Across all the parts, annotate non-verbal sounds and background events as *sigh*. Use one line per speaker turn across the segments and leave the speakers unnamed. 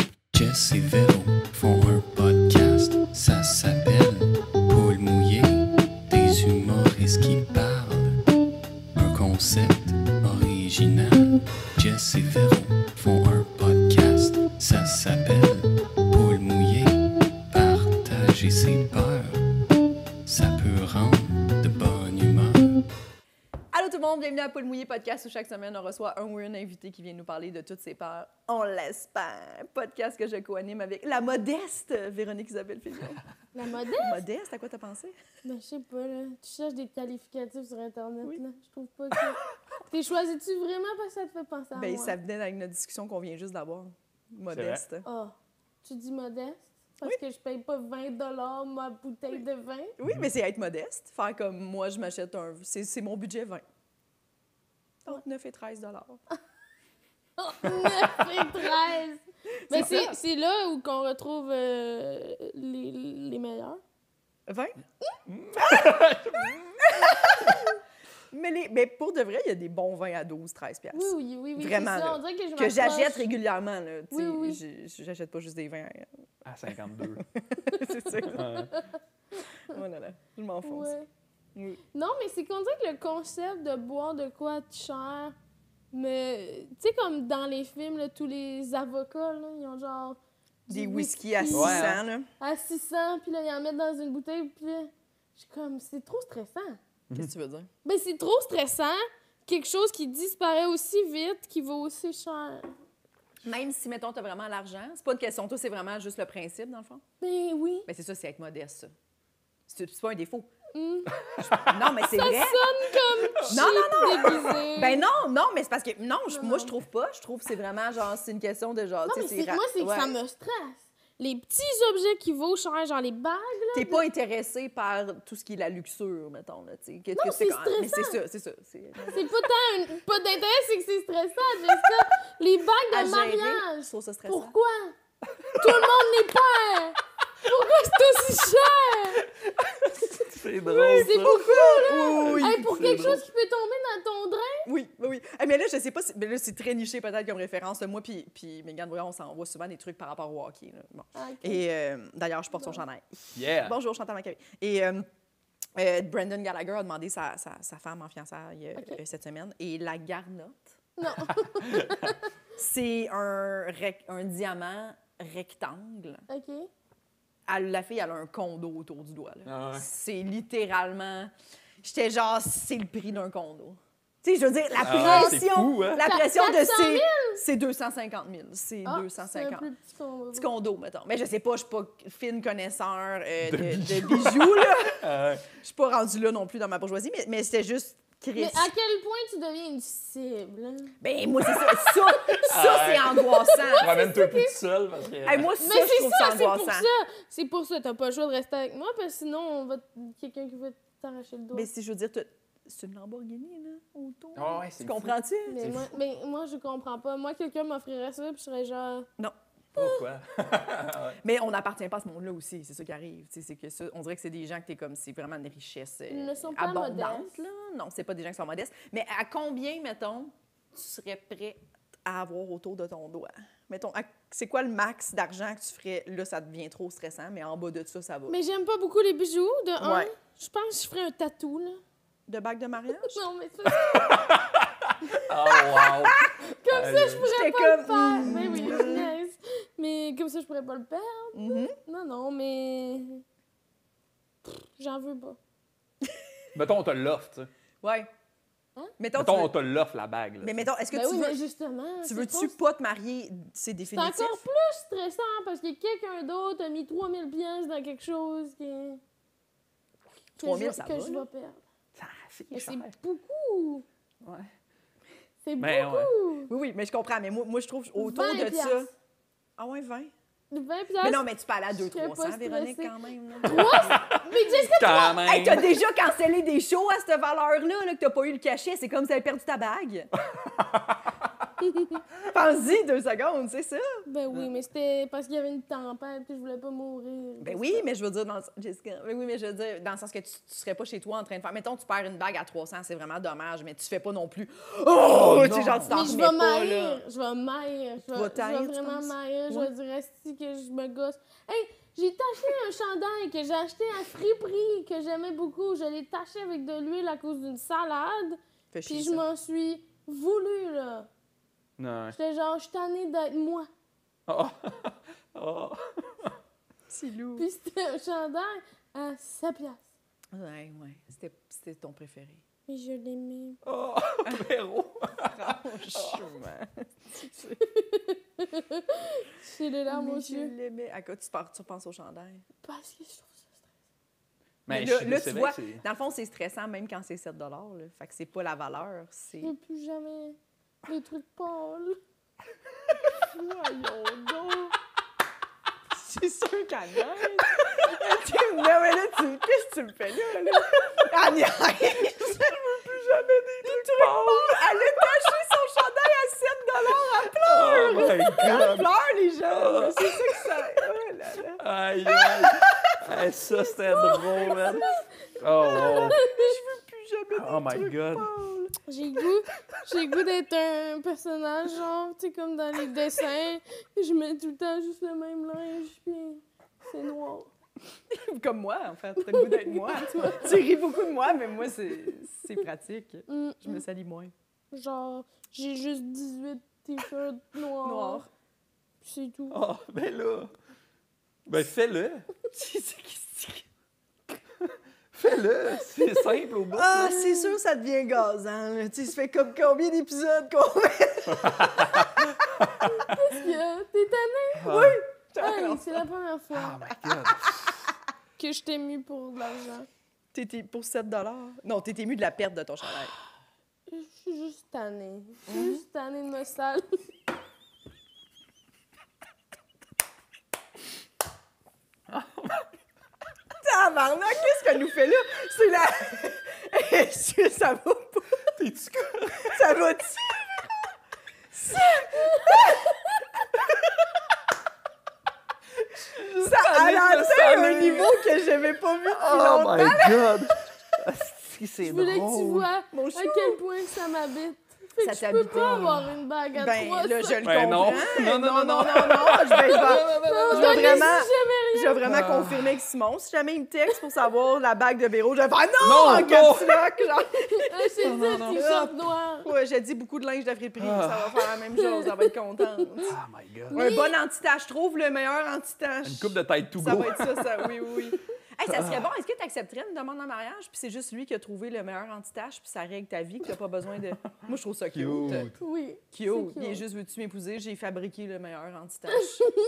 et Véro font un podcast. Ça s'appelle Paul Mouillé, des humoristes qui parlent. Un concept original. Jess et Véro font un podcast. Ça s'appelle Paul Mouillé, partager ses peurs. Ça peut rendre de bonne humeur.
Allô tout le monde, bienvenue à Paul Mouillé Podcast où chaque semaine on reçoit un ou une invité qui vient nous parler de toutes ses peurs. On l'espère. Podcast que je co-anime avec la modeste Véronique Isabelle Fillon.
La mode?
modeste, à quoi t'as pensé?
Ben, je sais pas, là. Tu cherches des qualificatifs sur Internet, là. Je trouve
*laughs*
pas que. T'es choisi-tu vraiment parce que ça te fait penser à
Ben,
moi?
ça venait avec notre discussion qu'on vient juste d'avoir. Modeste.
Ah. Tu dis modeste? Parce
Oui.
que je paye pas 20 ma bouteille de vin? *laughs*
Oui, mais c'est être modeste. Faire comme moi, je m'achète un. C'est c'est mon budget 20. Donc 9 et 13 dollars.
Oh, 9 et 13! Ben,
C'est
c'est-
ça.
c'est là où qu'on retrouve euh, les, les meilleurs.
20? *laughs* mais, les, mais pour de vrai, il y a des bons vins à 12, 13 piastres.
Oui, oui, oui, oui. c'est
Vraiment,
ça.
là.
On dirait que je
que j'achète
m'approche.
régulièrement. Là, tu sais,
Oui, oui.
j'ai- J'achète pas juste des vins. hein.
À *laughs* 52.
*laughs* c'est ça.
Hein.
Oh là là, je m'enfonce.
Ouais.
Oui.
Non, mais c'est qu'on dirait que le concept de boire de quoi de cher, mais tu sais, comme dans les films, là, tous les avocats, là, ils ont genre. du
Des whisky à 600.
Ouais, hein.
là.
À 600, puis là, ils en mettent dans une bouteille, puis là, je suis comme, c'est trop stressant.
Qu'est-ce que tu veux dire?
Ben, c'est trop stressant, quelque chose qui disparaît aussi vite, qui vaut aussi cher.
Même si, mettons, t'as vraiment l'argent, c'est pas une question. Toi, c'est vraiment juste le principe, dans le fond.
Ben oui.
Mais c'est ça, c'est être modeste, ça. C'est c'est pas un défaut. *laughs*
Mm.
Non, mais c'est Ben, vrai.
Comme
Non,
non, non.
Ben non, non, mais c'est parce que. Non, je-
Non,
moi,
non.
je trouve pas. Je trouve que c'est vraiment genre, c'est une question de genre.
Non,
tu
mais
sais,
c'est-
ra-
moi, c'est que
ouais.
ça me stresse. Les petits objets qui vaut cher, genre les bagues,
T'es pas intéressé par tout ce qui est la luxure, mettons, là, tu sais. que- que
c'est
quand- Mais c'est ça, c'est ça. c'est-
C'est pas tant une- pas d'intérêt, c'est que c'est stressant, Jessica. Les bagues
À
de
gérer,
mariage.
Je trouve ça stressant.
Pourquoi? Tout le monde n'est pas. Pourquoi c'est aussi cher?
C'est drôle.
C'est
ça.
beaucoup.
Oui, oui,
Hey, pour
c'est
quelque
drôle.
chose qui peut tomber dans ton drain.
Oui, oui, oui. Eh, mais là, je sais pas si. Mais là, c'est très niché peut-être comme référence. là. Moi, puis, puis Mégane, voyons, on s'envoie souvent des trucs par rapport au hockey. là. Bon. Et euh, d'ailleurs, je porte son
Bon. Ah.
chandail.
Yeah.
Bonjour, Chantal Maccabé. Et euh, euh, Brendan Gallagher a demandé sa, sa- sa femme en fiançailles euh,
OK.
euh, cette semaine. Et la garnotte,
Non.
*laughs* c'est un, rec- un diamant rectangle.
OK.
Elle- la fille, elle a un condo autour du doigt. là.
Ah ouais.
C'est littéralement. J'étais genre, c'est le prix d'un condo. Tu sais, je veux dire, la
Ah ouais, c'est
pression,
fou, hein?
la pression de
400 000?
c'est, c'est 250 000. C'est
Ah, C'est
250
un plus petit qu'on
petit
va voir.
condo, mettons. Mais je sais pas, je suis pas fine connaisseur euh, de, de bijoux, là.
Ah ouais.
Je suis pas rendue là non plus dans ma bourgeoisie, mais, mais c'était juste
Mais
Chris.
à quel point tu deviens une cible? hein?
Ben, moi, c'est ça. Ça, ça,
Ah ouais.
c'est angoissant.
Ramène-toi plus tout seul parce que.
Hey, moi, ça,
Mais
je
c'est
trouve
ça,
ça,
c'est pour
angoissant.
ça. C'est pour ça, t'as pas le choix de rester avec moi, parce que sinon, on va t- quelqu'un qui va t'arracher le doigt.
Mais si je veux dire, t'as- c'est une Lamborghini, là, autour.
Ah ouais, c'est
tu comprends-tu?
Mais
C'est
moi, mais moi, je comprends pas. Moi, quelqu'un m'offrirait ça, puis je serais genre.
Pourquoi?
Mais on n'appartient pas à ce monde-là aussi, c'est ça qui arrive. Tu sais, C'est que ça, on dirait que c'est des gens que t'es comme, c'est vraiment une richesse euh,
Ils ne sont pas
abondante.
modestes.
Là. Non, c'est pas des gens qui sont modestes. Mais à combien, mettons, tu serais prêt à avoir autour de ton doigt? Mettons, à- c'est quoi le max d'argent que tu ferais? Là, ça devient trop stressant, mais en bas de ça, ça va.
Mais j'aime pas beaucoup les bijoux, de un.
Ouais.
Je pense que je ferais un tatou, là.
De bague de mariage?
*laughs* Non, mais ça, c'est
Oh, wow.
comme ça, je pourrais
J'étais
pas le
comme,
perdre.
hmm.
Mais oui, je niaise. Mais comme ça, je pourrais pas le perdre.
Mhm.
Non, non, mais. Pff, J'en veux pas.
Mettons, on te l'offre, tu sais.
Ouais.
Hein?
Mettons, tu
Mettons, on
veux-
te l'offre, la bague. Là,
Mais mettons, est-ce que tu
Ben oui,
veux...
mais justement.
Tu
c'est
veux-tu
pas-
pas te marier? C'est
C'est encore
définitif.
plus stressant parce que quelqu'un d'autre a mis 3000 pièces dans quelque chose que, que
3000,
je,
ça
que
va,
je
là.
vais perdre.
Ah, c'est
Mais
cher.
c'est beaucoup.
Ouais.
C'est
Ben ouais.
beaucoup.
Oui, oui, mais je comprends. Mais moi, moi je trouve autour
20
de ça.
piastres.
Ah ouais, 20?
20
mais
piastres.
non, mais tu parles à
je
2
serais pas
300 Véronique,
stressée.
quand même. *laughs* là.
Mais Jessica,
Quand
Hey,
même.
t'as déjà cancellé des shows à cette valeur-là, là, que t'as pas eu le cachet. C'est comme si t'avais perdu ta bague. *laughs* Pense-y deux secondes, c'est ça?
*laughs* Ben
Euh.
oui, mais c'était parce qu'il y avait une tempête puis je voulais pas mourir.
Ben oui, mais je veux dire, dans le... sens- Jessica, ben oui, mais je veux dire, dans le sens que tu, tu serais pas chez toi en train de faire. Mettons, tu perds une bague à 300, c'est vraiment dommage, mais tu fais pas non plus. Oh, tu sais, genre, tu t'en
Mais je
remets
vais
pas, là.
m'haïr, je vais m'haïr, je
vas
vais, je
t'haïr,
vais
tu
vraiment
penses?
m'haïr, je
Ouais.
vais dire asti que je me gosse. Hey, j'ai taché un chandail que j'ai acheté à friperie que j'aimais beaucoup, je l'ai taché avec de l'huile à cause d'une salade,
Fais chier,
puis je
ça.
m'en suis voulu là. *laughs*
Non.
J'étais genre je suis tannée d'être moi. *laughs*
Oh. Oh.
C'est lourd.
Puis c'était un chandail à sa place.
Ouais, ouais. C'était- C'était ton préféré.
Mais je l'aimais.
Oh. Véro.
Oh, *laughs* Franchement.
C'est les larmes aux
Mais je
yeux
l'aimais. À quoi tu, pars- tu penses au chandail?
parce que je trouve ça stressant.
Mais
Mais
là,
je-
là,
c'est
tu
vrai
vois,
que c'est-
dans le fond, c'est stressant même quand c'est 7 là. Fait que c'est pas la valeur, *laughs* c'est...
Je veux plus jamais des trucs
*laughs*
pâles. Voyons donc.
C'est sûr qu'elle niaise. Tu- non, mais là, tu... qu'est-ce que tu me fais là? là? Elle niaise.
Jamais des trucs
Oh, Elle a taché son chandail à 7 Elle
Oh my
*laughs* pleure,
God.
les gens. là. C'est ça que *laughs* ça... Oh là là.
Aïe, aïe. Hey, ça, c'était drôle, man. Oh, wow.
Plus jamais
Oh my God.
J'ai le goût, j'ai le goût d'être un personnage, genre, tu sais, comme dans les dessins. Je mets tout le temps juste le même linge, puis c'est noir.
de- Comme moi, en fait. T'as le goût d'être moi. tu ris beaucoup de moi, mais moi, c'est c'est pratique.
Mm,
Je me salis *laughs* moins.
Genre, j'ai juste 18 t-shirts noirs.
Noir.
puis C'est tout.
Oh, ben là. Ben, fais-le.
C'est ça qui se dit.
Fais-le. C'est simple au bout.
Ah, c'est sûr, ça devient gazant. là. Tu sais, ça fait comme combien d'épisodes qu'on *laughs* fait?
Parce que euh, T'es tannée.
Oui.
Hey, c'est la première
Oh
fois
Ah, my God.
*laughs* que je t'ai mis pour de l'argent.
T'étais pour 7 Non, t'es ému de la perte de ton chandail.
Je suis juste tannée. Je
Hein?
suis juste tannée de me sale.
Tabarnak, qu'est-ce qu'elle nous fait là? C'est la... *laughs* Est-ce que ça va pas?
T'es-tu
Ça va-tu? Ça... Ça
allée
elle a
de
atteint un
salir.
niveau que j'avais pas vu depuis
Oh
longtemps.
my god! Asti,
Je
c'est
voulais que tu
drôle!
vois
Mon
à
chou.
quel point ça m'habite.
Ça
Fait que je peux
t'habitait.
pas avoir une bague à
Ben,
trois
là, je
cents.
le
Ben non.
comprends.
Non, non, non,
non,
non.
non, non, je vais- je vais-
Non,
je
non,
vais
mais
vraiment-
si jamais
Je vais vraiment
Ah.
confirmer avec Simon. Si jamais il me texte pour savoir la bague de Véro, je vais faire non!
Non,
en
non.
caps lock, genre.
rien. C'est
Non, non,
ça,
non.
t-shirt noir.
Ouais, j'ai dit beaucoup de linge de friperie,
Ah.
ça va faire la même chose, elle va être contente.
Oh my god!
Un bon anti-tache, trouve le meilleur anti-tache.
Une coupe de tête tout
Ça
go!
va être ça, ça, oui, oui, oui. Hey, ça serait bon, est-ce que tu accepterais une demande en mariage, puis c'est juste lui qui a trouvé le meilleur anti-tache, puis ça règle ta vie, que t'as pas besoin
*laughs*
de... Moi, je trouve ça cute.
Cute.
Oui.
Cute.
C'est
Il est
cute.
juste, veux-tu m'épouser? J'ai fabriqué le meilleur anti-tache.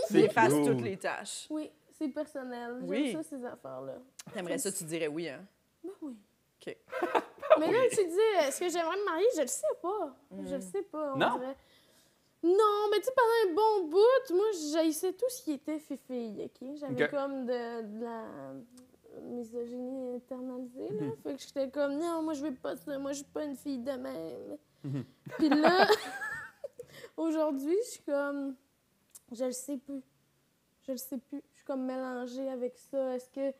C'est
Il efface
cute.
toutes les tâches.
Oui, c'est personnel.
Oui.
J'aime ça, ces affaires-là.
T'aimerais ça, tu dirais oui, hein?
Ben oui. *laughs* Ben
OK.
Mais là, tu dis, est-ce que j'aimerais me marier? Je le sais pas. Je le sais pas. on
Non.
dirait. Non, mais tu sais, pendant un bon bout, moi, j'haïssais tout ce qui était fifille, OK? J'avais
OK.
comme de, de la misogynie internalisée, là.
Mhm.
Fait que j'étais comme, non, moi, je veux pas ça. Moi, je suis pas une fille de même.
Mhm. *laughs*
Puis là, aujourd'hui, je suis comme, je le sais plus. Je le sais plus. Je suis comme mélangée avec ça. Est-ce que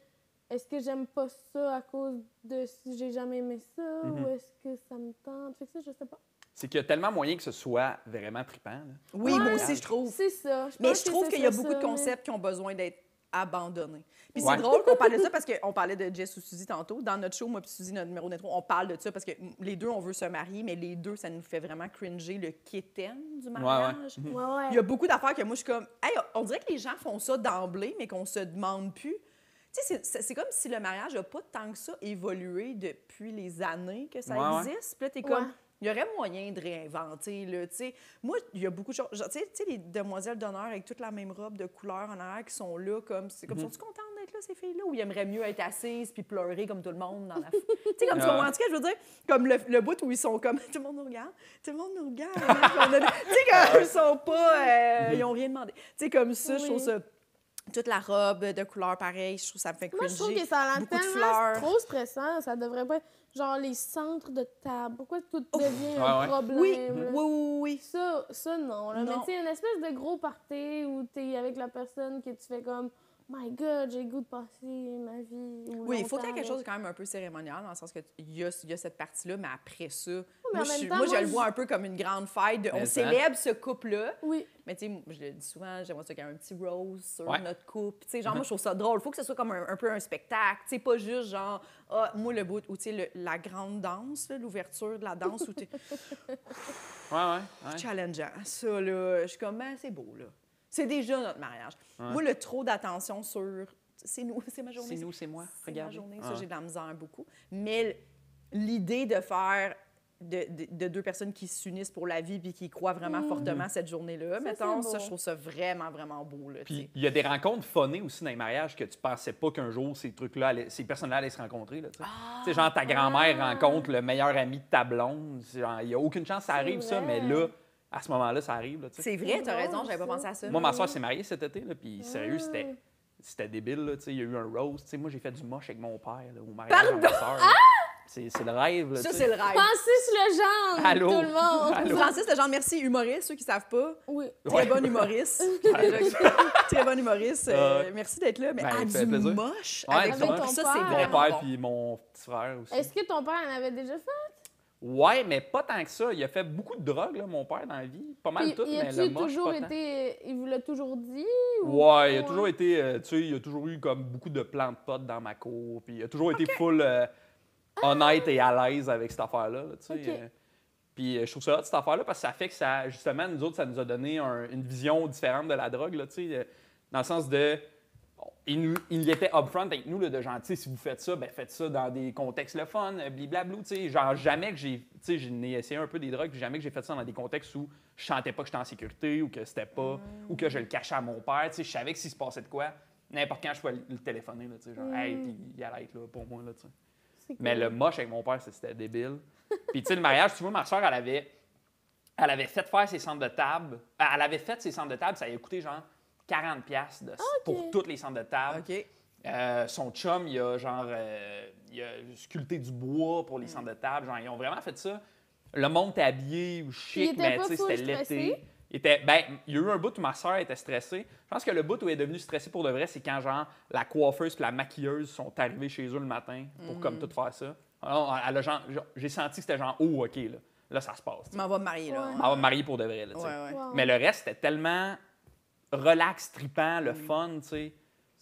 est-ce que j'aime pas ça à cause de si j'ai jamais aimé ça
Mhm.
ou est-ce que ça me tente? Fait que ça, je sais pas.
C'est qu'il y a tellement moyen que ce soit vraiment trippant. là.
Oui,
Ouais.
moi aussi, je trouve.
Ah, C'est ça.
Mais
pense
je
que
trouve
ce
qu'il y a
serait
beaucoup de
ça,
concepts qui ont besoin d'être abandonnés. Puis
Ouais.
c'est drôle qu'on parle de ça parce qu'on parlait de Jess ou Suzy tantôt. Dans notre show, moi puis Suzy, notre numéro d'intro, on parle de ça parce que mm, les deux, on veut se marier, mais les deux, ça nous fait vraiment cringer le quétaine du mariage.
mais- Ouais, ouais.
Il y a beaucoup d'affaires que moi, je suis comme, hey, on dirait que les gens font ça d'emblée, mais qu'on se demande plus. Tu sais, c'est- c'est c'est comme si le mariage n'a pas tant que ça évolué depuis les années que ça
Ouais, ouais.
existe. Puis là, t'es
Ouais.
comme, il y aurait moyen de réinventer, là, tu sais. Moi, il y a beaucoup de choses. genre, Tu sais- tu sais, les demoiselles d'honneur avec toute la même robe de couleur en arrière qui sont là, comme, c'est
Mm-hmm.
comme, sont-tu contentes d'être là, ces filles-là? Ou ils aimeraient mieux être assises puis pleurer comme tout le monde dans
*laughs*
la. tu sais, comme, tu
Ouais.
comprends? En tout cas, je veux dire, comme le, le bout où ils sont comme, *laughs* tout le monde nous regarde, tout le monde nous regarde. on a des- tu sais, quand ils sont pas, euh, ils ont rien demandé. Tu sais, comme ça, je trouve
Oui.
ça. Toute la robe de couleur pareille, je trouve ça me fait
Moi, je trouve
cringer.
que ça a l'air
Beaucoup de
tellement
fleurs.
trop stressant. Ça devrait pas être. Genre les centres de table. Pourquoi tout devient
Ah
un
ouais.
problème?
Oui, oui,
là?
oui, oui.
Ça, ça non, là. Mais
Non.
tu sais, une espèce de gros party où t'es avec la personne que tu fais comme My God, j'ai le goût de passer ma vie. ou
Oui, il faut
longtemps
qu'il y ait quelque
avec.
chose de quand même un peu cérémonial, dans le sens qu'il y a, il y a cette partie-là, mais après ça,
mais
moi,
en
je,
même
suis-
temps,
moi, je
moi,
le
je-
vois un peu comme une grande fête. de-
Mais
on
ça.
célèbre ce couple-là,
Oui,
mais tu sais, je le dis souvent, j'aimerais ça qu'il y ait un petit rose sur
Ouais. Mm-hmm.
notre couple. Tu sais, genre, moi, je trouve ça drôle. Il faut que ce soit comme un, un peu un spectacle. Tu sais, pas juste genre, ah, moi, le bout, ou tu sais, le- la grande danse, là, l'ouverture de la danse,
*laughs*
où t'es
Ouais, ouais. ouais.
challengeant. Ça, là, je suis comme, ben, c'est beau, là. C'est déjà notre mariage. Moi, le trop d'attention sur. C'est nous, c'est ma journée.
C'est nous, c'est moi.
C'est ma
Regarde.
journée, ça, j'ai de la misère beaucoup. Mais l- l'idée de faire de, de- de deux personnes qui s'unissent pour la vie puis qui croient vraiment fortement cette journée-là,
Mm. Ça,
mettons,
c'est
ça,
beau.
je trouve ça vraiment, vraiment beau. Là, tu sais.
Puis il y a des rencontres funnées aussi dans les mariages que tu pensais pas qu'un jour ces trucs-là, allaient- ces personnes-là allaient se rencontrer. Là, tu sais.
Ah!
Tu sais, genre ta grand-mère
Ah!
rencontre le meilleur ami de ta blonde. C'est genre, Il n'y a aucune chance que ça
C'est
arrive, ça,
vrai.
mais là, à ce moment-là, ça arrive. Là, tu sais.
c'est vrai, t'as
drôle,
raison, j'avais pas
ça.
pensé à ça.
Moi, ma soeur s'est mariée cet été, là, puis sérieux,
Ah.
c'était. C'était débile, là, tu sais, il y a eu un roast. Tu sais, moi, j'ai fait du moche avec mon père là, au mariage de ma soeur. C'est c'est le rêve. Là,
ça,
tu sais.
c'est le rêve.
Francis Legendre,
Allô?
tout le monde.
Allô?
Francis, le genre, merci, humoriste, ceux qui savent pas.
Oui.
Très
Ouais.
bon
*laughs*
humoriste. très bon humoriste. Euh,
Ouais.
merci d'être là. Mais
Ben,
à
ça
du
fait plaisir.
moche
Ouais,
avec,
exactement.
ton- ça,
Avec
c'est
ton
Mon
père.
vraiment
père
Ah, bon.
puis mon petit frère aussi.
Est-ce que ton père en avait déjà fait?
Ouais, mais pas tant que ça. Il a fait beaucoup de drogue, là, mon père, dans la vie. Pas mal
Puis,
tout,
il
mais
a-tu
le moche,
toujours
pas tant.
été. Il vous l'a toujours dit? ou-
Ouais, il a
Ouais.
toujours été, euh, tu sais, il a toujours eu comme beaucoup de plans de potes dans ma cour, puis il a toujours été full euh, honnête et à l'aise avec cette affaire-là, là, tu sais.
Ok.
euh. Puis euh, je trouve ça hot, cette affaire-là, parce que ça fait que ça, justement, nous autres, ça nous a donné un- une vision différente de la drogue, là, tu sais, euh, dans le sens de. Il, nous- il était upfront avec nous, là, de genre, tu sais, si vous faites ça, ben faites ça dans des contextes le fun, euh, bliblablou, tu sais. Genre, jamais que j'ai, tu sais, j'ai essayé un peu des drogues, puis jamais que j'ai fait ça dans des contextes où je sentais pas que j'étais en sécurité ou que c'était pas, ou que je le cachais à mon père, tu sais. Je savais que s'il se passait de quoi, n'importe quand, je pouvais le téléphoner, là, tu sais, genre, hey, puis il allait être là pour moi, là, tu sais.
C'est
Mais
cool.
le moche avec mon père, c'est- c'était débile. *laughs* Puis tu sais, le mariage, tu vois, ma soeur, elle avait, elle avait fait faire ses centres de table. Euh, Elle avait fait ses centres de table, ça lui a coûté genre 40$ piastres de- pour tous les centres de table.
OK.
Euh, son chum, il a genre euh, il a sculpté du bois pour les
Mm.
centres de table. Genre, ils ont vraiment fait ça. Le monde était habillé ou
Il
chic,
était
mais
pas
tu sais,
full
c'était l'été.
stressé?
Il était, ben, il y a eu un bout où ma soeur était stressée. Je pense que le bout où elle est devenue stressée pour de vrai, c'est quand genre la coiffeuse et la maquilleuse sont arrivées chez eux le matin pour
Mm.
comme tout faire ça. Alors, elle a genre- j'ai senti que c'était genre oh ok là, là ça se passe.
Je m'en vais me marier, là.
Ouais.
On va me marier pour de vrai là. Ah tu
Ouais,
sais.
ouais.
Wow,
Mais le reste c'était tellement relax, tripant, le
Mm.
fun, tu sais.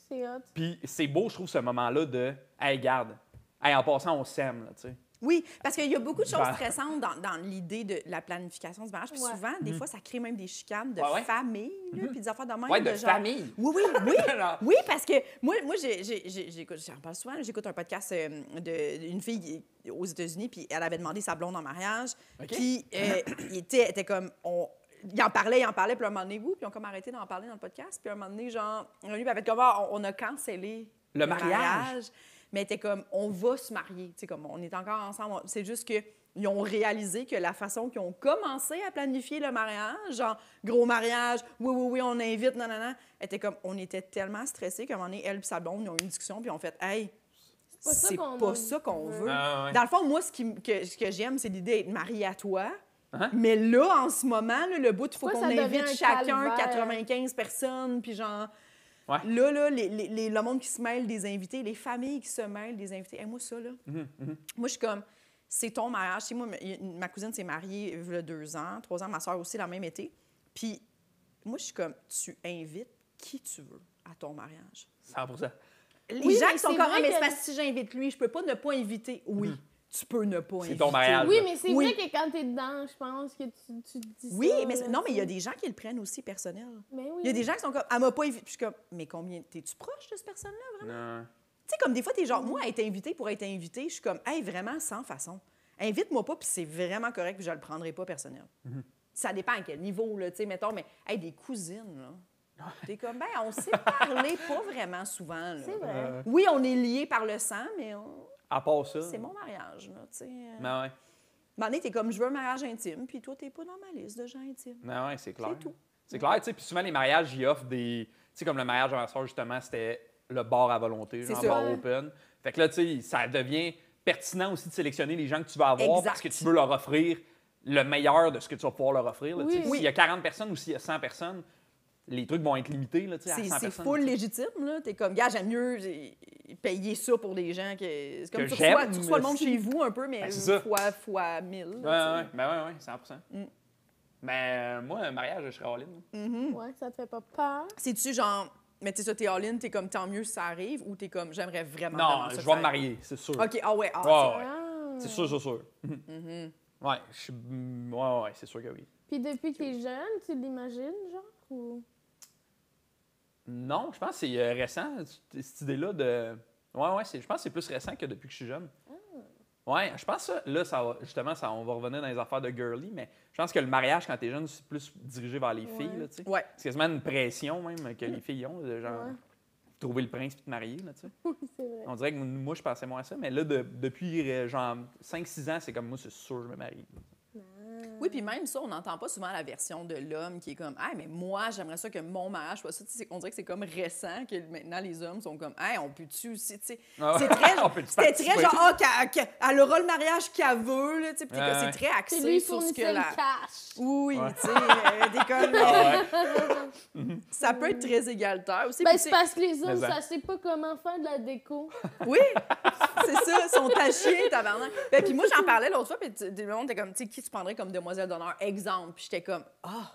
C'est hot.
Puis c'est beau, je trouve, ce moment-là de Hey, garde. Hey, en passant, on s'aime, là, tu sais.
Oui, parce qu'il y a beaucoup de choses
Ben.
stressantes dans, dans l'idée de la planification du mariage. Puis
Ouais.
souvent, des fois, ça crée même des chicanes de
Mm. Ouais, ouais.
famille, là, puis des affaires de même.
Ouais, de
genre-
famille.
Oui, oui, *laughs* oui.
Genre-
oui, parce que moi, moi j'ai- j'ai- j'ai- j'écoute, j'en parle souvent, j'écoute un podcast euh, de- d'une fille qui- aux États-Unis, puis elle avait demandé sa blonde en mariage.
OK.
Puis euh, il était, était comme. On, il en parlait, il en parlait, puis à un moment donné, vous, puis ils ont comme arrêté d'en parler dans le podcast. Puis à un moment donné, genre, lui, puis avec comme, Ah, on, on a cancellé
Le mariage.
mariage, mais était comme on va se marier, tu sais comme on est encore ensemble. on- C'est juste que ils ont réalisé que la façon qu'ils ont commencé à planifier le mariage, genre gros mariage, oui oui oui, on invite non non non, était comme on était tellement stressés qu'à un moment donné, elle et sa blonde ils ont eu une discussion puis ont fait hey
pas ça
c'est
qu'on
pas
a-
ça qu'on veut.
Ah, ouais.
Dans le fond, moi, ce, qui m- que, ce que j'aime, c'est l'idée d'être mariée à toi.
Hein?
Mais là, en ce moment, là, le bout, il faut
Moi,
qu'on
ça devient
invite
un
chacun
calvaire.
95 personnes, puis genre...
Ouais.
Là, là les, les- les- le monde qui se mêle des invités, les familles qui se mêlent des invités. Hey, moi, ça, là,
Mm-hmm,
moi, je suis comme, c'est ton mariage. Tu sais, moi, ma- ma cousine s'est mariée euh, il y a deux ans, trois ans, ma soeur aussi, la même été. Puis moi, je suis comme, tu invites qui tu veux à ton mariage.
100
Les
Oui,
gens
mais
qui sont
c'est
comme, ah,
vrai
mais
que-
c'est parce que si j'invite lui, je peux pas ne pas inviter. Oui, tu peux ne pas inviter.
Mm-hmm. C'est ton mariage.
Oui, mais c'est
Oui.
vrai que quand t'es dedans, je pense que tu, tu te dis
Oui,
ça.
mais
là,
c'est- non, mais il y a
tu sais.
des gens qui le prennent aussi personnel.
Mais oui.
Il y a des gens qui sont comme, elle m'a pas invité. Puis je suis comme, mais combien, t'es-tu proche de cette personne-là? vraiment?
Non.
Tu sais, comme des fois, t'es
Mm-hmm.
genre, moi, être invité pour être invité, je suis comme, hey, vraiment, sans façon. Invite-moi pas, puis c'est vraiment correct, puis je le prendrai pas personnel.
Mm-hmm.
Ça dépend à quel niveau, là, tu sais, mettons, mais, hey, des cousines, là. T'es comme, ben, on s'est parlé pas vraiment souvent, là.
C'est vrai.
Euh,
Oui, on est liés par le sang, mais on-
à part ça.
c'est mon mariage, là, tu sais. Euh,
Non, ouais.
un moment donné, t'es comme, je veux un mariage intime, puis toi, t'es pas dans ma liste de gens intimes.
Non, ouais, c'est clair.
C'est tout.
C'est clair, tu sais. Puis souvent, les mariages, ils offrent des. Tu sais, comme le mariage de ma soeur, justement, c'était le bar à volonté,
C'est
genre
ça.
bar open. Fait que là, tu sais, ça devient. pertinent aussi de sélectionner les gens que tu vas avoir
Exact.
parce que tu veux leur offrir le meilleur de ce que tu vas pouvoir leur offrir. là,
Oui.
tu sais. S'il
Oui.
y a 40 personnes ou s'il y a 100 personnes, les trucs vont être limités là, tu sais, à
C'est
100
c'est
personnes.
full
tu sais.
légitime, là. T'es comme, gars, j'aime mieux j'ai- payer ça pour des gens que... C'est comme,
Que
tu reçois,
j'aime,
tu reçois le monde
aussi.
chez vous un peu, mais
Ben, c'est ça.
fois, fois mille.
Ouais,
là,
ouais, ouais. ben ouais, ouais, 100
Mm.
Mais euh, moi, un mariage, je serais all in.
tu sais. Mhm.
Ouais, ça te fait pas peur.
C'est-tu genre, mais tu sais, ça, t'es all-in, t'es comme, tant mieux si ça arrive, ou t'es comme, j'aimerais vraiment.
Non,
vraiment ça
je
que
vais
ça
me
arrive.
marier, c'est sûr.
OK, ah ouais, ah,
Ouais, ouais.
Ah.
C'est sûr, c'est sûr. Mm-hmm.
Mhm.
Ouais, je suis- mm, ouais, ouais, c'est sûr que oui.
Puis depuis que t'es jeune, tu l'imagines, genre? Ou... *laughs*
Non, je pense que c'est euh, récent, c- cette idée-là de. Ouais, ouais, c'est- je pense que c'est plus récent que depuis que je suis jeune. Ouais, je pense que ça, là, ça va- justement, ça, on va revenir dans les affaires de girly, mais je pense que le mariage, quand t'es jeune, c'est plus dirigé vers les filles,
Ouais.
là, tu sais.
Ouais.
C'est quasiment une pression, même, que les filles ont, de genre,
Ouais.
trouver le prince puis te marier, là, tu sais.
C'est vrai.
On dirait que moi, je pensais moins à ça, mais là, de- depuis, euh, genre, 5-6 ans, c'est comme, moi, c'est sûr, je me marie.
Oui, puis même ça, on n'entend pas souvent la version de l'homme qui est comme, ah, mais moi, j'aimerais ça que mon mariage soit ça. Tu sais, on dirait que c'est comme récent que maintenant les hommes sont comme, ah, on peut-tu aussi, tu sais.
Ah,
C'est très,
*laughs* on peut-tu
c'était très
participer?
genre, ah, qu'elle- qu'elle- elle aura le mariage qu'elle veut, là, tu sais. puis t'es
Ouais,
comme,
ouais.
c'est très
C'est
axé
lui qui
sur ce que
fournissait
la.
le cash.
Oui,
Ouais.
tu sais, euh,
*laughs*
des comme,
Ah, ouais.
ça peut être très égalitaire aussi.
Ben,
puis
c'est
tu sais-
parce que les hommes,
Mais
ça
ça-
sait pas comment faire de la déco.
Oui, c'est ça, ils sont à chier, tabarnak. Ben, puis moi, j'en parlais l'autre fois, puis tu- tout le monde était comme, tu sais, qui tu prendrais comme demoiselle d'honneur, exemple. Puis j'étais comme, ah!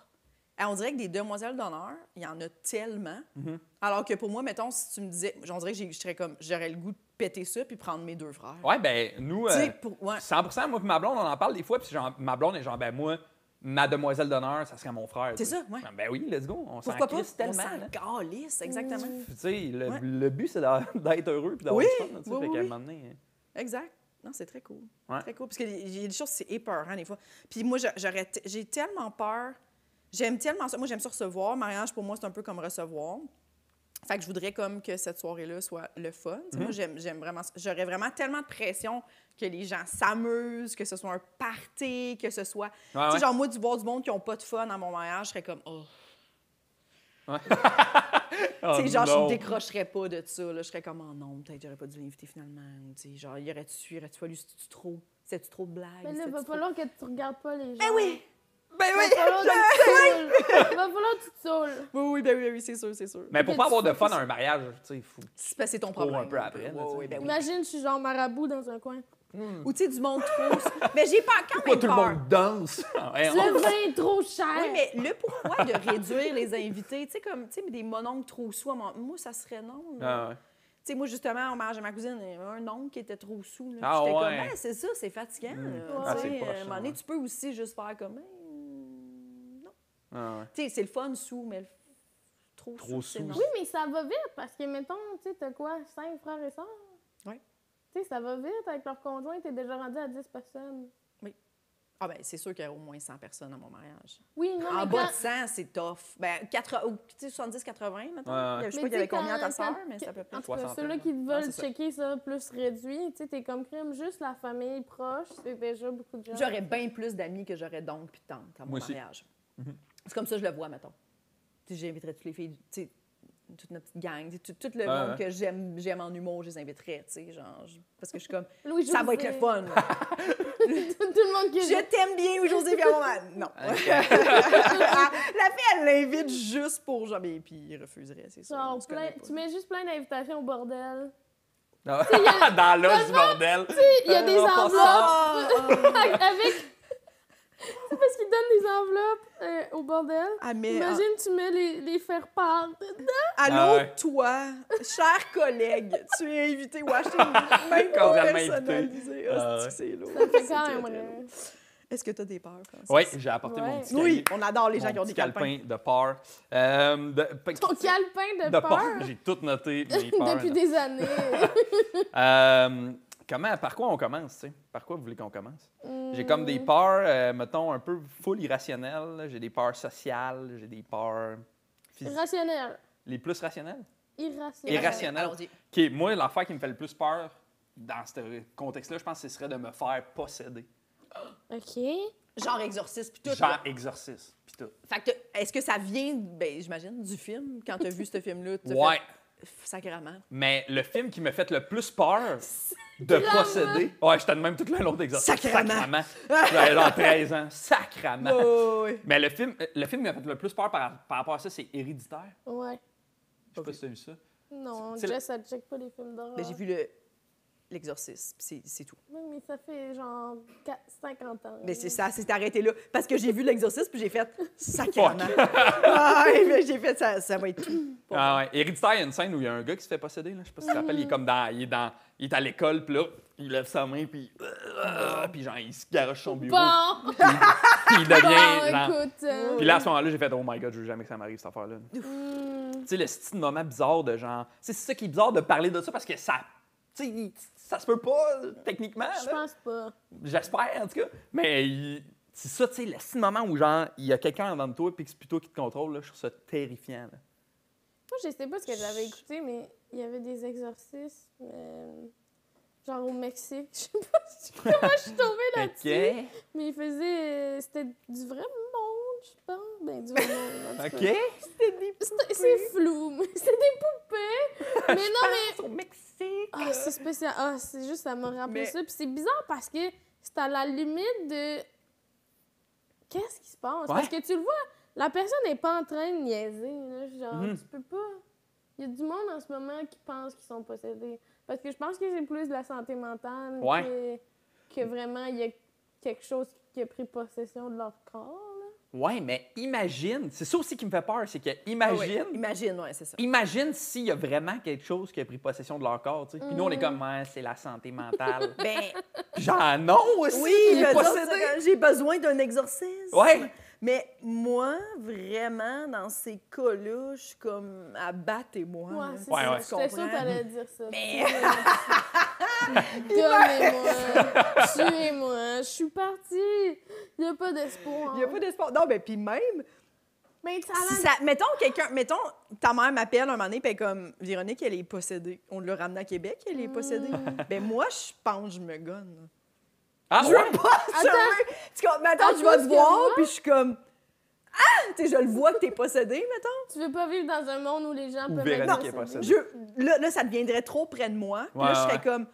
Eh, On dirait que des demoiselles d'honneur, il y en a tellement.
Mhm.
Alors que pour moi, mettons, si tu me disais, on dirait que j'ai- je serais comme, j'aurais le goût de péter ça puis prendre mes deux frères.
Ouais, ben, nous.
Tu
euh,
sais, pour- ouais.
100 moi puis ma blonde, on en parle des fois, puis genre, ma blonde est genre, ben moi, ma demoiselle d'honneur, ça serait mon frère.
C'est
tu sais.
ça, ouais.
Ben, Ben oui, let's go, on s'en
Pourquoi pas?
crisse
On
tellement. là.
s'en calisse, exactement.
Puis, Tu sais, le,
Ouais.
le but, c'est d'a- d'être heureux puis d'avoir *laughs*
Oui,
du fun, là, tu sais,
oui,
fait
oui,
qu'à un
oui.
moment donné, euh,
Exact. Non, c'est très cool.
Ouais.
Très cool. Parce qu'il y a des choses, c'est épeurant, hein, des fois. Puis moi, j'a- j'aurais t- j'ai tellement peur. J'aime tellement ça. Moi, j'aime ça recevoir. Mariage, pour moi, c'est un peu comme recevoir. Fait que je voudrais comme que cette soirée-là soit le fun. Tu sais,
Mm-hmm.
Moi, j'aime j'aime vraiment ça. J'aurais vraiment tellement de pression que les gens s'amusent, que ce soit un party, que ce soit...
Ouais,
tu sais,
ouais.
genre, moi, du voir du monde qui n'ont pas de fun à mon mariage, je serais comme... Oh. Tu sais, genre, je
Oh, non.
ne décrocherais pas de ça. Là. Je serais comme, oh non, peut-être j'aurais pas dû l'inviter finalement. Ou, Tu sais, genre, y aurait-tu, y aurait-tu fallu, c'était-tu trop, c'était-tu trop de blagues?
Mais là,
C'était-tu
va
trop-
falloir que tu regardes pas les gens.
Ben oui! Ben
Va
oui!
falloir que tu te saoules. Va falloir que tu te saoules.
*laughs* Oui, oui, ben oui, ben oui, c'est sûr, c'est sûr.
Mais pour
que
pas
tu
avoir de
sois
fun
plus-
à un mariage, tu sais, il faut.
C'est parce que c'est ton
Trop un
problème.
peu après, là,
Ouais,
tu sais.
ouais, ben oui.
Imagine, je suis genre marabout dans un coin.
Ou tu sais, du monde
*laughs*
trop. mais j'ai pas quand
Pourquoi
même
tout le
peur.
monde *laughs* danse? Ah Ouais, on-
Le vin est trop cher.
Oui, mais le pourquoi de réduire les invités, tu sais, comme, tu sais, mais des mononcles trop sous, à mon- moi, ça serait non. là.
Ah, ouais.
Tu sais, moi, justement, au mariage de ma cousine, il y avait un oncle qui était trop sous. Là, puis
Ah,
J'étais comme,
ouais.
Ben, c'est ça, c'est fatigant. là.
Ah,
Tu
c'est
sais, euh,
poche,
à un moment donné,
ouais.
tu peux aussi juste faire comme, Ben, non.
Ah, ouais.
Tu sais, c'est le fun sous, mais le- trop,
Trop
sous. c'est
sous,
non.
Oui, mais ça va vite parce que, mettons, tu sais, t'as quoi, cinq frères et sœurs?
Ouais.
Tu sais, ça va vite avec leur conjoint, t'es déjà rendu à 10 personnes.
Ah, ben, c'est sûr qu'il y a au moins 100 personnes à mon mariage.
Oui, non,
En
mais
bas
quand...
de 100, c'est tough. Ben, 80, ou, tu sais, 70, 80, maintenant.
Ouais, ouais.
Je sais pas, il
Mais
y
tu
avait
sais,
combien à ta
quand-
sœur,
quand-
mais c'est à peu près.
En tout cas,
Soixantaine,
ceux-là qui
Non,
veulent
Ah, c'est ça.
checker ça plus réduit, tu sais, t'es comme crime, juste la famille proche, c'est déjà beaucoup de gens.
J'aurais bien plus d'amis que j'aurais donc puis de tantes à mon
Moi aussi. Mhm.
mariage. C'est comme ça que je le vois, mettons. Tu sais, J'inviterais toutes les filles, tu sais, toute notre petite gang, tu sais, tout, tout le
Ouais,
monde
ouais.
que j'aime j'aime en humour, je les inviterais, tu sais, genre, je- parce que je suis
*laughs*
comme,
Louis
ça va être le
José.
fun. là.
*laughs* Tout le monde qui
je t'aime bien, Louis-José, puis à mon mari. Non. *laughs* la fille, elle l'invite juste pour, genre, mais puis il refuserait, c'est ça.
Genre, plein- tu mets juste plein d'invitations au bordel.
Euh,
Ah, *laughs* Dans l'os du bordel.
Il y a des
On passe
enveloppes avec. *laughs* C'est parce qu'ils donnent des enveloppes euh, au bordel.
Ah,
Imagine, tu mets les, les faire-part.
Allô,
Ah ouais.
toi, cher collègue, tu es invité ou acheté une
*laughs*
même pas
Cordialement invité.
personnalisée.
Ah
Ah,
ouais.
c'est lourd.
Ça fait
C'est
quand
très,
même
très lourd.
rire.
Est-ce que tu as des peurs, Francis?
Oui, j'ai apporté mon
Ouais.
petit
Oui,
cahier,
on adore les gens
mon
qui ont
petit
des calepins.
de peur. Euh, de-
Ton calepin de,
de
peur.
peur. J'ai tout
*laughs*
noté. mes peurs,
Depuis des années.
*laughs* Euh, comment, par quoi on commence, tu sais? Par quoi vous voulez qu'on commence? J'ai comme
Hmm.
des peurs, euh, mettons, un peu full irrationnelles. là. J'ai des peurs sociales, j'ai des peurs physiques.
Rationnel.
Les plus rationnelles?
Irrationnel.
Irrationnel.
Euh, Allons-y.
OK, moi, l'affaire qui me fait le plus peur dans ce contexte-là, je pense que ce serait de me faire posséder.
OK.
Genre exorciste, puis tout.
Genre
là.
exorciste, puis tout.
Fait que t'as- est-ce que ça vient, ben, j'imagine, du film? Quand tu as vu ce film-là, tu
Ouais.
Sacrément.
Mais le film qui me fait le plus peur de posséder. Ouais, j'étais de même tout le long d'exercice.
Sacrément.
J'avais genre 13 ans. Sacrament.
Oh.
Oui, oui,
Mais le film, le film qui m'a fait le plus peur par, par rapport à ça, c'est Héréditaire.
Ouais.
Je sais pas si t'as vu ça.
Non,
C'est- c'est
Jess, elle check pas les films d'horreur.
Ben, j'ai vu le l'exorciste, puis c'est c'est tout.
Oui, mais ça fait genre 4, 50 ans.
Mais c'est ça, c'est arrêté là. Parce que j'ai vu l'exorciste, puis j'ai fait
*laughs*
sacrément. ah, ouais, mais j'ai fait ça, ça va être tout.
Ah ouais. Héréditaire, il y a une scène où il y a un gars qui se fait posséder. Là. Je sais pas si tu te rappelles, il est comme dans. Il est, dans, il est à l'école, puis là, il lève sa main, puis. puis genre, il se garoche son bureau.
Bon!
Puis il devient.
*laughs*
genre-
Bon, écoute. euh,
Puis là, à ce moment-là, j'ai fait Oh my god, je veux jamais que ça m'arrive cette affaire-là.
hmm,
Tu sais, le style moment bizarre de genre. Tu sais, c'est ça qui est bizarre de parler de ça parce que ça. Tu sais, il- ça se peut pas, techniquement.
Je
là.
pense pas.
J'espère, en tout cas. Mais il- c'est ça, tu sais, le style moment où genre, il y a quelqu'un devant toi, puis que c'est plutôt qui te contrôle, là, je trouve ça terrifiant. là.
Moi, je sais pas ce que j'avais écouté, mais il y avait des exorcismes, euh, genre au Mexique. *laughs* Je sais pas si- comment je suis tombée là-dessus.
Ok.
Mais il faisait. euh, C'était du vrai monde, je pense. Ben, du vrai monde. en tout cas.
Ok.
C'est- C'est flou, mais *laughs* c'est des
*laughs*
poupées. Mais non, mais.
Au Mexique.
Ah, c'est spécial. Ah, c'est juste, ça m'a rappelé
Mais-
ça. Puis c'est bizarre parce que c'est à la limite de. Qu'est-ce qui se passe? Parce que tu le vois, la personne n'est pas en train de niaiser. là. Genre,
Mhm.
tu peux pas. Il y a du monde en ce moment qui pense qu'ils sont possédés. Parce que je pense que c'est plus de la santé mentale
Ouais.
que, que vraiment il y a quelque chose qui a pris possession de leur corps. là.
Ouais, mais imagine, c'est ça aussi qui me fait peur, c'est que
Ah ouais,
imagine,
Imagine, ouais, c'est
*laughs*
ça.
imagine s'il y a vraiment quelque chose qui a pris possession de leur corps, tu sais. Puis nous on est comme Ouais, c'est la santé mentale.
Ben,
Genre non aussi,
oui,
il est
le
possédé.
autre, c'est que j'ai besoin d'un exorcisme.
Ouais.
Mais moi, vraiment, dans ces cas-là, je suis comme abattez-moi. là,
Ouais,
tu
c'est
Ouais,
ça.
ouais.
comprends?
J'étais sûre que t'allais dire ça.
Mais-
Donnez-moi.
*laughs*
Tuez-moi. Je suis partie. Il n'y a pas d'espoir.
Il n'y a pas d'espoir. Non, mais puis même,
Mais ça
si ça- mettons quelqu'un, mettons ta mère m'appelle un moment donné, puis elle est comme Véronique, elle est possédée. On l'a ramenée à Québec, elle est possédée. Ben moi, je pense, que je me gonne.
Ah
Je
ouais.
veux pas, je
Attends.
veux- Tu comprends? Mais attends,
À
je vais
cause
te
que
voir,
moi-
puis je suis comme ah, tu sais, je le vois que t'es possédée, mettons.
Tu veux pas vivre dans un monde où les gens
Ou
peuvent
Véronique est
être possédés.
possédée.
Je, là, là, ça deviendrait trop près de moi. Puis
Ouais,
là, je serais
ouais.
comme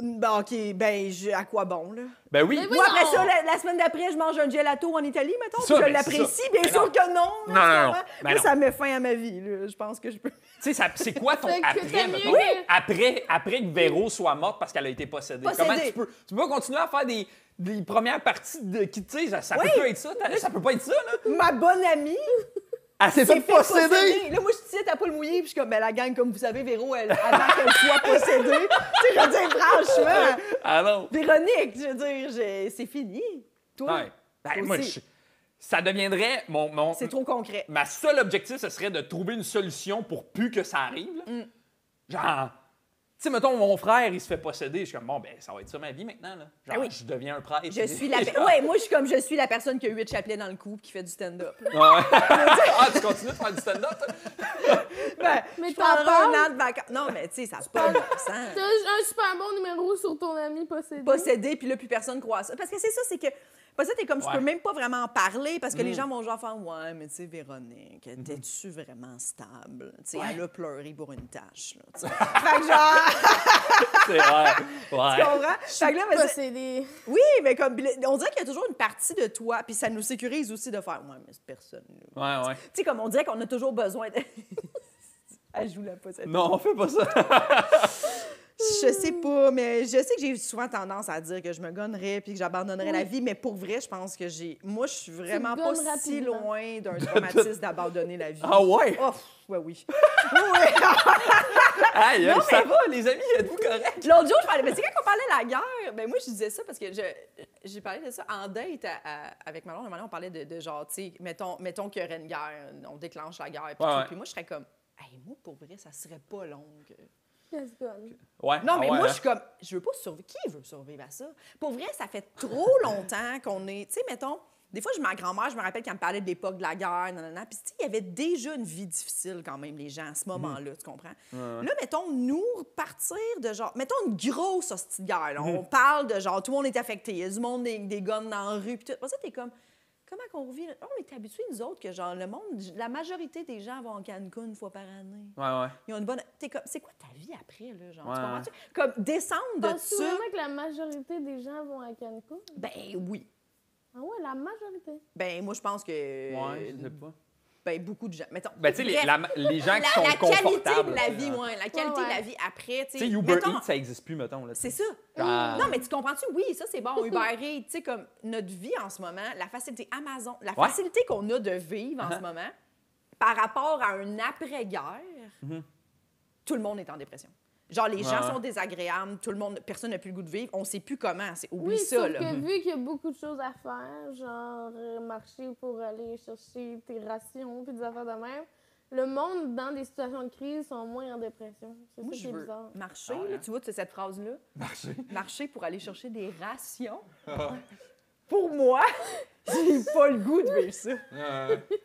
ben ok, ben je- à quoi bon là?
Ben oui.
Mais oui.
Moi, après
non.
ça, la, la semaine d'après, je mange un gelato en Italie, mettons,
C'est ça,
puis je
mais c'est
l'apprécie,
ça.
bien
Mais
sûr
non.
que non. là, tu
Non, non, non.
comprends?
Ben
Moi,
non.
ça met fin à ma vie, là. Je pense que je peux.
*laughs* Tu sais, ça- c'est
*laughs*
quoi ton
Fait que t'as
après,
mieux
mettons?
hein.
que-
après, après que Véro soit morte parce qu'elle a été possédée.
Possédée.
Comment tu peux, tu peux continuer à faire des, des premières parties de qui, tu sais, ça, ça
Oui.
peut pas être ça, t'as- ça peut pas être ça là.
Ma bonne amie
Elle s'est
s'est
fait
fait
posséder.
posséder. Là, moi, je suis à pas le mouillé, puis je suis comme, ben, la gang, comme vous savez, Véro, elle, avant qu'elle soit
*laughs*
possédée, tu sais, je veux dire, franchement,
Ah non.
Véronique, je veux dire, j'ai- c'est fini. Toi,
Ouais. Ben,
Aussi.
moi, je- ça deviendrait mon, mon
c'est trop concret.
ma seule objectif ce serait de trouver une solution pour plus que ça arrive. là.
Mm.
Genre tu sais, mettons, mon frère, il se fait posséder. Je suis comme, bon, ben, ça va être ça ma vie maintenant. Là. Genre,
Ah oui.
je deviens un prêtre. *laughs*
Je suis la...
Genre-
Ouais, moi, je suis comme, je suis la personne qui a huit chapelets dans le cou, qui fait du stand-up.
*laughs* Ouais. ah, tu continues de faire du stand-up, toi?
Ben,
Mais
je
t'en
prendrai un
parles?
an de vacances. Non, mais tu sais, ça n'a pas de bon sens.
*laughs* T'as un super bon numéro sur ton ami possédé.
possédé, puis là, plus personne croit à ça. Parce que c'est ça, c'est que. Possédé, t'es comme, tu
Ouais.
peux même pas vraiment en parler parce que les
Mm. Mm-hmm.
gens vont genre faire Ouais, mais tu sais, Véronique, t'es-tu vraiment stable? Tu sais,
Ouais.
elle a pleuré pour une tâche. Là, tu
*laughs*
sais. fait que genre, *laughs*
C'est *laughs* vrai.
tu
Ouais.
comprends? Fait que là, mais c'est-
Possédé.
oui, mais comme, on dirait qu'il y a toujours une partie de toi, puis ça nous sécurise aussi de faire Ouais, mais cette personne. là.
Ouais, ouais.
Tu sais, comme on dirait qu'on a toujours besoin de. *laughs* elle joue la possédée.
Non, on fait
*laughs*
pas ça.
Je sais pas, mais je sais que j'ai souvent tendance à dire que je me gonnerais puis que j'abandonnerais la vie, mais pour vrai, je pense que j'ai. Moi, je suis vraiment
te
pas
gonnes
si
rapidement.
loin
*laughs*
d'un traumatisme d'abandonner la vie.
Ah ouais?
Oh, ouais,
*laughs*
oui. Oui, *laughs* oui.
Aïe,
Non,
ça
mais-
va, les amis, êtes-vous corrects?
L'autre jour, je parlais. Mais c'est quand on parlait de la guerre, ben moi, je disais ça parce que je- j'ai parlé de ça en date à- à- avec Malon. Malon, on parlait de, de genre, tu sais, mettons, mettons qu'il y aurait une guerre, on déclenche la guerre, puis
Ouais,
tout.
ouais.
Puis moi, je serais comme. Hey, moi, pour vrai, ça serait pas long. que-
Let's go.
Ouais.
Non,
ah
mais
ouais,
moi,
hein.
je suis comme, je veux pas survivre. Qui veut survivre à ça? Pour vrai, ça fait trop *laughs* longtemps qu'on est. Tu sais, mettons, des fois, je- ma grand-mère, je me rappelle qu'elle me parlait de l'époque de la guerre, nanana. Puis, tu sais, il y avait déjà une vie difficile, quand même, les gens, à ce
Mhm.
moment-là, tu comprends? Là, mettons, nous, partir de genre. Mettons une grosse
Mhm.
hostie de guerre, là. On parle de genre, tout le monde est affecté. Il y a du monde, des, des guns dans la rue, puis tout. Pour ça, t'es comme. Comment qu'on vit? On est habitués, nous autres, que genre, le monde, la majorité des gens vont en Cancun une fois par année.
Ouais, ouais.
Ils ont une bonne. t'es comme, c'est quoi ta vie après, là? Genre, tu
Ouais.
comprends-tu? Comme descendre de
Penses-tu
ça.
vraiment que la majorité des gens vont à Cancun?
Ben oui.
Ah ouais, la majorité.
Ben moi, je pense que.
Ouais, je sais pas.
ben beaucoup de gens. Mettons.
Ben, tu sais, les,
Bref,
la- les gens
la,
qui sont
la qualité
confortables.
de la
tu sais,
vie,
hein.
ouais, la qualité de la
ouais.
vie après, tu sais.
Tu sais, Uber
mettons-
Eats, ça n'existe plus, mettons. Là, tu sais.
C'est ça.
Ah.
Non, mais tu comprends-tu? Oui, ça, c'est bon. Uber Eats, tu sais, comme notre vie en ce moment, la facilité Amazon, la
Ouais. Uh-huh.
facilité qu'on a de vivre en ce moment, par rapport à un après-guerre, tout le monde est en dépression. Genre, les gens
Mm-hmm. Ouais.
sont désagréables, tout le monde, personne n'a plus le goût de vivre, on sait plus comment. C'est, oublie
Oui,
ça,
sauf
là.
que vu qu'il y a beaucoup de choses à faire, genre euh, marcher pour aller chercher tes rations puis des affaires de même, le monde dans des situations de crise sont moins en dépression. C'est ça
Moi,
qui
je
est
veux
bizarre.
marcher,
Ah ouais,
là,
hein?
tu vois, tu sais, cette phrase-là.
Marcher. Ah.
Marcher pour aller chercher des rations. Pour moi, *laughs* j'ai pas le goût de vivre ça.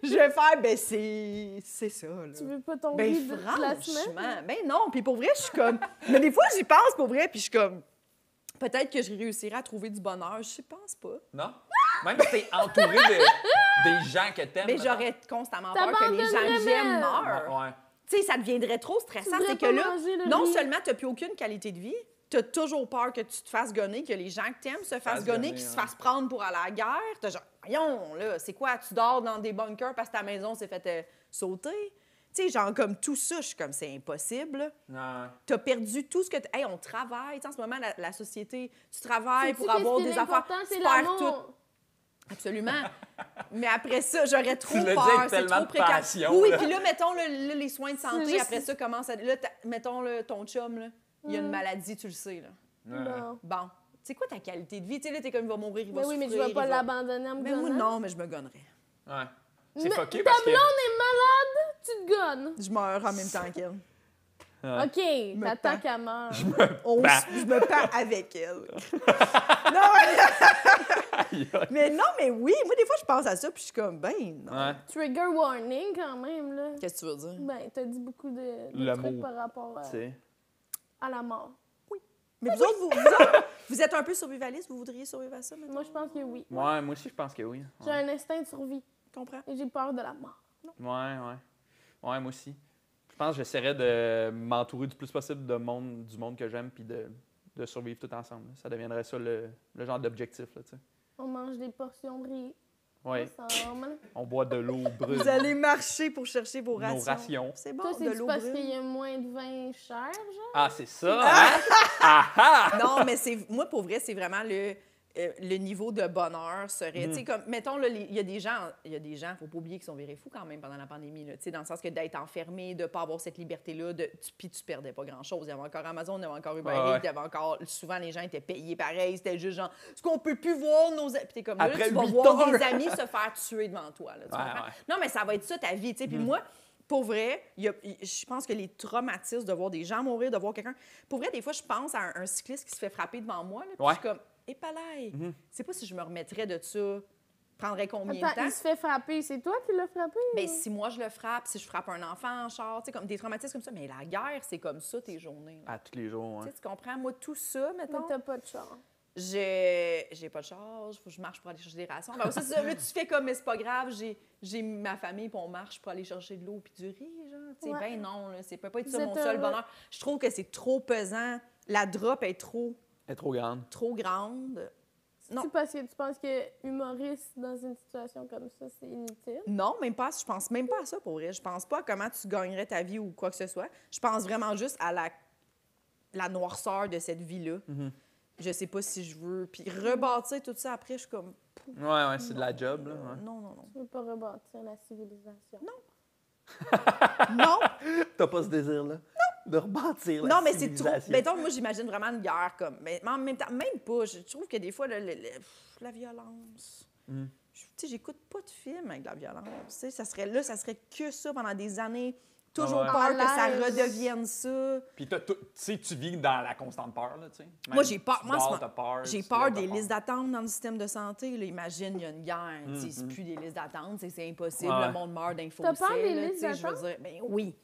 Je vais faire, ben c'est, c'est ça, là.
Tu veux pas ton
Ben
riz de de la semaine?
franchement, ben non. Puis pour vrai, je suis
*laughs*
comme... Mais des fois, j'y pense pour vrai, puis je suis comme... Peut-être que je réussirai à trouver du bonheur. Je pense pas.
Non? Même si t'es entouré de- des gens que t'aimes.
Mais
mettons.
j'aurais constamment peur que les gens que
T'abandonnerais
j'aime
même.
meurent.
Ouais. ouais.
Tu sais, ça deviendrait trop stressant.
Tu voudrais
C'est que
pas
là,
manger le
non
riz.
seulement t'as plus aucune qualité de vie, t'as toujours peur que tu te fasses gonner, que les gens que t'aimes se fassent gonner,
gonner,
qu'ils se
ouais.
fassent prendre pour aller à la guerre. T'as genre, voyons, là, c'est quoi? Tu dors dans des bunkers parce que ta maison s'est faite euh, sauter? Tu sais, genre, comme tout ça, je suis comme, c'est impossible. là.
Ouais.
Tu as perdu tout ce que. tu- Hey, on travaille. Tu sais, en ce moment, la, la société, tu travailles
Sais-tu
pour avoir
qu'est-ce qui
des
est
affaires.
important?
Tu
C'est
perds tout.
l'amour.
Absolument. Mais après ça, j'aurais trop
Tu l'as dit
peur.
avec
C'est
tellement
trop
de
précaire.
passion,
oui,
là.
puis là, mettons là, là, les soins de santé.
juste-
Après ça, commence à. Là, t'as- mettons là, ton chum, là, il
Mm.
a une maladie, tu le sais. Là.
Non.
Bon. C'est quoi ta qualité de vie? Tu sais, là, t'es comme il va mourir, il va
Mais Ben oui, mais je
souffrir,
vais pas
il va-
l'abandonner en me
Mais Ben, moi,
gonnant.
non, mais je me gonnerais.
Ouais. C'est
Mais
fucké
Ta
parce que.
blonde est malade, tu te gonnes.
Je meurs en
*laughs*
même temps qu'elle.
OK,
Me
t'attends
tends.
qu'elle meure.
On
Ben.
s- Je me pars avec
*laughs*
elle. non, mais non, mais oui. Moi, des fois, je pense à ça, puis je suis comme, ben non.
Ouais.
Trigger warning quand même, là.
Qu'est-ce que tu veux dire?
Ben, t'as dit beaucoup de, de
Le
trucs
mot.
par rapport à,
Tu sais.
à la mort.
Mais vous autres, vous, vous autres, vous êtes un peu survivaliste, vous voudriez survivre à ça, maintenant?
Moi, je pense que oui.
Ouais, moi aussi, je pense que oui.
J'ai
Ouais,
un instinct de survie
Je comprends.
et j'ai peur de la mort.
ouais. Ouais, Ouais, moi aussi. Je pense que j'essaierais de m'entourer du plus possible de monde, du monde que j'aime puis de, de survivre tout ensemble. Ça deviendrait ça le, le genre d'objectif, là, tu sais.
On mange des portions de riz
Ouais.
ensemble.
On boit de l'eau brune.
Vous allez marcher pour chercher vos
Nos
rations.
rations.
C'est bon,
Toi,
de
c'est
l'eau
parce
brune.
qu'il y a moins de vin cher, genre?
Ah, c'est ça! hein? Ah ah! *laughs*
Non, mais c'est moi pour vrai, c'est vraiment le euh, le niveau de bonheur serait,
Mm.
tu sais comme mettons là, les- il y a des gens, il y a des gens, faut pas oublier qu'ils sont virés fous quand même pendant la pandémie là, tu sais dans le sens que d'être enfermé, de pas avoir cette liberté là, de tu, puis tu perdais pas grand-chose, il y avait encore Amazon, il y avait encore Uber
Ouais, ouais.
Eats, il y avait encore souvent les gens étaient payés pareil, c'était juste genre ce qu'on peut plus voir nos a- puis t'es comme là,
Après
tu vas
huit
voir
heures.
des amis se faire tuer devant toi là, tu
Ouais,
comprends?
ouais.
Non, mais ça va être ça ta vie, tu sais.
Mm.
Puis moi, pour vrai, il y a- il- je pense que les traumatismes de voir des gens mourir, de voir quelqu'un. Pour vrai, des fois, je pense à un, un cycliste qui se fait frapper devant moi. Là, puis
Ouais. Mm-hmm.
je suis comme, épalaille. C'est pas si je me remettrais de ça. Prendrait combien
Attends,
de
il
temps?
se fait frapper. C'est toi qui l'as frappé?
Ben,
ou-
si moi je le frappe, si je frappe un enfant en char, tu sais, comme des traumatismes comme ça. Mais la guerre, c'est comme ça tes journées. là.
À tous les jours,
Tu
Ah, ouais.
sais, tu comprends? Moi, tout ça,
Mais
mettons.
t'as pas de char.
J'ai j'ai pas de charge, faut que je marche pour aller chercher des rations. Ben, ça, c'est ça. Là, tu fais comme, mais c'est pas grave, j'ai- j'ai ma famille, puis on marche pour aller chercher de l'eau puis du riz, genre. Tu sais,
Ouais.
ben non, là, c'est peut pas être
Vous
ça mon
êtes
seul
heureux.
bonheur. Je trouve que c'est trop pesant. La drop est trop,
Elle est trop grande.
trop grande. Non.
C'est parce que tu penses que humoriste dans une situation comme ça, c'est inutile.
Non, même pas. Je pense même pas à ça pour vrai. Je pense pas à comment tu gagnerais ta vie ou quoi que ce soit. Je pense vraiment juste à la, la noirceur de cette vie-là. Je sais pas si je veux. Puis rebâtir tout ça après, je suis comme.
Ouais, ouais, c'est de la job, là.
euh,
ouais.
Non, non, non.
Je veux pas rebâtir la civilisation.
Non!
T'as pas ce désir-là? Non! De rebâtir la
Non, mais c'est trop.
civilisation.
Mettons, moi, j'imagine vraiment une guerre comme. Mais en même temps, même pas. Je trouve que des fois, le- le- le- pff, la violence.
Mm.
Je- Tu sais, j'écoute pas de film avec de la violence. Tu sais, ça serait là, ça serait que ça pendant des années. Toujours
Ah ouais.
peur que ça
En l'air.
redevienne ça.
Puis t'as tout- tu sais, tu vis dans la constante peur, là, tu sais. Même
Moi, j'ai peur.
tu
Moi, en ce
dors,
moment,
t'as peur,
J'ai
tu
peur
lèves,
des
t'as
listes d'attente dans le système de santé. là. Imagine, il y a une guerre. tu sais, C'est plus des listes d'attente. c'est- C'est impossible.
Hmm, Ah Ouais.
Le monde meurt d'infos.
T'as peur des listes
Je veux dire, ben oui.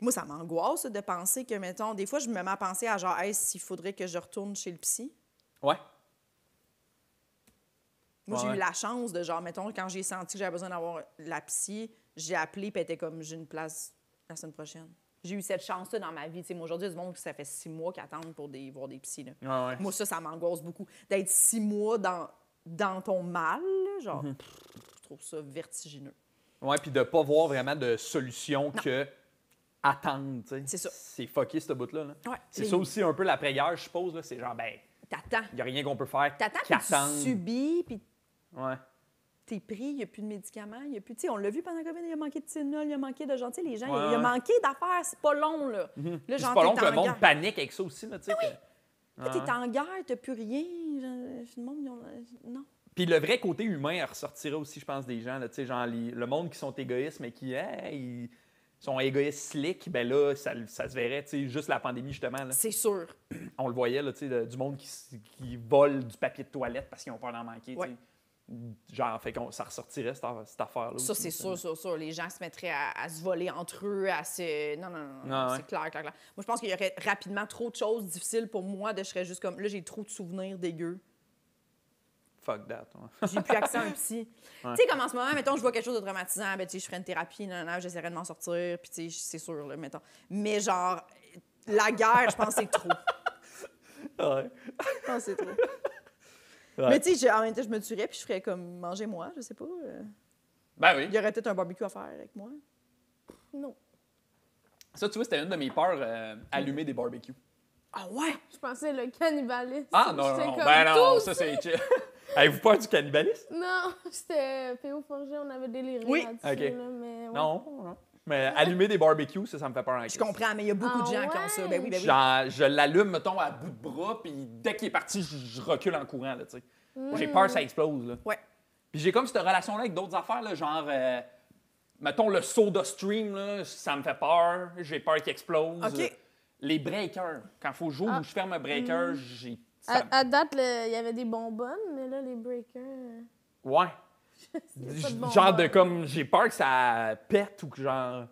Moi, ça m'angoisse de penser que, mettons, des fois, je me mets à penser à genre, hey, s'il faudrait que je retourne chez le psy.
Ouais.
Moi,
Ouais.
j'ai eu la chance de, genre, mettons, quand j'ai senti que j'avais besoin d'avoir la psy, j'ai appelé, puis elle était comme, j'ai une place la semaine prochaine. J'ai eu cette chance-là dans ma vie. Tu sais, moi, aujourd'hui, il y a du monde qui ça fait six mois qu'ils attendent pour des, voir des psys. là.
Ouais, ouais.
Moi, ça, ça m'angoisse beaucoup. D'être six mois dans, dans ton mal, là, genre,
Mhm.
pff, je trouve ça vertigineux.
Ouais, puis de pas voir vraiment de solution que attendre, tu sais.
C'est ça.
C'est fucké, ce bout-là. là.
Ouais.
C'est
Les-
ça aussi un peu la prière, je suppose. là. C'est genre, ben,
T'attends.
il n'y a rien qu'on peut faire.
T'attends, puis
qu'attendre.
tu subis, puis
Ouais.
t'es pris, il n'y a plus de médicaments, il y a plus. Tu sais, on l'a vu pendant COVID, il y a manqué de Tylenol, il y a manqué de gens. Tu sais, les gens, il y a- il y a
Ouais, ouais.
manqué d'affaires, c'est pas long, là. Là,
Puis
genre,
C'est pas long
t'es
que le
en
monde
guerre. Ben
panique avec ça aussi, là, tu sais. que-
Là,
Ouais.
T'es en guerre, t'as plus rien. genre, Le monde, ils ont- euh, Non.
Puis le vrai côté humain elle ressortira aussi, je pense, des gens. Là, tu sais, genre, les- le monde qui sont égoïstes, mais qui hey, ils sont égoïstes slick, ben là, ça, ça se verrait. tu sais, Juste la pandémie, justement. là.
C'est sûr.
On le voyait, là, tu sais, de- du monde qui, s- qui vole du papier de toilette parce qu'ils ont peur d'en manquer. tu
Ouais.
sais. Genre, fait qu'on, ça ressortirait cette, aff- cette affaire-là.
Ça,
aussi,
c'est
ça.
sûr, sûr, sûr. Les gens se mettraient à, à se voler entre eux, à se. Non, non, non, non,
Ah, ouais.
c'est clair, clair, clair. Moi, je pense qu'il y aurait rapidement trop de choses difficiles pour moi. De, je serais juste comme. Là, j'ai trop de souvenirs dégueux.
Fuck that. ouais.
J'ai plus
*laughs*
accès à un psy.
Ouais.
Tu sais, comme en ce moment, mettons, je vois quelque chose de traumatisant, ben, tu sais, je ferais une thérapie, nan, nan, j'essaierais de m'en sortir, puis, tu sais, c'est sûr, là, mettons. Mais, genre, la guerre, je pense que c'est trop.
Ah Ouais.
*laughs* Je pense que c'est trop.
Ouais.
Mais, tu sais, je- en même temps, je me tuerais, puis je ferais comme manger moi, je sais pas. euh.
Ben oui.
Il y aurait peut-être un barbecue à faire avec moi.
Non.
Ça, tu vois, c'était une de mes peurs, euh, allumer des barbecues.
Ah ouais?
Je pensais le cannibalisme.
Ah non,
J'étais
non, non.
comme,
Ben non,
tous-
ça, c'est chill. *laughs* Avez-vous peur du cannibalisme?
Non, *laughs* c'était P.O. Forger, on avait déliré
Oui.
là-dessus.
Ok.
là, mais ouais.
Non, non. Mais allumer des barbecues, ça, ça me fait peur en
Ah Je
crise.
comprends, mais il y a beaucoup de
Ah
gens qui ont ça.
ouais?
Ben oui, ben oui.
Genre, je l'allume, mettons, à bout de bras, puis dès qu'il est parti, je, je recule en courant, là, tu sais.
Mm.
J'ai peur que ça explose, là.
Ouais.
Puis j'ai comme cette relation-là avec d'autres affaires, là, genre, euh, mettons, le soda stream, là, ça me fait peur, j'ai peur qu'il explose.
OK.
Les breakers, quand faut jouer
Ah.
ou je ferme un breaker,
Mm.
j'ai...
Ah,
ça-
À, à date, le- il y avait des bonbonnes, mais là, les breakers. euh,
*laughs*
Ouais.
il y a pas de
genre de
bonbonnes.
comme, j'ai peur que ça pète ou que genre...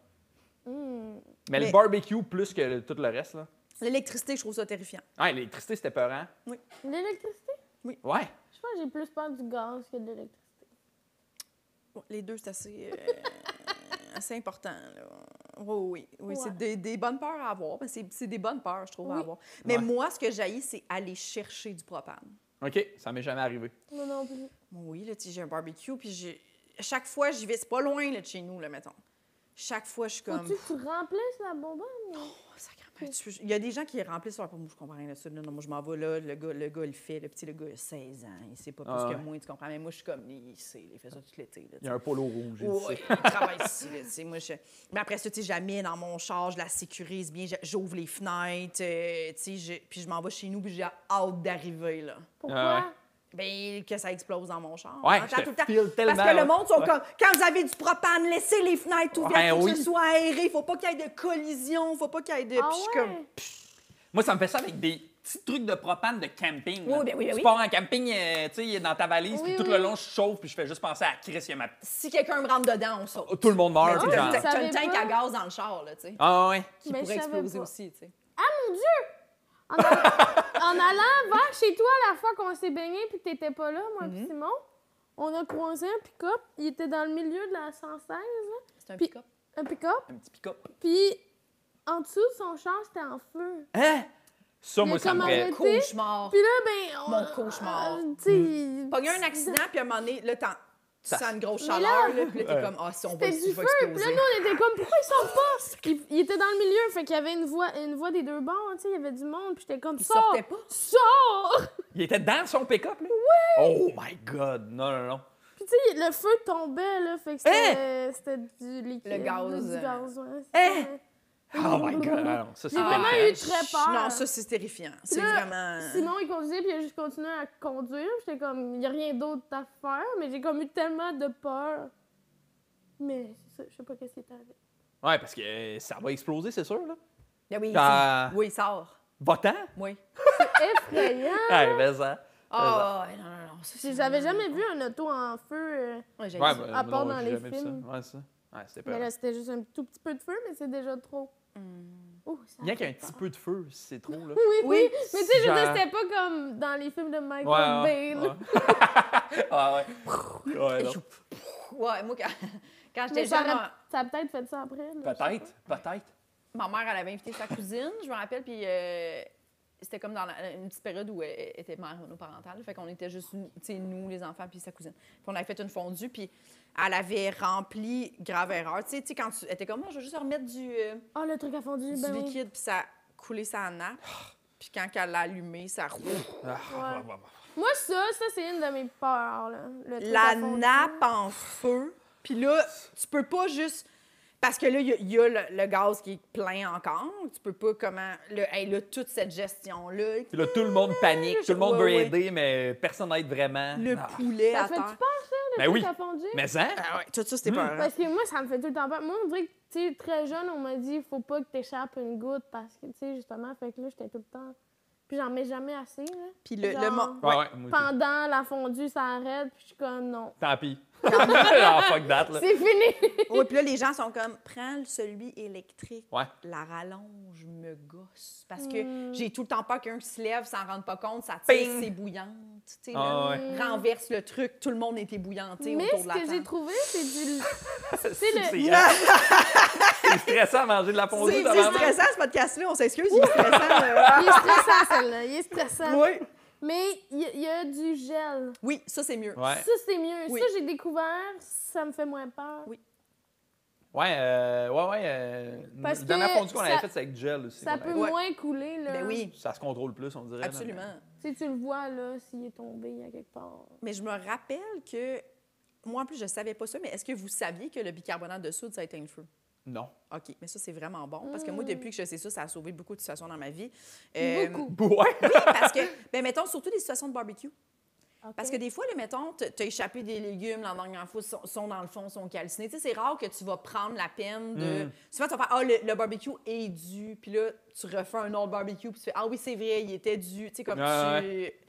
Hmm.
Mais,
Mais-
le barbecue plus que le- tout le reste, là.
L'électricité, je trouve ça terrifiant.
Ah, l'électricité, c'était peurant.
L'électricité?
Ouais.
Je pense que j'ai plus peur du gaz que de l'électricité.
Bon, les deux, c'est assez, euh,
*laughs*
assez important. là. Oui, oui, oui. Oui,
Ouais.
C'est des, des bonnes peurs à avoir. Ben, C'est c'est des bonnes peurs, je trouve, à
Oui.
avoir. Mais
Ouais.
moi, ce que j'haïs, c'est aller chercher du propane.
OK, ça m'est jamais arrivé.
Moi non plus.
Oui, là, tu sais, j'ai un barbecue, puis j'ai- chaque fois, j'y vais. C'est pas loin, là, de chez nous, là, mettons. Chaque fois, je suis comme...
Faut-tu que tu remplisses la bonbonne?
Oh, sacrément, tu peux- Il y a des gens qui remplissent leur moi, je comprends rien de ça. Non, non, moi, je m'en vais là. Le gars, le gars, il le fait. Le petit, le gars, il a 16 ans. Il sait pas plus
Ah
que
ouais.
moi, tu comprends. Mais moi, je suis comme, il sait, il fait ça tout l'été. là, tu
Il y a un polo rouge ici.
Ouais, il travaille ici, là, tu sais, moi, je- Mais après ça, tu sais, j'amène dans mon char, je la sécurise bien, je- j'ouvre les fenêtres, euh, tu sais, je- puis je m'en vais chez nous, puis j'ai hâte d'arriver, là.
Ah
Pourquoi?
Ben, que ça explose dans mon char.
Ouais,
J'entends
je te
tout le temps.
file tellement,
Parce que
ouais.
le monde sont
Ouais.
comme, quand vous avez du propane, laissez les fenêtres ouvertes,
Ouais,
faut que
oui.
ce soit aéré, faut pas qu'il y ait de collision, faut pas qu'il y ait de...
Ah
puis je suis
ouais?
comme,
Moi, ça me fait ça avec des petits trucs de propane de camping. là.
Oui, ben oui, ben
tu
oui.
pars en camping, euh, tu sais, il est dans ta valise,
Oui,
puis tout
oui.
le long, je chauffe, puis je fais juste penser à Chris, il y a ma...
si quelqu'un me rentre dedans, on saute.
Tout le monde
Mais
meurt,
tu
puis
sais,
genre...
T'as
Je
t'as une
savais
tank
pas.
à gaz dans le char, là, tu sais,
Ah ouais.
qui
Mais je
pourrait
savais
exploser
pas.
aussi, tu sais.
Mon Dieu! En, a- en allant vers chez toi la fois qu'on s'est baigné puis que t'étais pas là, moi
Mm-hmm.
pis Simon, on a croisé un pick-up. Il était dans le milieu de la 116, là,
C'est un
Puis-
pick-up.
un pick-up.
Un petit pick-up.
Puis en dessous de son char, c'était en feu.
Hein? Ça,
Mais
moi, ça me
comment
fait...
veux-
Cauchemar.
Puis là, ben. On,
Mon cauchemar.
euh, tu sais, il-
Pogné un accident, puis à un moment donné, là, t'en- tu
Ça-
sens une grosse
Mais
chaleur,
là-
là, puis là, t'es
Ouais.
comme, ah, si on va
C'était
ici,
du
il va
feu. Puis là,
exploser.
nous, on était comme, pourquoi
*laughs*
ils sortent pas? Il, il était dans le milieu, fait qu'il y avait une voix, une voix des deux bords, tu sais, il y avait du monde, puis j'étais comme,
Il
sors!
sortait pas.
Sors! *laughs*
Il était dans son pick-up, là? Oui! Oh my God! Non, non, non.
Puis tu sais, le feu tombait, là, fait que c'était, c'était du liquide.
Hein? Le gaz,
Du
euh.
gaz, ouais.
Hein?
C'était-
Oh
*laughs*
my God! Non, non, ça, c'est
J'ai vraiment
terrifiant.
eu très peur.
Ah, Non, ça, c'est terrifiant. C'est
là,
vraiment... hein.
Simon, il conduisait, puis il a juste continué à conduire. J'étais comme, il n'y a rien d'autre à faire, mais j'ai comme eu tellement de peur. Mais c'est ça, je sais pas qu'est-ce qui est arrivé.
Ouais, parce que euh, ça va exploser, c'est sûr, là.
Ah oui,
Ah.
il- oui, il sort.
Va-t'en!
Oui.
Effrayant!
Ouais, ben ça.
Ah, ouais, non, non, non. ça, c'est-
J'avais jamais vu un auto en feu. euh,
Ouais, j'ai
Ouais,
dit-
ben,
À part
non,
dans
j'ai
les
jamais vu ça.
films.
Ouais, ça. Ouais, c'était
Mais
peur.
là, c'était juste un tout petit peu de feu, mais c'est déjà trop.
Hmm.
Oh, ça
Rien
fait
qu'un
peur.
petit peu de feu, si c'est trop,
*laughs*
là.
Oui, oui.
Oui,
Mais tu sais, je veux dire,
Genre-
c'était pas comme dans les films de Michael
Ouais,
Bay.
ouais,
là.
ouais. *laughs* Ah, ouais. Ouais, non.
Ouais, moi, quand, quand j'étais
Mais ça
jeune,
aurait-
ma,
ça a peut-être fait ça après. là, je sais
Peut-être, peut-être.
ma mère, elle avait invité sa cousine, je me rappelle, puis euh, c'était comme dans la- une petite période où elle était mère monoparentale. Fait qu'on était juste, nous- tu sais, nous, les enfants, puis sa cousine. Puis on avait fait une fondue, puis elle avait rempli grave erreur. Tu sais, tu sais, quand tu elle était comme, moi, je vais juste remettre du, euh,
pas. Oh, le truc a fondu.
du
Ben oui.
liquide, puis ça a coulé sa nappe. Puis quand elle l'a allumé, ça roule.
Ah,
Ouais.
bah, bah,
Moi, ça, ça, c'est une de mes peurs. Là. Le truc à
la
fondu.
nappe en feu. Puis là, tu peux pas juste. Parce que là, il y a- il y, a le, le gaz qui est plein encore. Tu peux pas comment. Le, hey, là, toute cette gestion-là.
Puis là, tout le monde panique, tout le monde
Ouais,
veut
ouais.
aider, mais personne n'aide vraiment.
Le
Ah.
poulet
Ça
à
te fait-tu
terre.
peur, ça, le
Ben
truc
oui.
à fondu?
Mais hein?
Ah ouais, tout ça, c'était peur. hein?
Parce que moi, ça me fait tout le temps peur. Moi, on dirait que, tu sais, très jeune, on m'a dit, faut pas que t'échappes une goutte parce que, tu sais, justement, fait que là, j'étais tout le temps. Puis j'en mets jamais assez, là.
Puis le, le
Genre,
mo-
Ouais, ouais. moi aussi.
Pendant la fondue, ça arrête, puis je suis comme, non.
Tant pis. *laughs* ah, fuck that, là.
C'est fini!
Ouais, puis là, les gens sont comme, prends celui électrique.
Ouais.
La rallonge me gosse. Parce
Mm.
que j'ai tout le temps peur qu'un qui se lève, s'en rende pas compte, ça tire
Ping!
ses bouillantes. Tu sais, là,
Ah,
ouais.
renverse le truc, tout le monde est ébouillanté
Mais
autour
ce
de la
que j'ai
table.
trouvé, c'est
*laughs*
du.
C'est
le-
c'est- *laughs* c'est stressant à manger de la Ah. fondue
C'est
devant
c'est
moi.
stressant ce podcast-là, on s'excuse, il est stressant.
*laughs*
euh.
Il est stressant, celle-là. Il est stressant.
Oui.
Mais il y, a- il y a du gel.
Oui, ça c'est mieux.
Ouais,
Ça, c'est mieux.
Oui.
Ça, j'ai découvert, ça me fait moins peur.
Oui.
ouais, euh, ouais, ouais. euh,
Parce
la dernière
que
fondue qu'on avait
ça-
faite, c'est avec du gel aussi.
Ça
qu'on
peut
avait-
Ouais.
moins couler, là.
Ben oui,
Ça se contrôle plus, on dirait. là, mais-
absolument.
Tu sais, tu le vois, là, s'il est tombé à quelque part.
Mais je me rappelle que moi en plus je savais pas ça, mais est-ce que vous saviez que le bicarbonate de soude ça éteint le feu
Non.
Ok,
*laughs*
mais ça c'est vraiment bon parce que moi
Mm.
depuis que je sais ça, ça a sauvé beaucoup de situations dans ma vie. Euh,
Beaucoup.
Ouais.
*laughs* Parce que, ben mettons surtout des situations de barbecue.
Ok.
Parce que des fois, là, mettons, t- t'as échappé des légumes la dernière fois, sont, sont dans le fond, sont calcinés. Tu sais, c'est rare que tu vas prendre la peine de.
Mm.
Souvent, tu vas faire Ah, le, le barbecue est dû. Puis là, tu refais un autre barbecue. Puis tu fais Ah oui, c'est vrai, il était dû. Tu sais, comme
Ouais,
tu.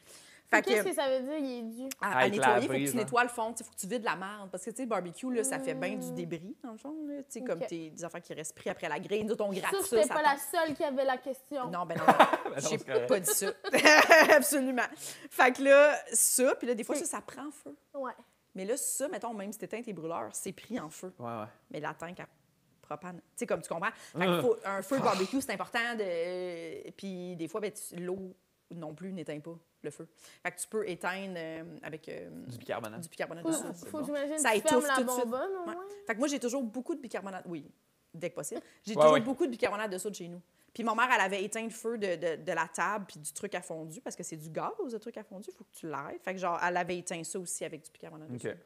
Fait
Qu'est-ce
que-
que ça veut dire, il est dû?
à,
À
à
être
nettoyer,
lavé,
faut que tu
genre.
nettoies le fond, il faut que tu vides la merde. Parce que, tu sais, le barbecue, là, ça fait bien du
Mm.
débris, dans le fond. Là, tu sais, comme
Ok.
t'es- des affaires qui restent pris après la grille. Nous autres, on
Je suis
gratte
sûre
ça.
que j'étais
ça
pas la
tombe.
seule qui avait la question.
Non,
*laughs*
ben non,
Ben non,
j'ai
c'est correct.
pas dit ça. *laughs* Absolument. Fait que là, ça, puis là, des fois, ça, ça prend feu.
Ouais.
Mais là, ça, mettons, même si t'éteins tes brûleurs, c'est pris en feu.
Ouais, ouais.
Mais la tank à propane, tu sais, comme tu comprends. Fait
Ah.
qu'il faut- un feu de barbecue, c'est important. De, euh, puis des fois, ben, tu- l'eau non plus n'éteint pas le feu. Fait que tu peux éteindre euh, avec euh,
Du bicarbonate.
du bicarbonate
Faut,
de
Ah,
soude.
c'est
faut
bon.
que j'imagine
Ça
que tu fermes
étouffe
la
tout de suite.
bonbonne, au
Ouais.
moins.
Fait que moi, j'ai toujours beaucoup de bicarbonate. Oui, dès que possible. J'ai
Ouais,
toujours
ouais.
beaucoup de bicarbonate de soude chez nous. Puis ma mère, elle avait éteint le feu de, de- de la table puis du truc à fondu parce que c'est du gaz, le truc à fondu. faut que tu l'arrêtes. Fait que genre, elle avait éteint ça aussi avec du bicarbonate de
OK.
soude.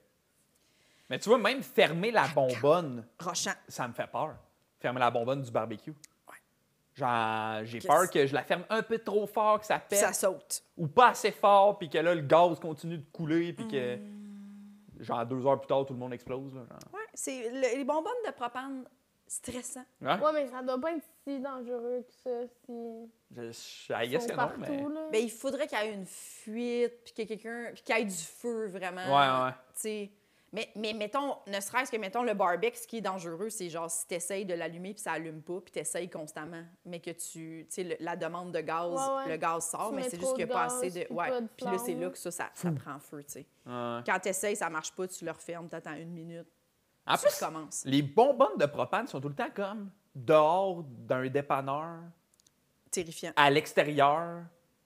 Mais tu vois, même fermer la bonbonne,
Rochant.
ça me fait peur. Fermer la bonbonne du barbecue.
Ouais.
Genre, j'ai
Qu'est-ce-
peur que je la ferme un peu trop fort, que ça
Puis
pète,
ça saute.
ou pas assez fort, puis que là, le gaz continue de couler, puis que,
Hmm.
genre, deux heures plus tard, tout le monde explose. Là, genre.
Ouais, c'est le- les bonbonnes de propane, stressant.
Ouais.
Ouais, mais ça doit pas être si dangereux que ça, si.
Je, je- I guess
sont
Ben, que non,
partout,
mais.
là.
Ben, il faudrait qu'il y ait une fuite, puis qu'il y ait quelqu'un, puis qu'il y ait du feu vraiment.
Ouais, ouais.
Tu sais. Mais, mais mettons, ne serait-ce que mettons le barbecue, ce qui est dangereux, c'est genre si tu essayes de l'allumer puis ça allume pas, puis tu essayes constamment, mais que tu. Tu sais, le- la demande de gaz,
Ouais, ouais.
le gaz sort,
Tu
mais
mets
c'est
trop
juste qu'il n'y a
de
pas
gaz,
assez de.
puis pas de
Puis là, c'est
flamme.
là que ça, ça, ça
Hmm.
prend feu, tu sais.
Ouais.
Quand tu essayes, ça marche pas, tu le refermes, tu attends une minute,
En
tu
plus,
recommences.
les bonbonnes de propane sont tout le temps comme dehors d'un dépanneur,
Terrifiant.
à l'extérieur,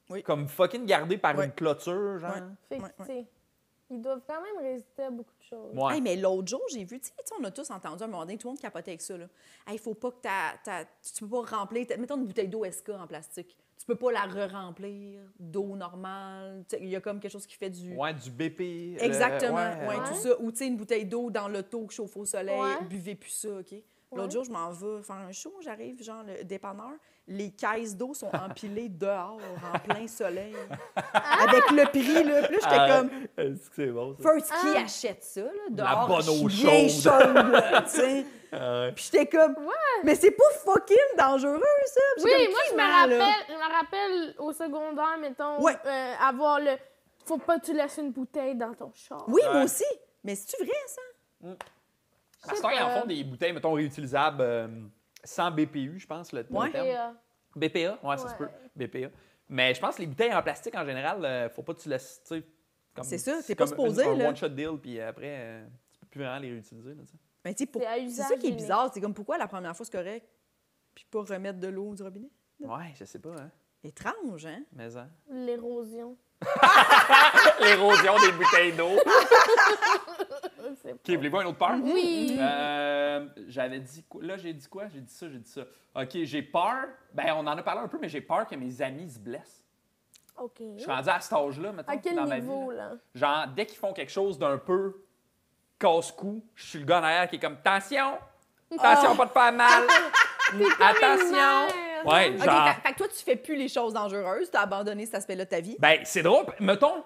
Oui.
comme fucking gardées par
Ouais.
une clôture, genre.
Ouais.
Fait que,
Ouais,
tu sais, ils doivent quand même résister à beaucoup de choses.
Ouais.
Hey, mais l'autre jour, j'ai vu, tu sais, tu sais, on a tous entendu à un moment donné, tout le monde capotait avec ça. là. Hey, faut pas que ta, ta- tu peux pas remplir, ta- mettons une bouteille d'eau SK en plastique. Tu peux pas la re-remplir d'eau normale. Tu sais, Il y a comme quelque chose qui fait du.
Ouais, du BP. euh,
Exactement, ouais,
ouais, ouais.
tout ça. Ou tu sais, une bouteille d'eau dans l'auto que chauffe au soleil,
Ouais.
buvez plus ça, OK? L'autre
Ouais.
jour, je m'en vais faire un show, j'arrive, genre, le dépanneur, les caisses d'eau sont empilées dehors, en plein
*laughs*
soleil,
Ah!
avec le prix, là. Puis là, j'étais
Ah,
comme,
est-ce que c'est bon, ça?
First, qui
Ah.
achète ça, là,
La
dehors?
bonne eau
bien
chaude.
là, tu sais.
Ah ouais.
Puis j'étais comme, mais c'est pas fucking dangereux, ça. Puis
Oui,
j'étais comme,
moi,
qui
je me
ment, là?
rappelle, je me rappelle au secondaire, mettons,
Ouais.
euh, avoir le. Faut pas que tu laisses une bouteille dans ton char.
Oui,
Ouais.
moi aussi. Mais c'est-tu vrai, ça?
À ce temps, ils en font des bouteilles, mettons, réutilisables. euh, sans BPU, je pense, le, le
Ouais.
terme.
Et, euh,
BPA, ouais, ça se peut.
Ouais.
BPA. Mais je pense que les bouteilles en plastique, en général, euh, faut pas que tu laisses. tu sais, comme-
C'est ça, t'es pas
comme
supposé,
une- un
là.
one-shot deal, puis après, euh, tu peux plus vraiment les réutiliser. Là, tu sais.
Mais Ben, tu sais, pour-
C'est à
c'est
usage
ça qui est
unique.
bizarre. C'est comme pourquoi la première fois c'est correct, puis pas remettre de l'eau du robinet.
ouais, je sais pas, hein.
Étrange, hein?
Mais hein.
L'érosion.
L'érosion des bouteilles d'eau.
*laughs*
Je sais
OK,
pas.
voulez-vous un autre peur?
Mm-hmm.
Oui.
Euh, J'avais dit quoi? Là, j'ai dit quoi? J'ai dit ça, j'ai dit ça. OK, j'ai peur. Ben, on en a parlé un peu, mais j'ai peur que mes amis se blessent.
OK.
Je suis rendu à cet âge-là, maintenant,
À quel
dans ma vie.
niveau,
là.
là?
Genre, dès qu'ils font quelque chose d'un peu casse-cou, je suis le gars en arrière qui est comme « Attention!
Ah.
Attention, pas de
*laughs*
faire mal! Attention! »
mère.
Ouais,
OK,
genre...
fait, fait que toi, tu fais plus les choses dangereuses. T'as abandonné cet aspect-là de ta vie.
Ben, c'est drôle. Mettons,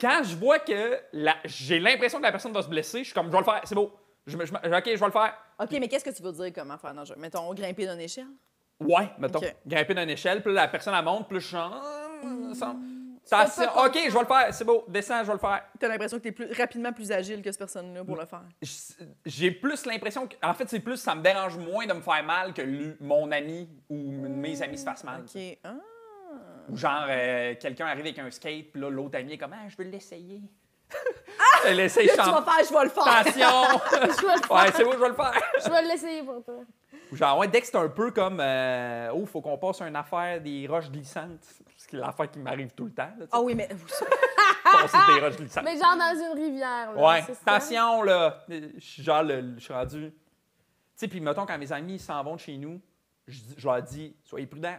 quand je vois que la- j'ai l'impression que la personne va se blesser, je suis comme « Je vais le faire, c'est beau. Je me- je me- OK, je vais le faire. »
OK, mais qu'est-ce que tu veux dire comment faire dangereux? Mettons, grimper d'une échelle.
Ouais, mettons.
Ok.
Grimper d'une échelle, puis là, la personne, elle monte, puis là, je suis genre, semble.
fais pas
OK, je vais le faire, c'est beau, descends, je vais le faire.
T'as l'impression que t'es plus, rapidement plus agile que cette personne-là
Mm.
pour le faire.
J- J'ai plus l'impression que. En fait, c'est plus, ça me dérange moins de me faire mal que lui- mon ami ou m- mes amis se fassent mal.
OK. Hein?
Ou genre, euh, quelqu'un arrive avec un skate, puis là, l'autre ami est comme, ah, je veux l'essayer. Elle l'essaye,
Là, Ah! tu vas
champ.
faire, je vais le faire. *laughs*
*laughs* Attention! *laughs*
Je vais le
ouais,
faire.
c'est beau, je vais le faire.
Je vais l'essayer pour toi.
Ou genre, ouais, dès que c'est un peu comme, euh, oh, faut qu'on passe une affaire des roches glissantes. C'est l'affaire qui m'arrive tout le temps, là, tu sais.
Ah oui, mais
passer
Ah,
des roches glissantes.
Mais genre dans une rivière, là.
Ouais,
c'est ça?
attention, là. Euh, Je suis genre, le- le- je suis rendu. Tu sais, puis mettons, quand mes amis s'en vont de chez nous, je, dis- je leur dis, soyez prudents.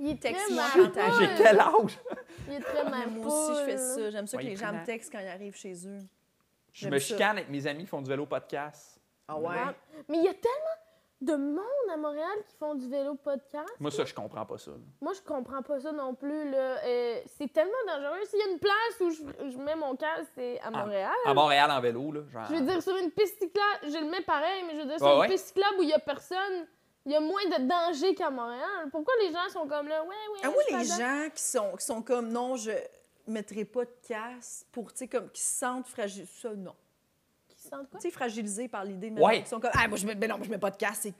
Il est très
Texte-moi,
marpoule.
J'ai quel âge?
Il est très
Mais
marpoule.
moi aussi, je fais ça. J'aime ça que
Ouais,
les
il
gens
prend-
me textent quand ils arrivent chez eux.
Je
J'aime
me
ça.
chicane avec mes amis qui font du vélo podcast.
Ah
Ouais. Mais il y a tellement de monde à Montréal qui font du vélo podcast.
Moi, ça, je comprends pas ça. là.
Moi, je comprends pas ça non plus. Là. Euh, c'est tellement dangereux. S'il y a une place où je, je mets mon casque, c'est à Montréal.
À Montréal, en vélo, là. Genre,
Je veux dire, sur une piste cyclable, je le mets pareil, mais je veux dire, sur
Ah. Ouais,
une
ouais.
piste cyclable où il y a personne, il y a moins de danger qu'à Montréal. Pourquoi les gens sont comme là? Ouais, ouais,
Ah
je
oui,
suis
les
dedans.
gens qui sont, qui sont comme non, je mettrai pas de casse pour, tu sais, comme qui se sentent fragilisés. Ça, non.
Qui se sentent quoi?
Tu sais, fragilisés par l'idée de.
Ouais.
Ils sont comme, ah, moi, je mets, ben non, je mets pas de casse, c'est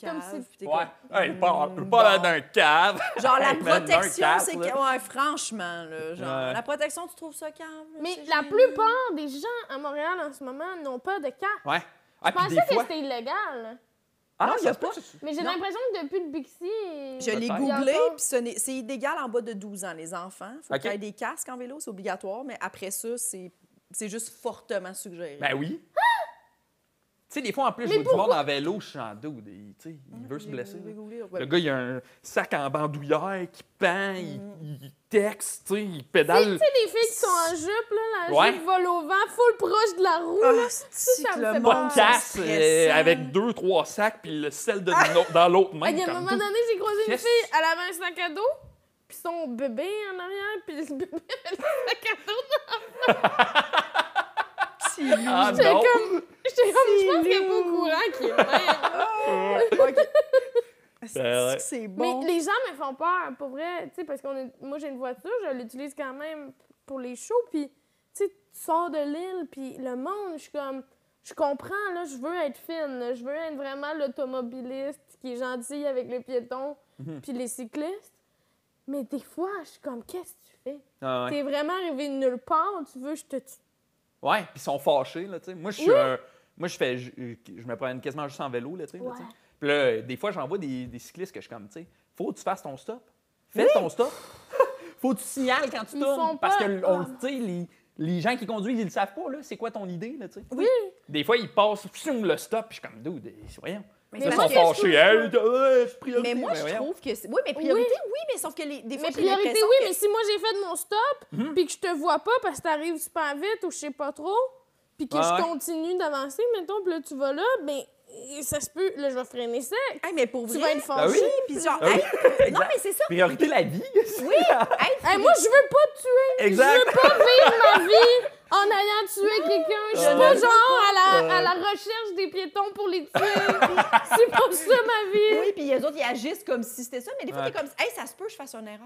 Comme
cave.
si-
Puis t'es
Ouais.
comme,
Hey, pas,
hmm,
pas
bon.
dans un cave.
Genre, la
*laughs* Hey, man, d'un
protection,
casse,
c'est. que-
là.
Ouais, franchement, là. Genre,
Ouais.
la protection, tu trouves ça calme? là,
Mais
c'est
la
gênant.
plupart des gens à Montréal en ce moment n'ont pas de casque.
Ouais.
Je
Ah, puis
pensais
des
que
fois.
c'était illégal.
Ah,
Non,
ça
y a
se peut
pas.
que ça-
Mais j'ai
Non.
l'impression que depuis le Bixi. euh,
Je l'ai
Peut-être.
googlé,
Il y a pas-
puis ce n'est- c'est illégal en bas de 12 ans, les enfants. faut
OK.
qu'il y ait des casques en vélo, c'est obligatoire, mais après ça, c'est c'est juste fortement suggéré.
Ben oui. Tu sais, des fois, en plus, je
Mais
vois du monde en vélo, je suis en dos. Il tu sais, il veut se
J'ai-
blesser.
j'ai
là.
googlé, ouais.
Le gars, il a un sac en bandoulière qui pend, il,
Mm.
il texte, tu sais, il pédale.
Tu sais, les filles qui sont en jupe, là, la
Ouais.
jupe vole au vent, full proche de la roue. là.
Ah, c'est-tu
ça
que
me
le
fait
monde
peur.
sont
Casse euh,
stressants.
avec deux, trois sacs, puis le sel de no- dans l'autre main.
Ah, Il y a un
comme
moment donné, j'ai croisé une
Qu'est-ce-
fille, elle avait un sac à dos, puis son bébé en arrière, puis le *laughs* bébé avait le sac à dos.
C'est lourd.
*laughs* Ah
J'étais
non!
comme, j'étais comme, je pense
C'est
qu'elle est
*laughs*
pas au
lourd.
courant qu'il est même.
OK. C'est-
Ben ouais.
C'est bon.
Mais les gens me font peur, pour vrai, tu sais, parce que moi, j'ai une voiture, je l'utilise quand même pour les shows, puis tu sais, tu sors de l'île, puis le monde, je suis comme, je comprends, là, je veux être fine, là, je veux être vraiment l'automobiliste qui est gentil avec les piétons, puis les cyclistes, mais des fois, je suis comme, qu'est-ce que tu fais?
Ah ouais.
T'es vraiment arrivé de nulle part, tu veux, je te tue.
Ouais, puis ils sont fâchés, là, tu sais. Moi, je suis un- Moi, je fais... Je, je me prends quasiment juste en vélo, là, tu sais. là, tu sais.
Ouais.
Puis là, des fois, j'envoie des, des cyclistes que je suis comme, tu sais, faut que tu fasses ton stop. Fais ton
*laughs*
stop. faut que tu signales quand tu
Ils
tournes.
font
Parce que,
pas.
on, le- tu sais, les, les gens qui conduisent, ils le savent pas, là. C'est quoi ton idée, là, tu sais.
Oui.
Des fois, ils passent psioum, le stop, puis je suis comme, dude, eh, voyons.
Mais
Ils
c'est
sont
parce que-
fâchés. Hey, t'as- ouais, c'est priorité.
Mais moi,
Ben,
je
voyons.
trouve que... c'est- Oui, mais priorité, oui, mais sauf que les, des fois,
Mais
j'ai
priorité,
l'impression
oui,
que-
mais si moi j'ai fait de mon stop,
Mhm.
puis que je te vois pas parce que t'arrives super vite ou je sais pas trop, puis que
Ouais,
je
ouais.
continue d'avancer, mettons, puis là tu vas là, ben et ça se peut, là je vais freiner sec.
*laughs* Hey, mais pour
Tu
vrai...
vas être
Ah oui?
fâché.
Puis genre,
Ah oui,
hey, euh, non,
exact.
mais c'est ça.
Priorité
*laughs*
la vie.
Oui, hey,
Hey, moi je veux pas te tuer.
Exact.
Je veux pas vivre ma vie en allant tuer quelqu'un. Je suis pas
Ouais.
genre à la, à
Ouais.
la recherche des piétons pour les tuer. *laughs* C'est pas ça ma vie.
Oui, puis les autres, ils agissent comme si c'était ça. Mais des fois,
Ouais.
t'es comme, hey, ça se peut, que je fasse une erreur.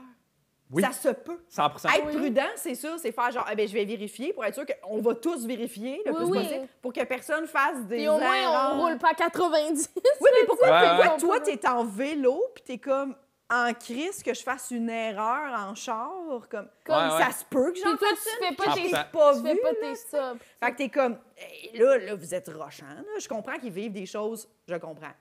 Oui.
Ça se peut.
100
Être
Oui.
prudent, c'est sûr, c'est faire genre, ah, ben, je vais vérifier pour être sûr qu'on va tous vérifier le
Oui,
plus
oui.
possible pour que personne fasse des.
Et au moins,
erreurs.
on roule pas à 90.
Oui, mais pourquoi,
Ouais,
pourquoi
ouais.
toi, t'es en vélo puis t'es comme en crise que je fasse une erreur en char? Comme,
Comme
Ouais, ouais.
ça se peut que
Puis
j'en
toi,
fasse
tu fais
une
pas
que
tes
j'ai
100%.
pas
Tu fais
vu,
pas
là.
tes stops.
Fait que t'es comme, Hey, là, là, vous êtes rochant. là. Je comprends qu'ils vivent des choses, je comprends.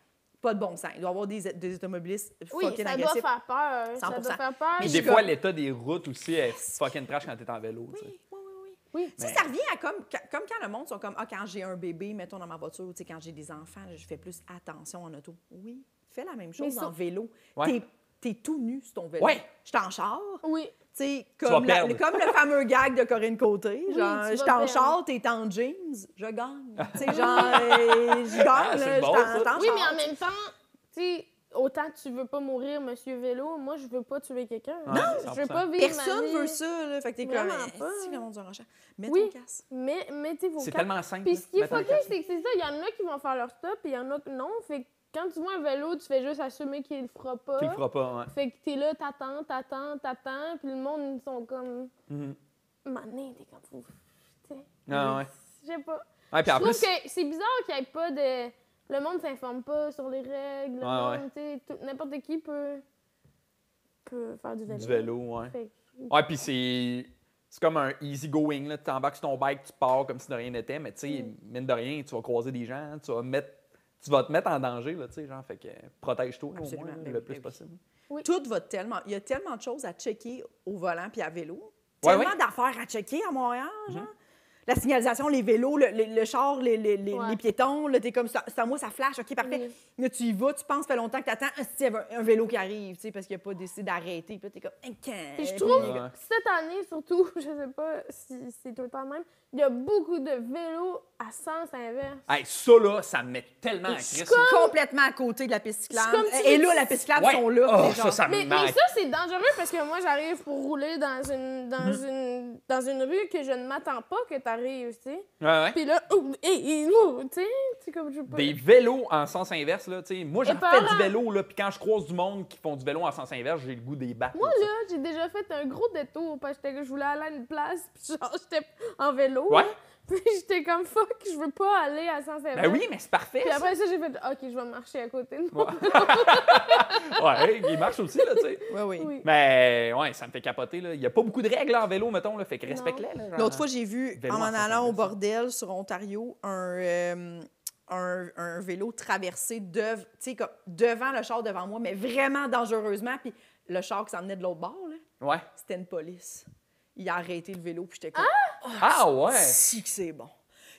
Pas de bon sens. Il doit y avoir des, des automobilistes
Oui,
fucking
ça doit
agressifs.
faire peur. Ça
100%.
doit faire peur.
Mais
Puis
je
des
suis
fois,
comme-
l'état des routes aussi est fucking trash quand t'es en vélo. tu sais.
Oui, oui, oui, oui.
Oui.
Ça, ça revient à comme, ca- comme quand le monde sont comme, ah, quand j'ai un bébé, mettons dans ma voiture, ou tu sais, quand j'ai des enfants, je fais plus attention en auto. Oui, fais la même chose
Mais
en
ça-
vélo.
Ouais.
T'es- T'es tout nu sur ton vélo.
Ouais.
Je t'en char.
Oui.
Tu sais,
vas
comme, la-
perdre.
le- comme le fameux gag de Corinne Côté,
Oui,
genre,
tu
je
vas
t'en
perdre.
char, t'es en jeans, je gagne. Tu sais, genre, euh, je gagne,
Ah, c'est
là, je
bon, ça.
t'en- t'en
Oui, mais
char,
en même temps, tu sais, autant tu veux pas mourir, monsieur Vélo, moi, je veux pas tuer quelqu'un.
Ouais,
je
100%.
veux pas vivre ma
Personne
vie.
veut ça, là. Fait que t'es comme,
Vraiment
eh,
pas.
si, le monde du rachat. Mets
Oui.
ton casque.
Mais mettez vos
C'est
casques.
tellement simple.
Puis
là,
ce qui est
mettre un
fucké,
casque.
c'est que c'est ça. Il y en a qui vont faire leur stop et il y en a que non. Fait que quand tu vois un vélo, tu fais juste assumer qu'il le fera pas.
Tu le feras pas, ouais.
Fait que t'es là, t'attends, t'attends, t'attends. Puis le monde, ils sont comme.
Mhm.
Mané, t'es comme fou. Tu sais.
Ah, ouais.
Je sais pas.
Ouais, puis
Je
en
trouve
plus,
que c'est bizarre qu'il n'y ait pas de. Le monde s'informe pas sur les règles. le
Ouais,
monde, tu sais, tout- N'importe qui peut. peut faire du vélo.
du vélo, ouais.
Fait que-
Ouais, puis c'est. C'est comme un easy going, là. Tu embarques sur ton bike, tu pars comme si de rien n'était, mais tu sais,
Mm.
mine de rien, tu vas croiser des gens, tu vas mettre. Tu vas te mettre en danger, là, tu sais, genre, fait que euh, protège-toi au
Absolument,
moins,
ben oui,
le
ben
plus
oui.
possible.
Tout va tellement. Il y a tellement de choses à checker au volant puis à vélo.
Ouais, Mhm.
tellement
ouais.
d'affaires à checker à Montréal, genre. La signalisation, les vélos, le, le- le char, les, les- les-
Ouais.
les piétons, là, t'es comme ça, c'est à moi, ça flash, OK, parfait.
Oui.
Là, tu y vas, tu penses, ça fait longtemps que t'attends, ah, si, il y avait un, un vélo qui arrive, tu sais, parce qu'il n'a pas décidé d'arrêter, puis là, t'es comme, Hein, quand?
Puis je trouve
Ouais.
que cette année, surtout, *laughs* je sais pas si c'est tout le temps le même, il y a beaucoup de vélos à sens inverse.
Hey, ça, là, ça me met tellement à
Je suis
crise.
complètement à côté de la piste cyclable.
C'est comme si-
Et là, la piste cyclable
Ouais.
sont là.
Oh,
c'est genre-
ça, ça me
Mais, mais
manque.
ça, c'est dangereux parce que moi, j'arrive pour rouler dans une, dans
Hmm.
une, dans une rue que je ne m'attends pas que tu arrives, tu sais.
Ouais, ouais.
Puis là, ouh, hé, hé, ouh, tu sais, c'est comme je peux.
Des vélos en sens inverse, là, tu sais. Moi, j'en fais
Épeurant.
du vélo, là, puis quand je croise du monde qui font du vélo en sens inverse, j'ai le goût des battre.
Moi,
là, tu sais.
là, j'ai déjà fait un gros détour parce que j'étais- je voulais aller à une place, puis genre, *laughs* j'étais en vélo.
Ouais.
là. Puis *laughs* j'étais comme fuck, je veux pas aller à sens inverse.
Ben oui, mais c'est parfait.
Puis
ça.
après ça, j'ai fait OK, je vais marcher à côté de moi.
Ouais, il marche aussi, là, tu sais.
Ouais, oui.
Oui.
Mais ouais, ça me fait capoter, là. Il n'y a pas beaucoup de règles là, en vélo, mettons, là. Fait que respecte-les, là. genre.
L'autre fois, j'ai vu,
Vélo
en m'en
en sens
allant au
inverse.
bordel sur Ontario, un, euh, un, un vélo traversé de, tu sais, comme devant le char devant moi, mais vraiment dangereusement. Puis le char qui s'en venait de l'autre bord, là,
Ouais.
c'était une police. Il a arrêté le vélo, puis j'étais comme,
Ah ouais!
si que c'est bon.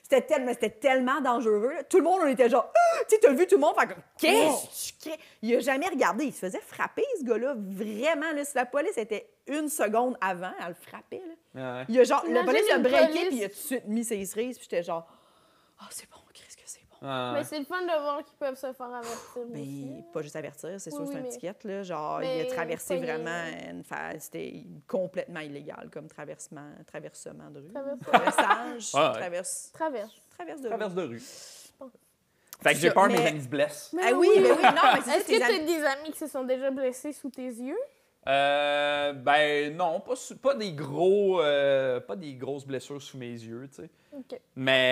C'était tellement, c'était tellement dangereux. là. Tout le monde, on était genre, Ah! tu sais, t'as vu tout le monde faire comme, qu'est-ce que tu crées? Il a jamais regardé. Il se faisait frapper, ce gars-là. Vraiment, là, si la police était une seconde avant, elle le frappait. Là.
Ouais.
Il y a genre, le
Imagine
police a
une
breaké,
police.
puis il a tout de suite mis ses cerises, puis j'étais genre, ah, c'est bon, qu'est-ce que c'est bon.
Ouais.
Mais c'est le fun de voir qu'ils peuvent se faire avertir.
Ben,
Mais
aussi. hein.
pas juste avertir, c'est
Oui,
sûr, c'est
oui,
un
mais-
ticket, là. Genre, il
Mais
a traversé
soyez-
vraiment une phase, c'était complètement illégal comme traversement, traversement de rue.
Traverse-
*laughs*
Traversage,
Ah, Ouais, ouais.
traverse,
Traverse.
traverse de
Traverse
rue.
de rue. Fait que j'ai
Ça,
peur,
mais-
mes amis se blessent.
Ah oui, mais oui, non, mais c'est ça,
Est-ce
tes
que tu as
amis-
des amis qui se sont déjà blessés sous tes yeux?
Euh, ben non, pas, sou- pas des gros, euh, pas des grosses blessures sous mes yeux, tu sais.
OK.
Mais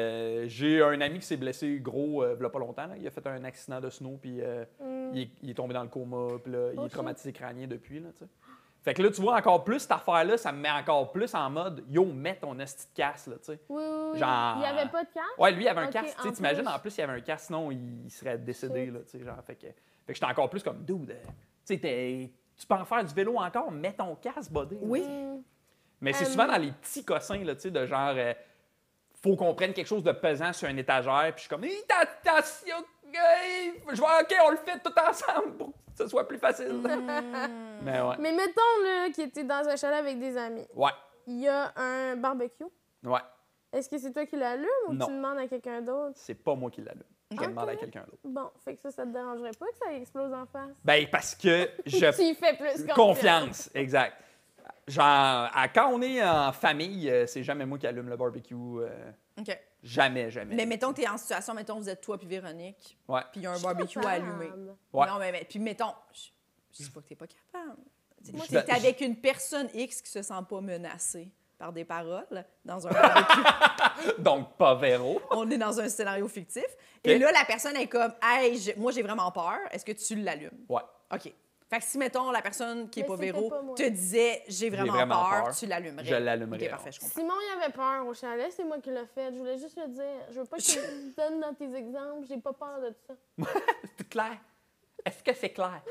euh, j'ai un ami qui s'est blessé gros, euh, v'là pas longtemps. là. Il a fait un accident de snow, puis euh,
Hmm.
il, est, il est tombé dans le coma, puis là, il
Oh,
est
shit.
traumatisé crânien depuis, là, tu sais. Fait que là, tu vois encore plus cette affaire-là, ça me met encore plus en mode yo, mets ton esti de casse, là, tu sais.
Oui, oui, oui.
Genre-
Il n'y avait pas de casque?
Ouais, lui, il avait un
Ok,
casque. Tu
en
sais, t'imagines,
plus.
en plus, il avait un casque, sinon, il il serait décédé,
Shit.
là, tu sais, genre. Fait que, fait que j'étais encore plus comme, dude, euh, tu sais, t'es- tu peux en faire du vélo encore, mets ton casque, buddy.
Oui.
Hmm.
Mais c'est
Euh,
souvent dans les petits cossins, là, tu sais, de genre, euh, faut qu'on prenne quelque chose de pesant sur une étagère, puis je suis comme, Hey, attention, hey, je vois, OK, on le fait tout ensemble pour que ce soit plus facile.
Mm.
*laughs* Mais ouais.
Mais mettons là, qu'il était dans un chalet avec des amis.
Ouais.
Il y a un barbecue.
Ouais.
Est-ce que c'est toi qui l'allumes ou
Non.
tu demandes à quelqu'un d'autre?
C'est pas moi qui l'allume. Je
Ok.
le demande à quelqu'un d'autre.
Bon, fait que ça, ça te dérangerait pas que ça explose en face?
Ben, parce que
*laughs*
je
Tu y fais plus confiance.
Confiance, exact. Genre, à- quand on est en famille, euh, c'est jamais moi qui allume le barbecue. euh,
OK.
jamais, jamais.
Mais mettons que t'es en situation, mettons vous êtes toi puis Véronique,
Ouais. *laughs*
puis il y a un barbecue à
capable.
allumer.
Ouais.
Non, mais, mais- puis mettons, je, je sais pas que t'es pas capable. Tu
Moi,
es
je-
avec une personne X qui se sent pas menacée par des paroles dans un barbecue.
Donc, pas Véro.
On est dans un scénario fictif. Et
Ok.
là, la personne est comme Hey, j'ai- moi, j'ai vraiment peur. Est-ce que tu l'allumes?
Ouais.
OK. Fait que si, mettons, la personne qui n'est
Mais
pas
c'était
Véro
pas moi.
te disait J'ai vraiment,
vraiment
peur,
peur.
tu l'allumerais.
Je l'allumerais,
OK, parfait, je comprends.
Simon, il avait peur au chalet, c'est moi qui l'ai fait. Je voulais juste le dire. Je veux pas que
*laughs*
tu me donnes dans tes exemples, j'ai pas peur de ça.
C'est clair? Est-ce que c'est clair?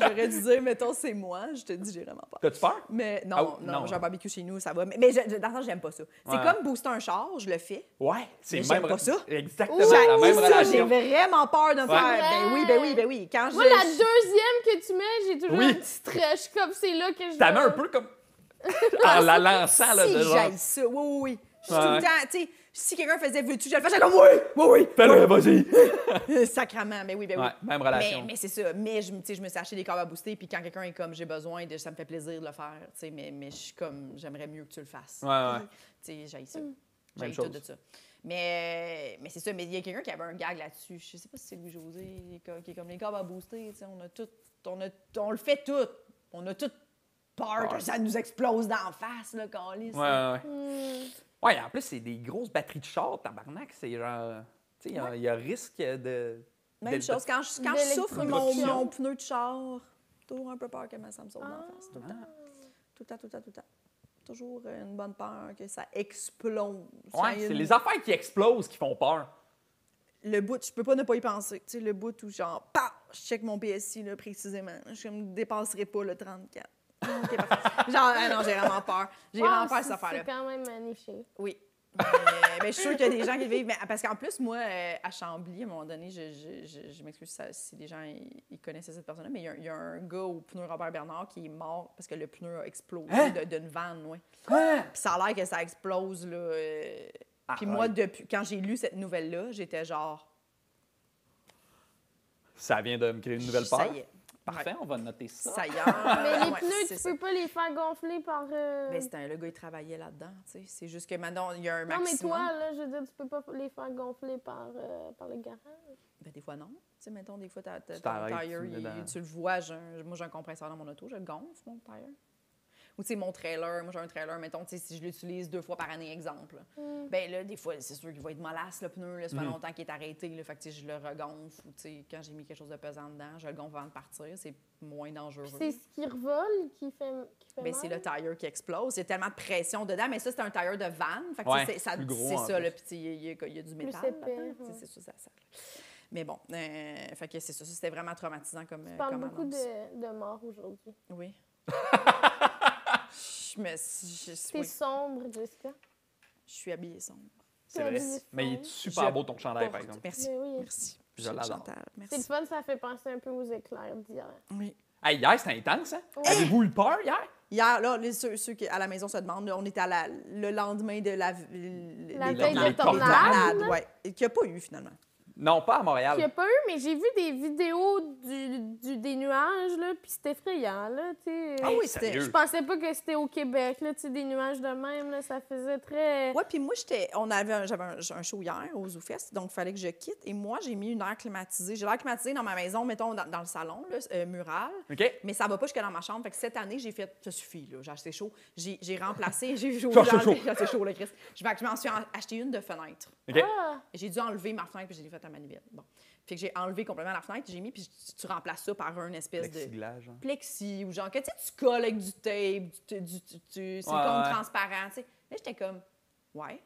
J'aurais dû dire Mettons, c'est moi. Je te dis, j'ai vraiment peur.
T'as-tu peur?
Mais non,
Ah oui,
non,
non.
j'ai un barbecue chez nous, ça va. Mais, mais je- dans le sens, j'aime pas ça. C'est
Ouais.
comme booster un char, je le fais.
Ouais, c'est
Mais
le
j'aime
même.
pas ça.
Exactement,
Ouais,
la même
ça, j'ai
relation.
vraiment peur de me
Ouais.
faire. Ben oui, ben oui, ben oui. Quand
Moi,
je.
la deuxième que tu mets, j'ai toujours
Oui.
un petit stretch comme c'est là que je.
T'as
vais-
mis un peu
*laughs*
comme. en la lançant, là,
si
de genre.
j'haïs ça, oui, oui, oui. Je suis
Ouais.
tout le temps, tu sais, si quelqu'un faisait veux-tu, je le fais, j'étais comme oui, oui,
Fais-le, vas-y!
*laughs* oui. Euh, Sacrement, mais oui, ben oui.
Ouais, même
Mais,
relation.
mais c'est ça. Mais je, me- tu sais, je me suis acheté des corps à booster, puis quand quelqu'un est comme j'ai besoin, de, ça me fait plaisir de le faire. tu sais, Mais, mais je suis comme j'aimerais mieux que tu le fasses.
Ouais, ouais.
Tu sais, j'haïs ça.
Même
J'haïs tout
chose.
de ça. Mais, mais c'est ça, mais il y a quelqu'un qui avait un gag là-dessus. Je sais pas si c'est Louis-José, il est comme- qui est comme les corps à booster. tu sais, On, a tout, on, a, on le fait tout. On a tout peur que
Ouais.
ça nous explose d'en face, le calice.
Ouais, ouais.
Hmm.
Ouais, en plus, c'est des grosses batteries de char, tabarnak. C'est genre. Tu sais, il y a- il y, a risque de.
Même
de-
chose, quand je, quand je souffre mon,
D'électrocution.
mon pneu de char, toujours un peu peur que ma ça me saute d'en face. Tout
Ah.
le temps. Tout le temps, tout le temps, tout le temps. Toujours euh, une bonne peur que ça explose. Ça
Ouais,
y est,
c'est
une-
les affaires qui explosent qui font peur.
Le bout, je peux pas ne pas y penser. Tu sais, le bout où genre, paf, je check mon PSI là, précisément. Je me dépasserai pas le 34. Ok,
*laughs*
parfait. genre, ah non, j'ai vraiment peur. J'ai
Ah,
vraiment peur de
c'est-
cette affaire-là.
C'est quand même magnifique.
Oui. Mais, mais je suis sûre qu'il y a des gens qui le vivent. Mais- parce qu'en plus, moi, euh, à Chambly, à un moment donné, je, je- je- je m'excuse si ça- si les gens ils, ils connaissaient cette personne-là, mais il y, a, il y a un gars au pneu Robert Bernard qui est mort parce que le pneu a explosé
Hein?
de- d'une vanne. Ouais.
Quoi?
Puis ça a l'air que ça explose. Là, euh,
Ah,
Puis moi,
ouais.
depuis, quand j'ai lu cette nouvelle-là, j'étais genre.
Ça vient de me créer une nouvelle peur.
Ça y est.
Parfait, on va noter ça.
Ça y est.
*laughs* Mais les
Ah, Ouais,
pneus,
c'est
tu
ça.
peux pas les faire gonfler par. euh,
Mais c'est un- le gars, il travaillait là-dedans. tu sais. C'est juste que maintenant, il y a un
Non, mais
maximum.
toi, là, je veux dire, tu peux pas les faire gonfler par, euh, par le garage.
Ben, des fois, non. Tu sais, mettons, des fois, ta, ta-
Tu
ton
t'arrêtes, tu
tire,
le mets
il-
dans-
tu le vois. j'ai un- moi, j'ai un compresseur dans mon auto, je le gonfle, mon tire. Ou, tu sais, mon trailer, moi, j'ai un trailer, mettons, tu sais, si je l'utilise deux fois par année, exemple.
Hmm.
Ben là, des fois, c'est sûr qu'il va être mollasse, le pneu, là, ça
Hmm.
fait longtemps qu'il est arrêté, là, fait que, tu sais, je le regonfle. Ou, tu sais, quand j'ai mis quelque chose de pesant dedans, je le gonfle avant de partir, c'est moins dangereux.
Puis c'est ce qui revole qui fait, qui fait
Ben,
mal.
c'est le tire qui explose. Il y a tellement de pression dedans, mais ça, c'est un tire de vanne. Fait que,
Ouais,
tu sais, c'est ça,
plus gros,
c'est
en
ça
plus.
là, puis tu sais, il y, a- il y a du métal.
épais,
là-dedans, tu sais,
ouais.
C'est ça, ça, ça. Mais bon, euh, fait que c'est ça, ça, c'était vraiment traumatisant comme. euh,
Je parle
comme
beaucoup
annonce.
de, de morts aujourd'hui.
Oui.
*laughs*
je me suis. je-
C'est
oui,
sombre, Jessica.
je suis habillée sombre.
C'est vrai.
Puis,
Mais il est super
Je
beau ton chandail, par
Porte-
exemple.
Merci.
Mais oui.
Merci.
Je l'adore.
Chantal,
C'est le
Merci.
fun, ça fait penser un peu aux éclairs d'hier.
Oui.
Hey, hier, c'était intense, hein?
Ouais.
Avez-vous eu peur hier?
Hier, là, les- ceux, ceux qui à la maison se demandent, là, on était à la- le lendemain de la. La
La veille
de
tornade.
Oui. Qu'il n'y a pas eu, finalement.
Non,
Il
pas à
n'y a
Montréal.
pas eu, mais j'ai vu des vidéos du, du- des nuages, là, puis c'est effrayant, là, tu sais.
Ah oui,
c'était-
sérieux.
Je pensais pas que c'était au Québec, là, tu sais, des nuages de même, là, ça faisait très...
Ouais, puis moi, j'étais, on avait un- j'avais un, un show hier au ZooFest, donc il fallait que je quitte. Et moi, j'ai mis une aire climatisée. J'ai l'air climatisée dans ma maison, mettons, dans, dans le salon, là, euh, mural.
OK?
Mais ça va pas jusque dans ma chambre. Fait que cette année, j'ai fait, ça suffit, là, j'ai acheté chaud. J'ai, j'ai remplacé, *laughs* j'ai j'ai
Chaud, chaud,
enlevé-
chaud.
j'ai acheté chaud, là, Chris. Je, fait que je m'en suis en- acheté une de fenêtre.
OK?
Ah!
J'ai dû enlever ma fenêtre, puis j'ai faite à ma manivelle. Bon. Fait que j'ai enlevé complètement la fenêtre, j'ai mis, puis tu- tu remplaces ça par une espèce de
Plexiglas, genre.
plexi ou genre que tu sais, tu colles avec du tape, du, du, du- du- c'est
Ouais,
comme
ouais.
transparent, tu sais. Là, j'étais comme, ouais.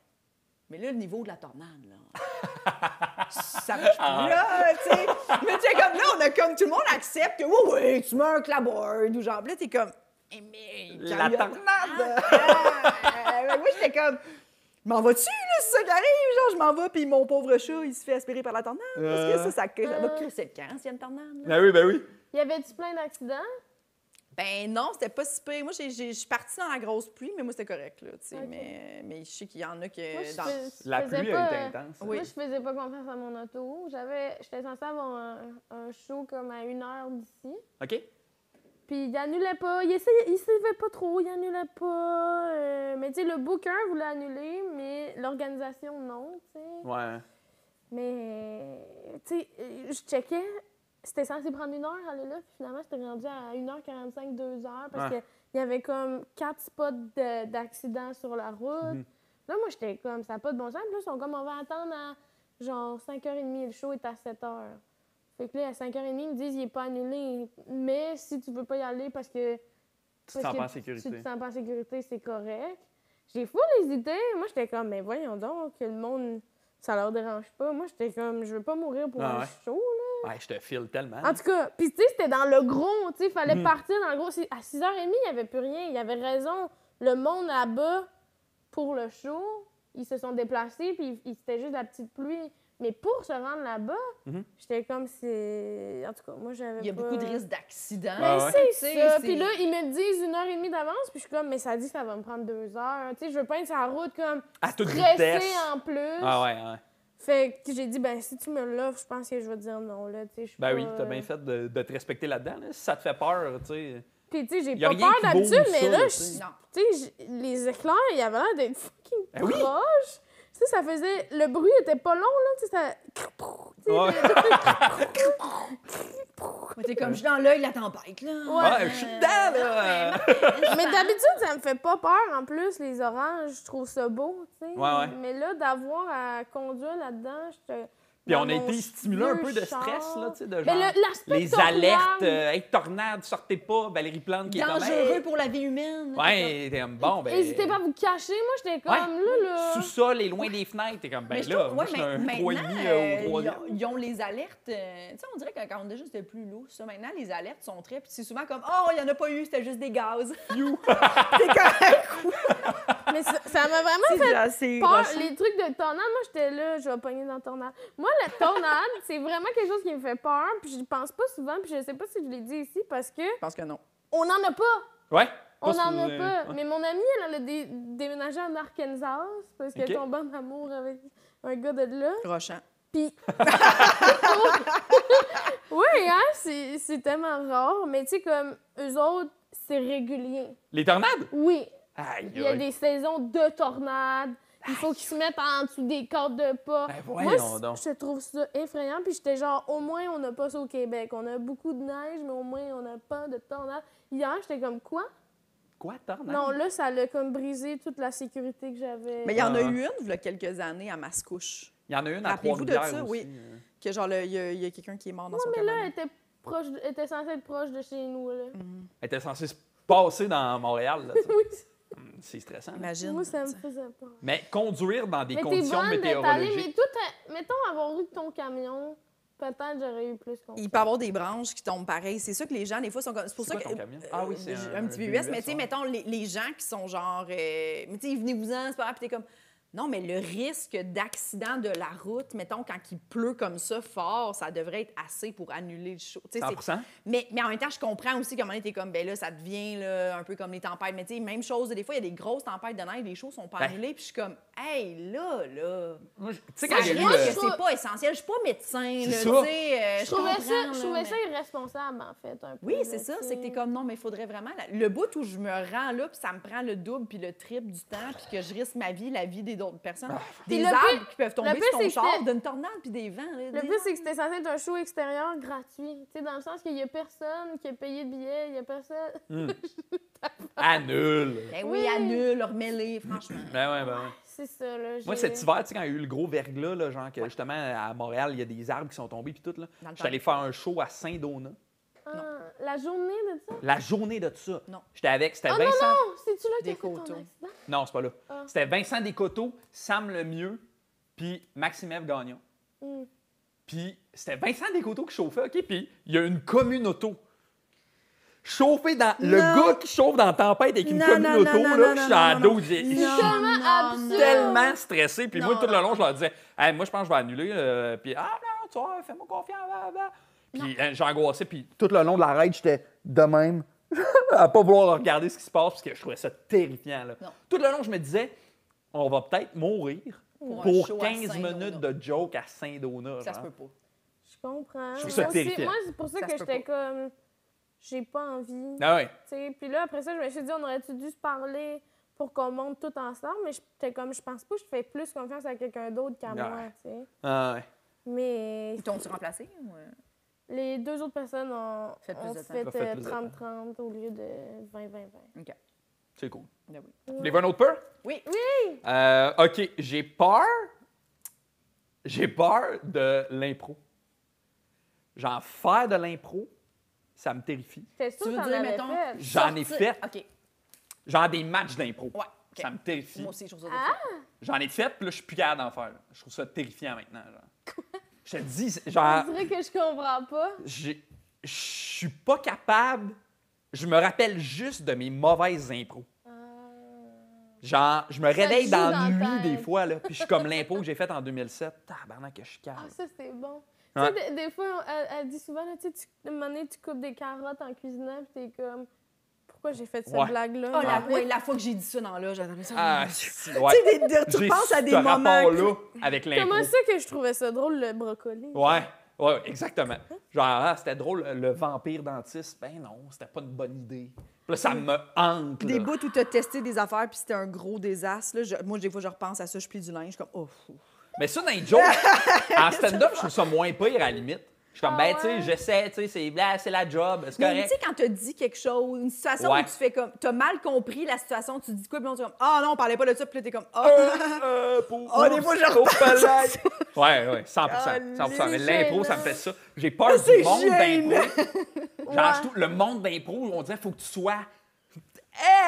Mais là, le niveau de la tornade, là.
*laughs*
ça marche plus,
Ah.
là, tu sais. Mais tu sais, comme là, on a comme, tout le monde accepte que, oui, oui, tu mets un clapboard ou genre, puis là, t'es comme, Eh, mais.
La
quand il y a-
tornade!
Ah, euh, moi, j'étais comme, m'en vas-tu, là, c'est ça qui arrive? Genre, je m'en vais, puis mon pauvre chat, il se fait aspirer par la tornade.
Euh.
Parce que ça, ça, ça va crisser le camp s'il y a une tornade, là.
Ben oui, ben oui.
Il y avait-tu plein d'accidents?
Ben non, c'était pas si pire. Moi, j'ai- j'ai- je suis partie dans la grosse pluie, mais moi, c'était correct. Là, tu sais.
Ok.
mais, mais je sais qu'il y en a que.
Moi, je
Euh, dans-
fais- je
La
faisais
pluie
pas,
a été
euh,
intense.
Oui.
Moi, je faisais pas confiance à mon auto. J'avais, J'étais censée avoir un, un show comme à une heure d'ici.
OK?
Puis il annulait pas. Il essayait, il savait pas trop, il annulait pas. Euh, mais tu sais, le booker voulait annuler, mais l'organisation, non, tu sais.
Ouais.
Mais, tu sais, euh, je checkais C'était censé prendre une heure aller là, puis finalement, j'étais rendue à 1h45, 2h, parce
Ouais.
que qu'il y avait comme quatre spots de- d'accidents sur la route.
Mhm.
Là, moi, j'étais comme, ça n'a pas de bon sens. Puis là, ils sont comme, on va attendre à genre 5h30, le show est à 7h. Fait que là, à 5h30, ils me disent, il n'est pas annulé. Mais si tu veux pas y aller parce que
Tu te
parce
sens
que
pas en
tu te
sécurité.
sens pas en sécurité, c'est correct. J'ai fou hésité. Moi, j'étais comme, mais voyons donc, que le monde, ça leur dérange pas. Moi, j'étais comme, je veux pas mourir pour
Ah
un
ouais.
show. là.
Ouais, je te file tellement.
En tout cas, puis tu sais, c'était dans le gros, tu sais, fallait
Mhm.
partir dans le gros. C'est- À 6h30, il y avait plus rien. Il y avait raison. Le monde là-bas, pour le show, ils se sont déplacés, puis il- c'était juste la petite pluie. Mais pour se rendre là-bas,
Mhm.
j'étais comme, c'est. En tout cas, moi, j'avais
Il y a
pas-
beaucoup de risques d'accidents.
Ah
ben,
ouais?
Tu
c'est
sais,
ça.
c'est-
Puis là, ils me disent une heure et demie d'avance, puis je suis comme, mais ça dit que ça va me prendre deux heures. Tu sais, je veux pas être sur la route comme
À toute
pressée
vitesse.
en plus.
Ah ouais, ouais.
Fait que j'ai dit, ben si tu me l'offres, je pense que je vais dire non, là, tu sais, je suis
Ben
pas,
oui, t'as
euh,
bien fait de, de te respecter là-dedans. là. Si ça te fait peur, tu sais.
Puis tu sais, j'ai
Y a
pas
rien
peur
qui
d'habitude,
vaut
mais
ça,
là,
là,
je-
tu sais.
Non.
tu sais, j- les éclairs, il y avait l'air d'être fucking
Ben oui.
proches. Tu sais, ça faisait... Le bruit était pas long, là, tu sais, ça... tu sais,
Ouais.
Mais T'es comme je suis dans l'œil de la tempête, là.
Ouais.
Ouais, je suis dedans, là!
euh, Mais d'habitude, ça me fait pas peur en plus, les oranges. Je trouve ça beau, tu sais.
Ouais, ouais.
Mais là, d'avoir à conduire là-dedans, je te.
Puis
dans
on a
mon
été stimulé un peu de
vieux char.
stress, là, tu sais, de
Mais
genre.
le- l'aspect
les
tornade,
alertes, euh, hey, tornade, sortez pas, Valérie Plante qui est
Dangereux pour la vie humaine.
en Ouais, t'es comme bon, ben.
N'hésitez pas à vous cacher. Moi, j'étais comme
Ouais.
là, là.
Sous-sol et loin des fenêtres, t'es comme ben
mais je
là,
trouve-
moi,
ouais,
je suis
mais
un 3,5 euh,
maintenant,
au 3
euh, ils ont- Ils ont les alertes. euh, tu sais, on dirait que quand on déjà, c'était plus lourd. Ça, maintenant, les alertes sont très. Puis c'est souvent comme Oh, il n'y en a pas eu, c'était juste des gaz. You. *laughs* c'est correct.
Mais ça ça m'a vraiment fait
assez
peur. Les trucs de tornade, moi, j'étais là, je vais pogner dans la tornade. Moi, la tornade, *laughs* c'est vraiment quelque chose qui me fait peur. Puis je pense pas souvent. Puis je sais pas si je l'ai dit ici parce que
Je pense que non.
on n'en a pas.
Ouais.
On
Pas
n'en
sous-
a
euh,
pas.
ouais.
Mais mon amie, elle, elle a dé- déménagé en Arkansas parce qu'elle
Ok.
est tombée en amour avec un gars de là.
Rochant.
Puis. oui, hein, *laughs* c'est c'est tellement rare. Mais tu sais, comme eux autres, c'est régulier.
Les tornades?
Oui,
Aïe,
il y a
aïe.
des saisons de tornades. Il faut qu'ils se mettent en dessous des cordes de pas.
Ben
Moi,
voyons donc.
je trouve ça effrayant. Puis j'étais genre, au moins, on n'a pas ça au Québec. On a beaucoup de neige, mais au moins, on n'a pas de tornades. Hier, j'étais comme, quoi?
Quoi, tornade?
Non, là, ça l'a comme brisé toute la sécurité que j'avais.
Mais il y en a
Ah.
eu une, il y a quelques années, à Mascouche.
Il y en a une à
Rappelez-vous de
Trois-Rivières
ça,
aussi.
oui.
euh.
Que genre, le- il y a, il y a quelqu'un qui est mort dans son
Oh, mais là, elle
cabanon.
était, proche, elle était censée être proche de chez nous. Là.
Elle était censée se passer dans Montréal, là, tu sais.
Oui,
Hum, C'est stressant. là.
Imagine.
moi, ça me
t'sais.
faisait peur.
Mais conduire dans des
mais t'es
conditions
bonne d'être allée, mais
météorologiques.
tout. à- Mettons avoir eu ton camion, peut-être j'aurais eu plus confiance.
Il peut y avoir des branches qui tombent pareil. C'est sûr que les gens, des fois, sont comme. C'est pour
C'est
ça
quoi
que. euh,
ton camion? Ah oui, c'est
j'ai-
un-
un, petit
un
VUS,
VUS,
mais tu sais,
ouais.
mettons, les, les gens qui sont genre. euh, mais tu sais, venez-vous-en, c'est pas grave. Puis t'es comme. Non, mais le risque d'accident de la route, mettons, quand il pleut comme ça fort, ça devrait être assez pour annuler le show. Tu sais, c'est-
100
Mais, mais en même temps, je comprends aussi comment était comme, ben là, ça devient là, un peu comme les tempêtes. Mais tu sais, même chose, des fois, il y a des grosses tempêtes de neige, les choses sont pas
Ben.
annulées, puis je suis comme, hey, là, là.
Moi, je- Tu sais,
Ça,
quand
je
j'ai eu
pense
le-
que c'est pas essentiel. Je suis pas médecin, là, tu
C'est
sais.
ça.
euh,
je trouvais,
comprends,
ça, je
là,
trouvais
mais-
ça irresponsable, en fait. Un peu,
Oui,
là,
c'est ça.
tu sais.
C'est que t'es comme, non, mais il faudrait vraiment... la- Le bout où je me rends là, puis ça me prend le double puis le triple du temps, puis que je risque ma vie, la vie des autres personnes.
Puis
Des
le
arbres
pire-
qui peuvent
le
tomber
pire,
sur
c'est
ton
que
char,
c'était-
d'une tornade puis des vents. Là,
Le
des-
plus, c'est que c'était censé être un show extérieur gratuit. Tu sais, dans le sens qu'il y a personne qui a payé de billets, il y
*laughs*
a personne.
Annule.
Ben oui,
Oui.
annule, remets-les, franchement.
Ben ouais, ben ouais.
C'est ça, là.
Moi,
j'ai-
cet hiver, tu sais, quand il y a eu le gros verglas, là, genre que justement à Montréal, il y a des arbres qui sont tombés puis tout, là.
Dans le
J'étais allé faire un show à Saint-Donat.
Ah, la journée de ça.
La journée de ça.
Non.
J'étais avec, c'était
Oh non,
Vincent.
non! C'est-tu là qui a
Des
fait ton
coteaux.
accident?
non, c'est pas là.
Ah.
C'était Vincent Descoteaux, Sam Lemieux, puis Maxime Gagnon.
Hmm.
Puis c'était Vincent Descoteaux qui chauffait, OK? Puis il y a une commune auto. Chauffé dans. Le
Non.
gars qui chauffe dans Tempête avec une
Non,
commune
non,
auto,
non, non,
là,
non,
je suis à
non,
dos,
non.
j'ai-
Non,
je suis
tellement
non, non.
absurde.
tellement stressé. Puis moi,
Ah! Non,
tout le
non,
long, je leur disais, Hey, moi, je pense que je vais annuler. euh, puis, ah non, tu vois, fais-moi confiance. bla, bla. Puis, euh, j'angoissais. Puis, tout le long de la ride, j'étais de même, *laughs* à pas vouloir regarder ce qui se passe, parce que je trouvais ça terrifiant. là.
Non.
Tout le long, je me disais, on va peut-être mourir
Pour un
pour
show à
15
Saint-Donat.
minutes de joke à Saint-Donat.
Ça se
genre.
peut pas.
Je comprends.
Je trouve ça
Moi aussi-
terrifiant.
Moi, c'est pour ça,
Ça
que
se peut
j'étais comme. J'ai pas envie.
Ah ouais.
tu sais. Puis là, après ça, je me suis dit, on aurait-tu dû se parler pour qu'on monte tout ensemble? Mais j'étais comme, je pense pas que je fais plus confiance à quelqu'un d'autre qu'à
Ouais.
moi. tu sais.
Ah ouais.
Mais
Ils t'ont-tu remplacé? ou, euh?
Les deux autres personnes ont
Faites plus
ont
de temps.
fait
Faites
euh,
plus de temps.
30-30 au lieu de 20-20-20.
C'est cool.
Ben oui.
Voulez-vous un autre peur?
Oui.
Euh, OK, j'ai peur. J'ai peur de l'impro. Genre, faire de l'impro, ça me terrifie.
T'es sûr
Tu veux
que t'en
dire,
avais
mettons,
fait?
J'en ai
sortir-
fait.
OK.
Genre, des matchs d'impro.
Ouais. ok.
Ça me terrifie.
Moi aussi, je trouve ça
Ah!
J'en ai fait, puis là, je suis plus capable d'en faire. Je trouve ça terrifiant maintenant. Genre. Je te dis, c'est- genre,
On dirait que je comprends pas.
j'ai- je suis pas capable. Je me rappelle juste de mes mauvaises impros.
Euh,
Genre, je me réveille
joue
dans
dans la
la nuit
tête.
des fois, là, puis je
*laughs*
suis comme l'impro que j'ai faite en 2007. Tabarnak, que je suis
Ah,
calme.
ça, c'est bon.
Ouais.
Tu sais, des, des fois, on- elle, elle dit souvent, là, tu sais, tu- à un moment donné, tu coupes des carottes en cuisinant, puis t'es comme, pourquoi j'ai fait cette
Ouais.
blague-là?
Oh, la,
Ah.
ouais, la fois que j'ai dit ça dans là, j'avais ça.
Ah,
tu
si,
sais,
ouais.
des- de- tu
J'ai
penses à
ce
des moments. que-
rapport-là avec l'impro.
Comment ça que je trouvais ça drôle, le brocoli?
Ouais, ouais, exactement. Genre, ah, c'était drôle, le vampire dentiste. Ben non, c'était pas une bonne idée. Puis là, ça me hante.
Des
là.
bouts où tu as testé des affaires puis c'était un gros désastre. là, je- moi, des fois, je repense à ça, je plie du linge, je suis comme, oh, fou.
Mais ça, dans les jokes,
*laughs*
en stand-up, je trouve ça moins pire à la limite. Je suis comme,
Ah
ben, tu sais,
ouais?
j'essaie, tu sais, c'est ah, c'est la job, c'est
Mais tu sais,
correct.
quand tu dit quelque chose, une situation
Ouais.
où tu fais comme, tu as mal compris la situation, tu dis quoi, puis on dit comme, ah non, on parlait pas de ça, puis là, t'es comme,
Euh,
*laughs* ah.
euh, pour-
Oh, des fois, je
pour
repense à Ah,
palais. Ouais, ouais, 100 100
c'est
Mais l'impro,
gênant.
ça me fait ça. J'ai peur
C'est
du monde
gênant.
d'impro. Genre, je
Ouais.
trouve, le monde d'impro, on dirait, faut que tu sois.
Oui,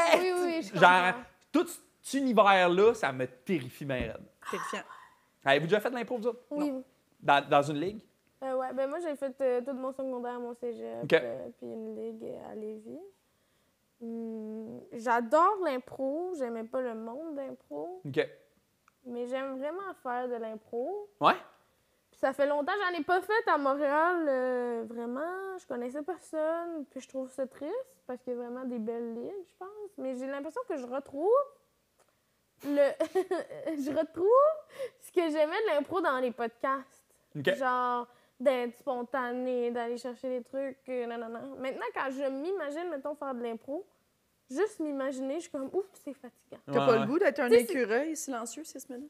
oui, je
Ah.
Genre, euh,
comprends.
tout cet univers-là, ça me terrifie, bien raide.
Terrifiant.
Avez-vous déjà fait de l'impro, vous autres?
Oui.
Dans, dans une ligue?
Euh, ouais, ben moi, j'ai fait euh, tout mon secondaire à mon cégep,
Ok.
euh, puis une ligue euh, à Lévis. Hum, J'adore l'impro, j'aimais pas le monde d'impro,
OK.
mais j'aime vraiment faire de l'impro.
Ouais?
Puis ça fait longtemps, j'en ai pas fait à Montréal, euh, vraiment, je connaissais personne, puis je trouve ça triste, parce qu'il y a vraiment des belles ligues, je pense, mais j'ai l'impression que je retrouve le... *laughs* je retrouve ce que j'aimais de l'impro dans les podcasts.
OK.
Genre, d'être spontané, d'aller chercher des trucs, euh, non, non, non. Maintenant, quand je m'imagine, mettons, faire de l'impro, juste m'imaginer, je suis comme, ouf, c'est fatigant.
T'as pas
Ouais,
le
ouais.
goût d'être un
Tu sais, c'est-
écureuil silencieux ces semaines?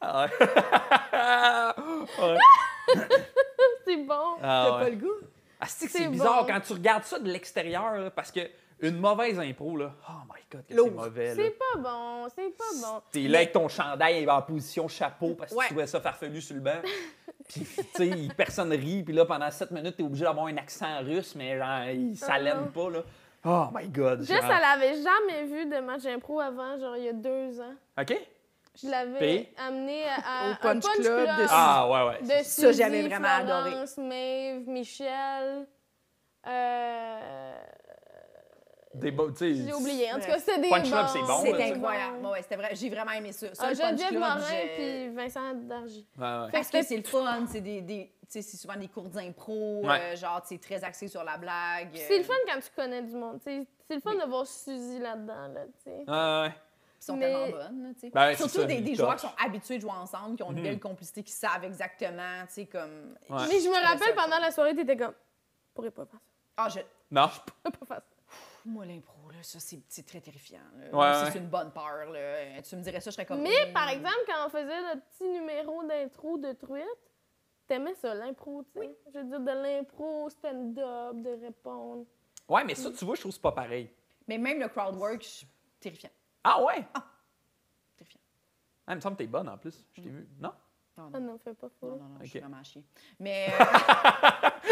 Ah
*laughs*
ouais. Ouais.
C'est bon.
T'as
Ah ouais.
pas le goût?
Asti que
C'est
c'est bizarre
bon.
quand tu regardes ça de l'extérieur, là, parce que une mauvaise impro, là, oh my god, que c'est
Lourd.
mauvais. Là.
C'est pas bon, c'est pas bon.
T'es là avec ton chandail en position chapeau parce que
Ouais.
tu trouvais ça farfelu sur le banc. Puis, tu sais, personne rit. Puis là, pendant 7 minutes, t'es obligé d'avoir un accent russe, mais genre, il- ça
Ah.
l'aime pas, là. Oh my god.
Jess,
genre.
elle avait jamais vu de match d'impro avant, genre, il y a deux ans.
OK?
Je l'avais
Puis?
amené à, à
Au
un
punch club de-
Ah, ouais, ouais.
de
Ça,
Suzy,
j'avais vraiment adoré.
Florence, Maeve, Michel. euh,
Des beaux, tu sais.
J'ai oublié. En tout
Ouais.
cas, c'était des
Punch club,
bons-
c'est bon,
c'est
là,
incroyable. Ouais, ouais, c'était vrai. J'ai vraiment aimé ça.
Ah,
le punch
Geneviève
club,
Morin
j'ai-
puis Vincent Dargy.
Ouais, ouais.
Parce
Fait
que
que
c'est le fun, c'est des, des- tu sais, c'est souvent des cours d'impro,
Ouais.
euh, genre c'est très axé sur la blague.
Puis
euh,
C'est le fun quand tu connais du monde. t'sais. C'est le fun
Oui.
de voir Suzy là-dedans. Là, t'sais.
Ouais, ouais.
Ils sont
Mais-
tellement bonnes. là, tu sais.
Ben, c'est
Surtout
ça,
des,
ils
des
touchent.
joueurs qui sont habitués de jouer ensemble, qui ont une
Mhm.
belle complicité, qui savent exactement, tu sais, comme.
Ouais.
Mais je me
trouvais
rappelle
ça
pendant
cool.
la soirée, t'étais comme. Je pourrais pas faire ça.
Ah, je...
Non?
Je pourrais pas faire ça. *laughs*
Moi, l'impro, là, ça, c'est c'est très terrifiant. là.
Ouais,
Même si
ouais.
C'est une bonne peur. Là. Euh, Tu me dirais ça, je serais comme. Mm.
Mais par exemple, quand on faisait le petit numéro d'intro de Truite, t'aimais ça, l'impro, tu sais. Je veux dire, de l'impro, stand-up, de répondre.
Ouais, mais ça, tu vois, je trouve que c'est pas pareil.
Mais même le crowd work, je- terrifiant.
Ah ouais?
Terrifiant.
Ah, il me semble que t'es bonne en plus. Je t'ai vu. Non?
Non,
Ah
non,
non, fais pas fou.
non, non, non, je suis
Ok.
vraiment chier. Mais, euh,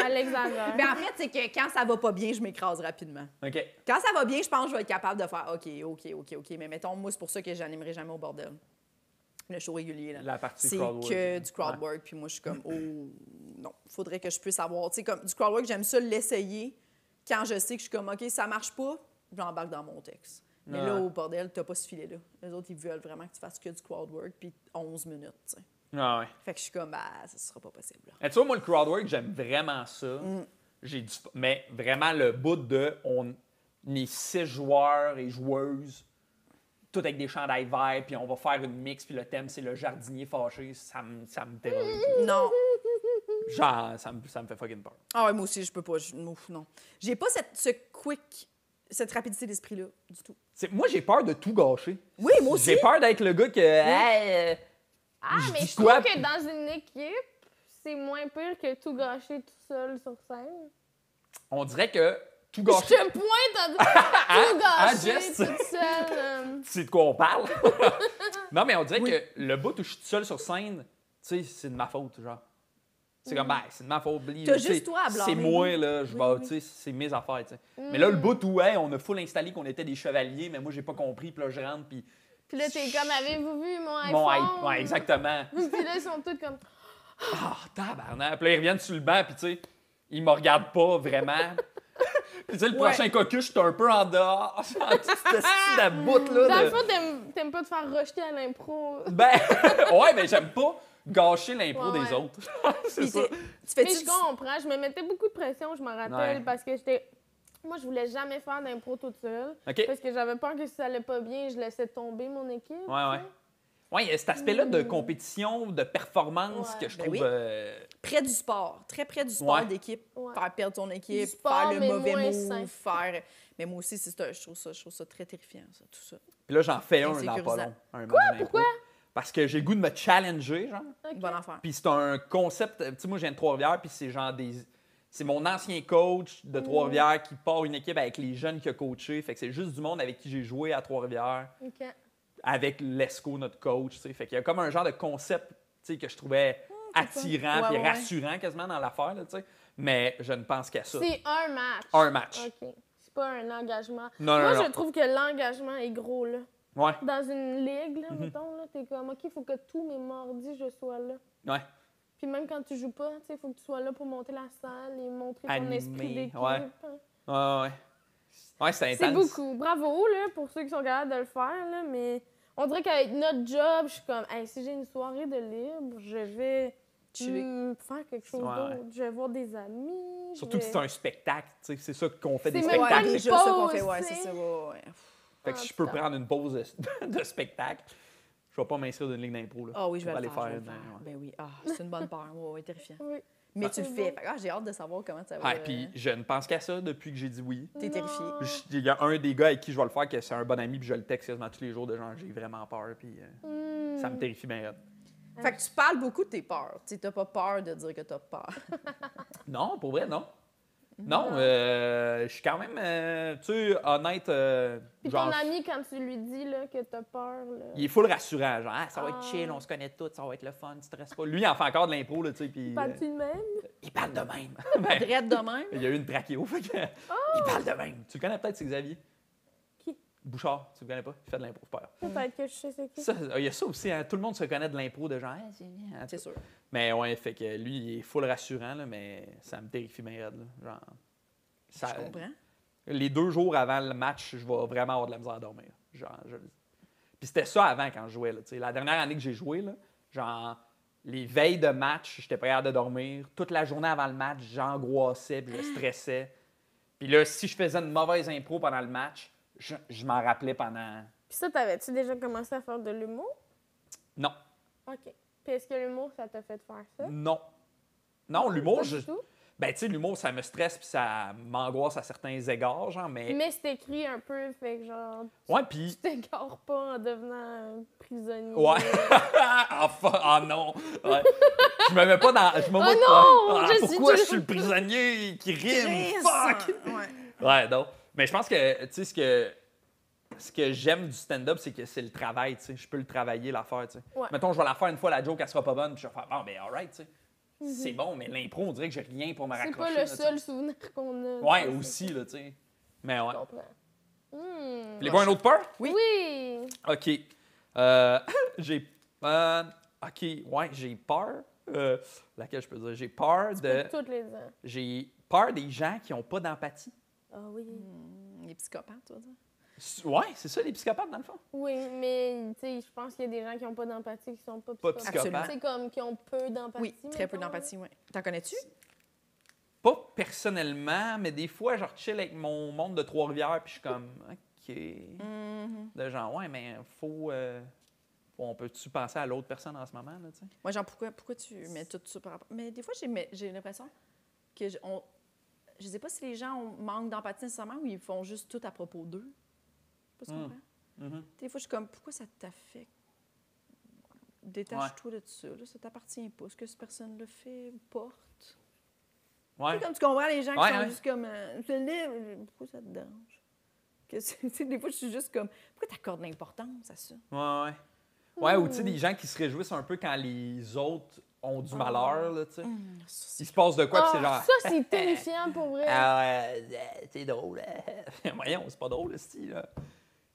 Alexander.
*laughs*
Ben,
mais en fait, c'est que quand ça va pas bien, je m'écrase rapidement.
OK.
Quand ça va bien, je pense que je vais être capable de faire OK, OK, OK, OK. Mais mettons, moi, c'est pour ça que j'animerai jamais au bordel. Le show régulier, là.
La partie
C'est
crowd work.
que du crowd
Ouais.
work. Puis moi, je suis comme, oh, non, faudrait que je puisse avoir. Tu sais, comme du crowd work, j'aime ça l'essayer quand je sais que je suis comme, OK, ça marche pas, je l'embarque dans mon texte. Mais là,
Ouais.
au bordel, t'as pas ce filet-là. Les autres, ils veulent vraiment que tu fasses que du crowd work, puis 11 minutes, tu sais.
Ah ouais.
Fait que je suis comme, bah, ça sera pas possible. là.
Et Eh, tu vois, moi, le crowd work, j'aime vraiment ça.
Mm.
J'ai du... f- Mais vraiment, le bout de... On... on est six joueurs et joueuses, tout avec des chandails verts, puis on va faire une mix, puis le thème, c'est le jardinier fâché. Ça me, ça me terrorise.
Non.
Genre, ça me, ça me fait fucking peur.
Ah ouais, moi aussi, je peux pas. Je- ouf, non. J'ai pas cette, ce quick, cette rapidité d'esprit-là, du tout.
C'est- Moi, j'ai peur de tout gâcher.
Oui, moi aussi.
J'ai peur d'être le gars que... Hey, euh,
Ah,
Je
mais
dis
je
quoi,
trouve que
puis-
dans une équipe, si c'est moins pire que tout gâcher tout seul sur scène.
On dirait que tout
Je
gâché.
te pointe à tout
*laughs* ah,
gâcher
Jess?
tout seul. euh,
C'est de quoi
*laughs*
on parle? non, mais on dirait que le bout où je suis tout seul sur scène, tu sais, c'est de ma faute, genre. C'est comme, ben, c'est de ma faute, oublie.
T'as
tu sais,
juste toi à blâmer.
C'est moi, là, je
Oui,
vais,
oui. Mm.
tu sais, c'est mes affaires, tu sais. Mais là, le bout où, hey, on a full installé qu'on était des chevaliers, mais moi, j'ai pas compris, puis là, je rentre, puis.
Puis là, t'es comme, avez-vous vu mon iPhone?
Mon hype. Ouais, exactement.
Puis là, ils sont tous comme,
Ah, tabarnak. Puis là, ils reviennent sur le banc, puis tu sais, ils me regardent pas vraiment. *laughs* puis tu sais, le
Ouais.
prochain cocus, j'étais un peu en dehors. *laughs* en
*laughs*
dessous de la bout, là.
dans
de-
le fond, t'aimes- t'aimes pas te faire rejeter à l'impro.
Ben, *laughs* ouais, mais j'aime pas gâcher l'impro
Ouais,
des
ouais.
autres. c'est
Puis
ça.
t'es- Tu
Mais
fais-tu
je
du-
comprends, je me mettais beaucoup de pression, je m'en rappelle,
Ouais.
parce que j'étais. Moi, je voulais jamais faire d'impro toute seule.
OK.
Parce que j'avais peur que si ça allait pas bien, je laissais tomber mon équipe.
Ouais, ouais. Ouais, il y a cet aspect-là de compétition, de performance
Hmm. Ouais.
que je
Ben
trouve.
oui.
euh,
près du sport, très près du sport
Ouais.
d'équipe.
Ouais.
Faire perdre ton équipe,
Du sport,
faire le
mais
mauvais
moins
move,
sain.
faire. Mais moi aussi, c'est un- je, trouve ça, je trouve ça très terrifiant, ça, tout ça.
Puis là, j'en fais un dans
Insécurisant.
pas long. Un Quoi?
Pourquoi?
Parce que j'ai le goût de me challenger, genre.
Ok.
Bonne affaire.
Puis c'est un concept. Tu sais, moi, je viens de Trois-Rivières, puis c'est genre des. C'est mon ancien coach
Hmm.
de Trois-Rivières qui part une équipe avec les jeunes qu'il a coachés. Fait que c'est juste du monde avec qui j'ai joué à Trois-Rivières,
Ok.
avec Lesco, notre coach. tu sais. Fait qu'il y a comme un genre de concept tu sais, que je trouvais attirant
Ah, Ouais,
puis
ouais, ouais.
rassurant quasiment dans l'affaire. là, tu sais. Mais je ne pense qu'à ça.
C'est un match.
Un match.
Ok. C'est pas un engagement.
Non,
Moi,
non,
je
non.
trouve que l'engagement est gros, là.
Ouais,
Dans une ligue, là, mettons, là, t'es comme, OK, faut que tous mes mardis, je sois là.
ouais.
Puis même quand tu joues pas, tu sais, faut que tu sois là pour monter la salle et montrer ton
Animé,
esprit d'équipe. hein.
ouais. Ouais, ouais. Ouais, c'est intense.
C'est beaucoup. Bravo, là, pour ceux qui sont capables de le faire, là, mais on dirait qu'avec notre job, je suis comme, Hey, si j'ai une soirée de libre, je vais
Chiller.
hmm, faire quelque chose
Ouais, ouais.
d'autre. Je vais voir des amis. je
Surtout que
vais-
c'est un spectacle. tu sais, C'est ça qu'on fait des
C'est même pas
spectacles.
une
déjà ça qu'on fait,
pause,
ouais,
tu sais.
c'est ça, ouais, ouais.
Fait que si je peux
Ah, putain.
prendre une pause de, *laughs* de spectacle, je vais pas m'inscrire d'une ligue d'impro. là.
Ah oui, je
On
vais
va
le faire.
aller
je vais le
faire,
faire.
ouais.
Ben oui, ah, c'est une bonne peur, ouais, ouais,
*laughs*
terrifiant.
Oui.
Mais
Ouais.
tu le fais. Fait que, ah, j'ai hâte de savoir comment ça va. euh,
Ah, puis je ne pense qu'à ça depuis que j'ai dit oui.
T'es terrifiée.
Non.
Je- Il y a un des gars avec qui je vais le faire que c'est un bon ami, puis je le texte quasiment tous les jours de genre j'ai vraiment peur, puis euh,
Hmm.
ça me terrifie bien. raide.
Fait que tu parles beaucoup de tes peurs. Tu sais, t'as pas peur de dire que t'as peur.
Non, pour vrai, non. Non, euh, je suis quand même, euh, tu sais, honnête. euh,
Puis
genre,
ton ami, quand tu lui dis là, que t'as peur, là.
il est full rassurant, genre Ah, ça va être
Ah.
chill, on se connaît tous, ça va être le fun, stress pas. Lui, il en fait encore de l'impro, là, tu sais, puis euh,
Parles-tu de même?
il parle de même. *laughs* Ben,
Drette de même.
Il y a eu une trachéo. fait que- Il parle de même. Tu le connais peut-être, c'est Xavier.
Qui?
Bouchard, tu le connais pas? Il fait de l'impro, père.
Peut-être que je sais c'est qui.
Ça, il y a ça aussi, hein, tout le monde se connaît de l'impro de genre, Ah, c'est bien.
*laughs* C'est sûr.
Mais ouais, fait que lui, il est full rassurant, là, mais ça me terrifie bien raide. là. Genre, ça-
je comprends.
Les deux jours avant le match, je vais vraiment avoir de la misère à dormir. Genre, je- Puis c'était ça avant quand je jouais. Là, tu sais. la dernière année que j'ai joué, là, genre, les veilles de match, j'étais pas capable de dormir. Toute la journée avant le match, j'angoissais,
Ah.
puis je stressais. Puis là, si je faisais une mauvaise impro pendant le match, je, je m'en rappelais pendant...
Puis ça, t'avais-tu déjà commencé à faire de l'humour?
Non,
OK. Puis est-ce que l'humour, ça t'a fait faire ça?
non. Non,
Ah.
l'humour,
Pas
je...
du tout.
Ben, tu sais, l'humour, ça me stresse puis ça m'angoisse à certains égards, genre, mais...
Mais c'est écrit un peu, fait que genre, *laughs*
Ouais, puis...
tu t'égares pas en devenant euh, prisonnier.
Ouais. *laughs* enfin, ah non. Ouais. Je me mets pas dans... Je me
Oh
mets-
non,
Ah,
je suis
pourquoi je
toujours-
suis le prisonnier qui rime?
Chris!
Fuck!
Ouais.
Ouais, non. Mais je pense que, tu sais, ce que, ce que j'aime du stand-up, c'est que c'est le travail, tu sais. Je peux le travailler, la faire, tu sais.
Ouais.
Mettons, je vais la faire une fois, la joke, elle sera pas bonne, puis je vais faire, bon, ben, alright, tu sais. C'est bon, mais l'impro, on dirait que j'ai rien pour me
Mhm. C'est
raccrocher.
pas
là,
le
tu sais.
seul souvenir qu'on a.
Ouais,
Ça,
aussi, là, tu sais. Mais ouais.
Je comprends. Hmm.
Les voir un autre peur?
Oui.
Oui!
OK. Euh, *coughs* j'ai. euh, OK, ouais, j'ai peur. Euh, laquelle je peux dire? J'ai peur de.
Pour toutes les ans.
J'ai peur des gens qui n'ont pas d'empathie.
Ah oui.
Il est psychopathe, toi. toi.
S- Ouais, c'est ça, les psychopathes, dans le fond.
Oui, mais tu sais, je pense qu'il y a des gens qui n'ont pas d'empathie, qui sont pas
Pas
psychopathes.
psychopathes.
Absolument.
C'est comme qui ont peu d'empathie.
Oui, très peu
mettons, là.
d'empathie, oui. T'en connais-tu?
Pas personnellement, mais des fois, genre, chill avec mon monde de Trois-Rivières, puis je suis comme, OK.
Mm.
Mm-hmm.
De genre, ouais, mais faut. euh, faut- on peut-tu penser à l'autre personne en ce moment, là, tu sais?
Moi, genre, pourquoi, pourquoi tu mets tout ça par rapport. Mais des fois, j'ai, mais j'ai l'impression que. Je, on, je sais pas si les gens ont- manquent d'empathie nécessairement ou ils font juste tout à propos d'eux. Je sais pas si tu
Mm.
comprends. Des fois, je suis comme, pourquoi ça t'affecte? détache-toi de ça. Là, ça t'appartient pas. Ce que cette personne-là fait ou porte. Tu
Ouais.
sais, comme tu comprends les gens qui
Ouais,
sont
ouais.
juste comme. euh, C'est libre. Pourquoi ça te dérange? Que c'est- *laughs* tu sais, des fois, je suis juste comme. Pourquoi t'accordes de l'importance à ça?
Ouais, ouais. Ouais, ou tu sais, des gens qui se réjouissent un peu quand les autres ont du malheur, là, tu sais. Il se passe de quoi, puis c'est genre.
Ah, Ça, c'est terrifiant pour vrai.
Ah, ouais, euh, c'est drôle. hein. *laughs* Voyons, c'est pas drôle, style. là.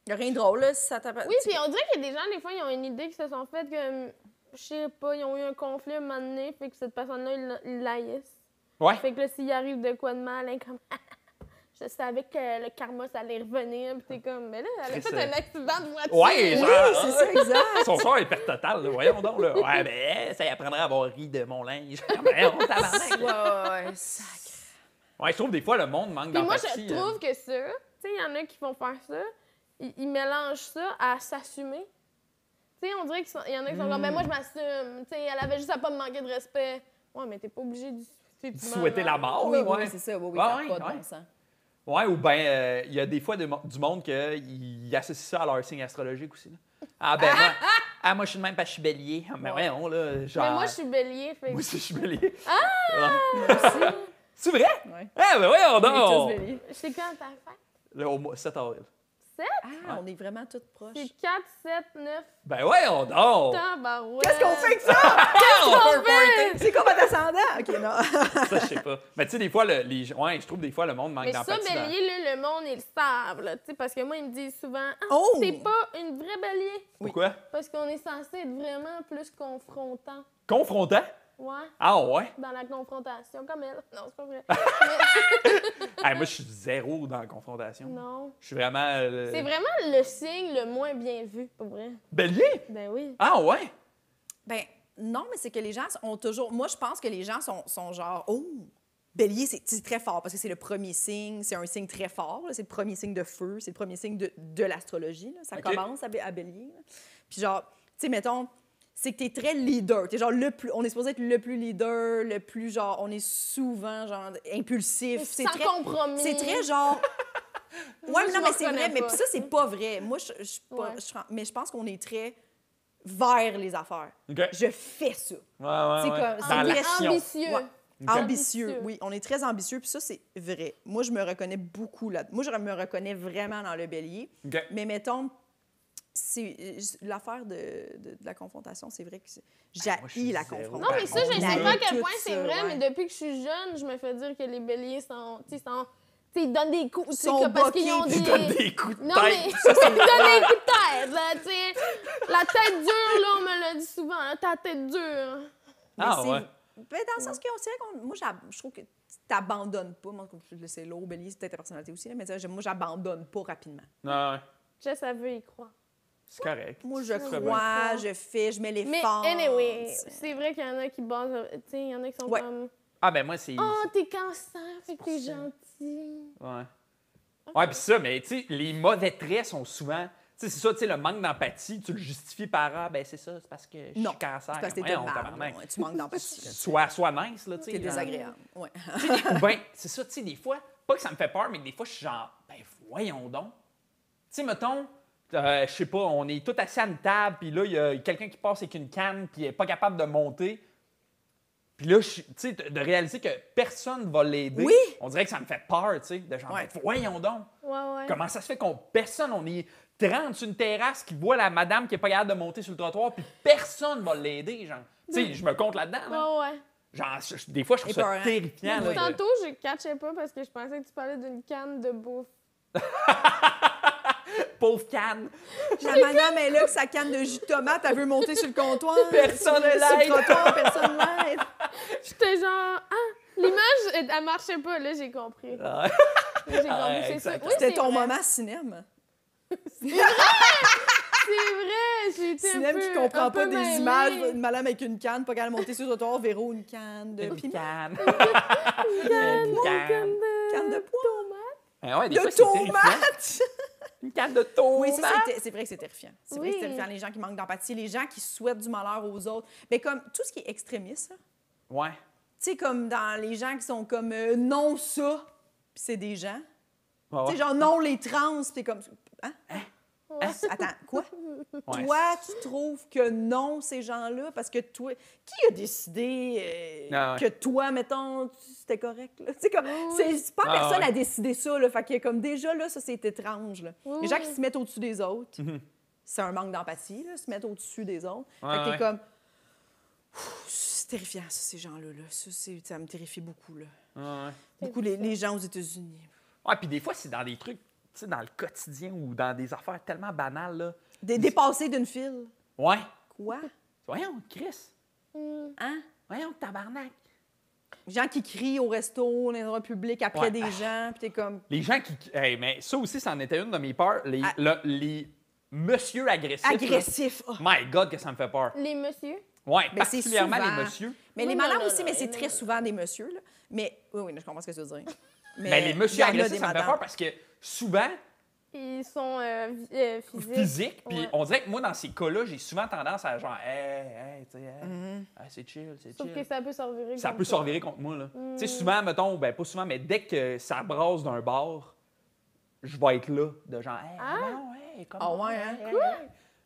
Il n'y a rien de drôle, là, si ça t'appartient.
Oui, puis on dirait qu'il y a des gens, des fois, ils ont une idée qui se sont faite que, je sais pas, ils ont eu un conflit un moment donné, fait que cette personne-là, ils la- ils la haïssent.
Ouais.
Fait que là, s'il arrive de quoi de mal, elle est comme. *laughs* je savais que le karma, ça allait revenir, pis t'es comme, mais là, elle a
Chris,
fait
euh,
un accident de voiture.
Ouais,
Oui,
genre.
c'est ça,
*laughs*
exact.
Son sort est perte totale, là. voyons donc. Là. Ouais, ben, ça y apprendrait à avoir ri de mon linge. *laughs* Voyons, tabarnak.
ouais, ouais, ouais, sacré.
Ouais, je trouve des fois le monde manque
Puis moi, je
d'empathie. euh,
trouve que ça, tu sais, il y en a qui vont faire ça, ils, ils mélangent ça à s'assumer. Tu sais, on dirait qu'il y en a qui sont comme, ben
Hmm.
moi, je m'assume. Tu sais, elle avait juste à pas me manquer de respect. Ouais, mais t'es pas obligé de. tu sais, tu
Souhaiter
m'en-
la mort,
oui,
là,
oui,
Oh, ouais.
c'est ça. Oui, oui,
Ouais,
ça n'a pas de
ouais.
bon sens.
Ouais, ou bien, il y a des fois de mo- du monde qui associent ça à leur signe astrologique aussi. là. Ah, ben, moi, ah, moi, je suis de même parce que je suis bélier. Ah, Mais
Ouais.
voyons, là, genre.
Mais moi, je suis bélier, fait
Moi
que
aussi, je suis bélier. Ah! *laughs* C'est vrai?
Ouais.
Ah, ben, voyons,
On est tous
donc!
béliers.
je sais quand t'as fait.
Le au mois- 7 avril.
Ah, on est vraiment toutes proches.
C'est 4, 7, 9,
Ben, voyons, donc!
tabarouette.
Qu'est-ce qu'on fait avec ça?
Ah, on fait un
Party! C'est comme un ascendant. OK, non.
Ça, je sais pas. Mais tu sais, des fois, le, les, gens- ouais, je trouve des fois le monde manque
Mais ça,
d'empathie. dans-
bélier, là, le monde, ils le savent, là, tu sais, parce que moi, ils me disent souvent, ah,
Oh!
t'es pas une vraie bélier,
Pourquoi?
parce qu'on est censé être vraiment plus confrontant.
Confrontant?
Ouais,
Ah
*laughs*
ouais?
dans la confrontation, comme elle. Non, c'est pas vrai.
Ah, moi, je suis zéro dans la confrontation.
non.
Je suis vraiment... euh,
C'est vraiment le signe le moins bien vu, pour vrai.
Bélier?
Ben oui.
Ah ouais?
Ben, non, mais c'est que les gens ont toujours. Moi, je pense que les gens sont, sont genre, oh, bélier, c'est c'est très fort parce que c'est le premier signe, c'est un signe très fort, là. c'est le premier signe de feu, c'est le premier signe de, de l'astrologie. là. Ça
OK.
commence à, bé- à bélier. là. Puis, genre, tu sais, mettons, c'est que t'es très leader. T'es genre le plus. On est supposé être le plus leader, le plus genre, on est souvent genre impulsif. C'est
Sans
très.
compromis.
C'est très
*laughs*
genre. Ouais,
Moi,
mais
je
non,
me
mais c'est
reconnais
vrai. Mais
pas.
puis ça, c'est pas vrai. Moi, je, je suis pas-
Ouais.
je suis en- mais je pense qu'on est très vers les affaires.
OK. Ouais, ouais,
Je fais ça.
ouais.
C'est comme- c'est
Dans
une
l'action.
Ah, ambitieux.
Ouais. Ambitieux,
Ambitieux.
oui. On est très ambitieux, puis ça, c'est vrai. Moi, je me reconnais beaucoup là. Moi, je me reconnais vraiment dans le bélier.
OK.
Mais mettons, c'est euh, l'affaire de, de- de la confrontation, c'est vrai que c'est-
Ah, moi, je suis
j'haille la
zéro.
Non,
confrontation.
mais ça, je
On
ne sais
a
pas à quel
tout
point c'est
ça,
vrai,
ouais.
mais depuis que je suis jeune, je me fais dire que les béliers sont. Tu sais, sont- tu sais, ils donnent des coups. tu sais,
Sont
que- parce qu'ils ont
boqués,
des.
Tu donnes des coups de
Non, mais. ils
tête.
*laughs* donnent des coups de tête, là, tu sais. La tête dure, là, on me l'a dit souvent. là, ta tête dure.
Mais
Ah
c'est-
ouais.
ben, dans le sens qu'on dirait qu'on. Moi, j'ab- je trouve que tu t'abandonnes pas. Moi, comme je le sais, l'eau, bélier, c'est peut-être ta personnalité aussi, là, mais tu sais, moi, j'abandonne pas rapidement.
Non, ouais.
Jess, elle veut y croire.
C'est correct.
Moi, je
très
crois, je fais, je mets les
Mais, anyway, c'est vrai qu'il y en a qui basent. euh, Tu sais, il y en a qui sont
Ouais.
comme.
Ah, ben moi, c'est...
Oh, t'es cancer, fait que t'es gentil.
Ouais. Ouais, puis ça, mais tu sais, les mauvais traits sont souvent. Tu sais, c'est ça, tu sais, le manque d'empathie, tu le justifies par Ah, ben c'est ça, c'est parce que je
Non,
suis cancer.
c'est parce que t'es
Ah, Voyons,
une marde,
tabarnak.
ouais, tu manques
*laughs*
d'empathie. là.
Sois, sois nice, là, tu sais.
T'es
genre.
désagréable. Ouais. *laughs*
Ou ben, c'est ça, tu sais, des fois, pas que ça me fait peur, mais que des fois, je suis genre, ben voyons donc. Tu sais, mettons, euh, je sais pas, on est tout assis à une table, puis là, il y a quelqu'un qui passe avec une canne, puis il est pas capable de monter. Puis là, je suis- tu sais, de de réaliser que personne va l'aider.
Oui!
On dirait que ça me fait peur, tu sais, de genre,
Ouais.
ben, voyons donc.
Ouais, ouais.
Comment ça se fait qu'on personne, on est 30 sur une terrasse qui voit la madame qui est pas capable de monter sur le trottoir, puis personne va l'aider, genre. Tu sais, je me compte là-dedans. là.
Ouais, ouais.
Genre, je- je- des fois, je trouve ça
Épeurant.
terrifiant. là, de-
Tantôt, je catchais pas parce que je pensais que tu parlais d'une canne de bouffe.
Pauvre canne.
La madame est là avec sa canne de jus de tomate, elle veut monter sur le comptoir.
Personne
sur le- sur
l'aide.
le trottoir, personne
*laughs*
l'aide.
J'étais genre, ah, l'image, elle, elle marchait pas, là, j'ai compris. Là,
Ah,
J'ai compris,
Ouais,
c'est ça.
exact.
Oui,
C'était
c'est
ton
vrai.
moment cinéma.
C'est vrai, j'ai été un
Cinéma
peu-
qui
un
comprend
peu
pas des
mêlée.
images, une madame avec une canne, pas capable de monter sur le trottoir, Véro, une canne de
Une
piment, *laughs*
canne.
Canne,
Une
canne,
canne.
de...
canne de poids.
Ah ouais, des fois,
De
c'est terrifiant. *laughs*
tomate!
Une canne de tomate.
Oui, ça, c'est- c'est vrai que c'est terrifiant. C'est vrai que c'est
Oui.
terrifiant, les gens qui manquent d'empathie, les gens qui souhaitent du malheur aux autres. Mais comme tout ce qui est extrémiste, là.
Ouais.
tu sais, comme dans les gens qui sont comme euh, non ça, puis c'est des gens.
Ouais, ouais.
Tu sais, genre non les trans, puis t'es comme. Hein?
Ouais,
Attends, quoi?
Ouais.
Toi, tu trouves que non, ces gens-là, parce que toi, qui a décidé euh,
Ah ouais.
que toi, mettons, tu- c'était correct? là? Tu sais, comme,
Oui,
c'est c'est pas
Ah
personne
ouais.
à décider ça, là. Fait que, comme, déjà, là, ça, c'est étrange, là.
Oui,
Les gens
oui.
qui se mettent au-dessus des autres,
Mhm.
c'est un manque d'empathie, là, se mettre au-dessus des autres.
Ouais,
fait que t'es
ouais.
comme, Ouf, c'est terrifiant, ça, ces gens-là, là. Ça, c'est- ça me terrifie beaucoup, là.
Ah, ouais.
Beaucoup les, les gens aux États-Unis.
Ouais, puis des fois, c'est dans des trucs, tu sais, dans le quotidien ou dans des affaires tellement banales, là.
Dé- Dépassés d'une file.
Ouais.
Quoi?
Voyons, Chris.
Hum,
Hein?
Voyons, tabarnak.
Gens qui crient au resto, dans les endroits publics, après
Ouais.
des gens, puis t'es comme...
Les gens qui. Hey, mais ça aussi, c'en était une de mes peurs. Les,
Ah.
le- les monsieur agressifs. là.
Agressif! ah.
My God, que ça me fait peur.
Les messieurs.
Ouais,
Mais c'est
particulièrement
souvent.
les messieurs.
Mais
Non,
les
non,
madames
non,
aussi,
non,
mais
non,
c'est
non,
très
non.
souvent des messieurs. Là. Mais oui, oui, je comprends ce que tu veux dire.
*laughs*
Mais,
Mais Ben, les
il y
messieurs
en a
agressifs,
des
ça me fait
madames.
peur parce que souvent,
Ils sont euh, vi- euh, physiques.
physique, puis
Ouais.
on dirait que moi, dans ces cas-là, j'ai souvent tendance à genre, hey, hey, tu sais, hey,
Mm-hmm.
hey, c'est chill, c'est
Sauf que
chill.
ça peut se revirer.
Ça
comme
peut se revirer contre moi, là. Tu
Mm.
sais, souvent, mettons, ben pas souvent, mais dès que ça brasse d'un bar, je vais être là, de genre, hey,
Ah!
non, hey, comment?
Ah ouais, Ah. hein?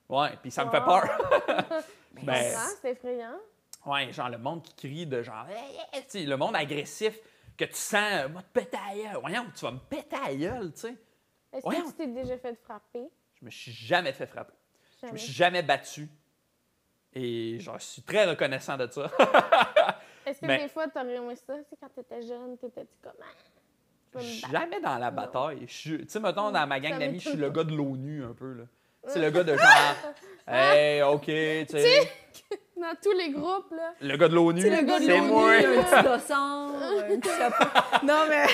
Ouais, puis ça me
Wow.
fait peur.
*laughs*
Je
Ben,
comprends, Ah, C'est effrayant.
ouais, genre le monde qui crie de genre, hey, hey, tu sais, le monde agressif que tu sens, moi, te péter à la gueule. Voyons, tu vas me péter à la gueule, tu sais.
Est-ce
Ouais,
que
on-
tu t'es déjà fait frapper?
Je me suis jamais fait frapper. Je me
Jamais.
suis jamais battu. Et je suis très reconnaissant de ça.
Est-ce que
Ben-
des fois, t'aurais aimé ça? Tu sais, quand t'étais jeune, t'étais-tu comme... Ah, je vais me battre.
Jamais dans la
Non.
bataille. Je suis- Tu sais, mettons, dans ma gang
Ça
d'amis, je suis
m'étonne
le gars de l'ONU un peu. là. C'est le gars de genre. Hey, OK, tu sais.
Dans tous les groupes, là.
Le gars de l'ONU.
Tu sais, le gars de
C'est
l'ONU, un
moi. *laughs*
petit gosson, un petit chapeau. Non, *laughs* mais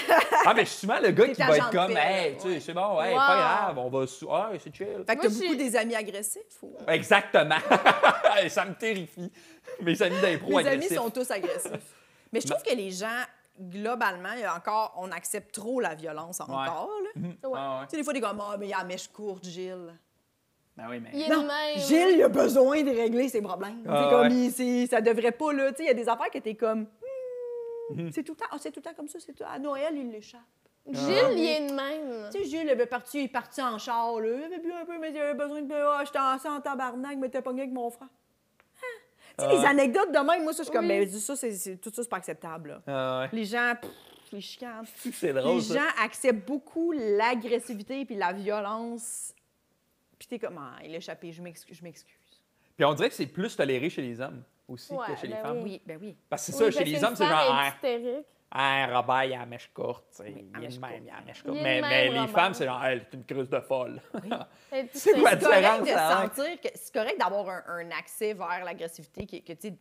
Ah, mais je suis souvent le gars
T'es
qui va
agent
être
de
comme.
paix,
Hey, tu sais,
ouais.
c'est bon, hey,
Wow.
pas grave, on va. sou- Hey, c'est chill.
fait que
Moi,
t'as
je suis-
beaucoup des amis agressifs. Ou...
Exactement. *laughs* Et ça me terrifie. Mes amis d'impro
Mes amis
agressifs. Ben
sont tous agressifs. Mais je trouve que les gens, globalement, il y a encore, on accepte trop la violence encore. là.
Ouais.
Ah, ouais.
Tu sais, des fois, des comme, ah, mais il y a la mèche courte, Gilles.
Ben oui, mais.
Il est
Non,
de même.
Gilles, il a besoin de régler ses problèmes.
Ah,
c'est comme,
ouais.
il- c'est- ça devrait pas, là. Tu sais, il y a des affaires que t'es comme, Hmm,
Mhm.
c'est tout, le temps- ah, c'est tout le temps comme ça. C'est tout- à Noël, il l'échappe.
Gilles, il
Ah,
est de même.
Tu sais, Gilles, il avait parti, il est parti en char, là. Il avait bu un peu, mais il avait besoin de. Ah, j'étais en, ça en tabarnak, mais t'es pogné avec mon frère. Hein?
Ah
Tu sais, les anecdotes de même, moi, ça, je suis comme,
Oui.
ben, dis ça, c'est- c'est- tout ça, c'est pas acceptable, là.
Ah, ouais.
Les gens, pff, les chicanes.
C'est drôle.
Les
ça.
gens acceptent beaucoup l'agressivité puis la violence. Puis t'es comme, ah, il a échappé, je m'excuse. je m'excuse.
Puis on dirait que c'est plus toléré chez les hommes aussi
Ouais,
que chez les
ben
femmes.
oui.
ben oui.
Parce que
Oui,
c'est ça,
parce
chez
qu'une
les hommes, c'est
femme
genre,
est
Hein,
hystérique.
hein, Robert, il a la mèche courte. tu sais,
à
Il
la
est
mèche
de même,
courte.
il a la mèche courte.
Il est
Mais,
de
mais
même,
les
Robert.
femmes, c'est genre, elle est une cruse de folle. *laughs*
Elle est
C'est quoi
hystérique.
C'est correct de
différence, hein?
sentir que c'est correct d'avoir un, un accès vers l'agressivité qui est- que tu sais,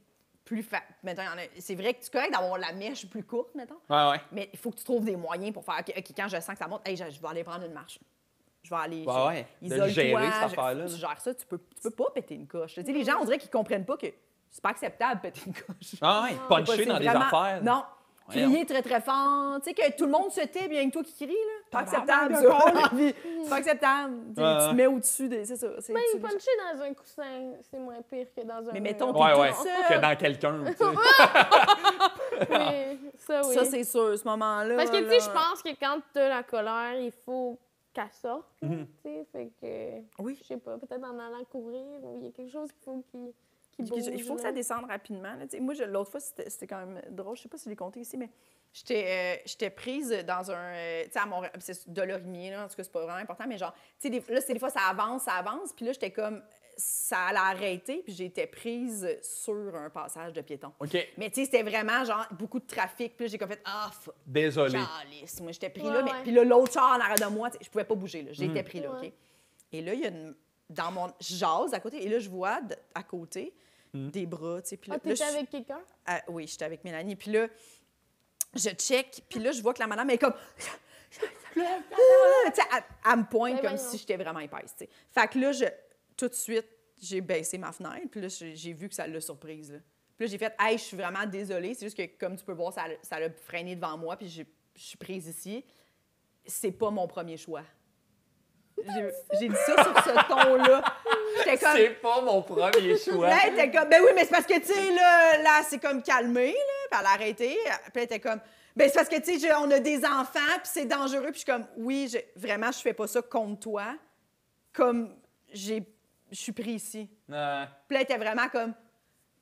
plus fa... mettons, il y en a- c'est vrai que c'est correct d'avoir la mèche plus courte mettons.
ouais, ouais.
Mais il faut que tu trouves des moyens pour faire OK, OK, quand je sens que ça monte, hey, je, je vais aller prendre une marche. Je vais aller
Ouais,
je-
Bah ouais, de le
isole-toi,
gérer, cette
je-
affaire-là,
Tu
là.
gères ça, tu peux tu peux pas péter une coche. Tu sais, les gens on dirait qu'ils comprennent pas que c'est pas acceptable péter une coche.
Ah, ouais.
C'est pas-
Puncher
c'est
dans des
vraiment-
affaires.
Non.
Voyons.
Crier très, très fort. Tu sais, que tout le monde se tait, bien que toi qui cries, là. C'est pas acceptable,
Tabarnak,
ça. Puis, C'est pas acceptable. Tu sais,
Ouais,
tu
ouais.
te mets au-dessus des. C'est ça. c'est-
Même
tu-
puncher dans un coussin, c'est moins pire que dans un euh,
Mais
mur.
mettons
Ouais,
Tout
ouais.
seul.
Que dans quelqu'un.
*laughs*
tu sais.
Oui, *laughs* ça, oui.
Ça, c'est sûr, ce moment-là.
Parce que, tu
là.
sais, je pense que quand t'as la colère, il faut qu'elle sorte, là, tu sais, fait que...
Oui.
Je sais pas, peut-être en allant courir, ou il y a quelque chose qu'il faut qu'il qu'il bouge.
Il faut que ça
là.
descende rapidement. là. Tu sais, Moi, je- l'autre fois, c'était c'était quand même drôle. Je sais pas si je l'ai compté ici, mais j'étais euh, j'étais prise dans un. euh, tu sais, à Montréal. puis C'est de l'orimier, là. En tout cas, c'est pas vraiment important, mais genre, tu sais, des- là, c'est des fois, ça avance, ça avance. Puis là, j'étais comme. Ça allait arrêter, puis j'étais prise sur un passage de piéton.
OK,
Mais tu sais, c'était vraiment genre beaucoup de trafic. Puis là, j'ai comme fait ah, fuck,
désolé.
calice. Moi, j'étais pris
Ouais,
là. Mais
ouais.
puis là, l'autre char en arrière de moi, tu sais, je pouvais pas bouger. là. J'étais pris là,
Ouais.
OK? Et là, il y a une. Dans mon. Je jase à côté. Et là, je vois d- à côté des bras, tu sais. Puis là,
Ah,
là,
t'étais
je suis- *laughs*
avec quelqu'un?
ah, oui, j'étais avec Mélanie. Puis là, je check. Puis là, je vois que la madame est comme. Tu sais, elle, elle me pointe
Ben
comme
voyons.
si j'étais vraiment épaisse. tu sais. Fait que là, je, tout de suite, j'ai baissé ma fenêtre. Puis là, j'ai j'ai vu que ça l'a surprise. là. Puis là, j'ai fait Hey, je suis vraiment désolée. C'est juste que, comme tu peux voir, ça l'a- ça l'a freiné devant moi. Puis j'ai- je suis prise ici. C'est pas mon premier choix. J'ai j'ai dit ça sur ce ton-là. J'étais comme.
C'est pas mon
*laughs*
premier choix.
Là, elle était comme, ben oui, mais c'est parce que, tu sais, là, là c'est comme calmé, là, puis elle a arrêté. Puis elle était comme, ben c'est parce que, tu sais, je- on a des enfants, puis c'est dangereux. Puis je suis comme, oui, je- vraiment, je fais pas ça contre toi. Comme, j'ai, je suis pris ici.
Euh,
Puis là, elle était vraiment comme,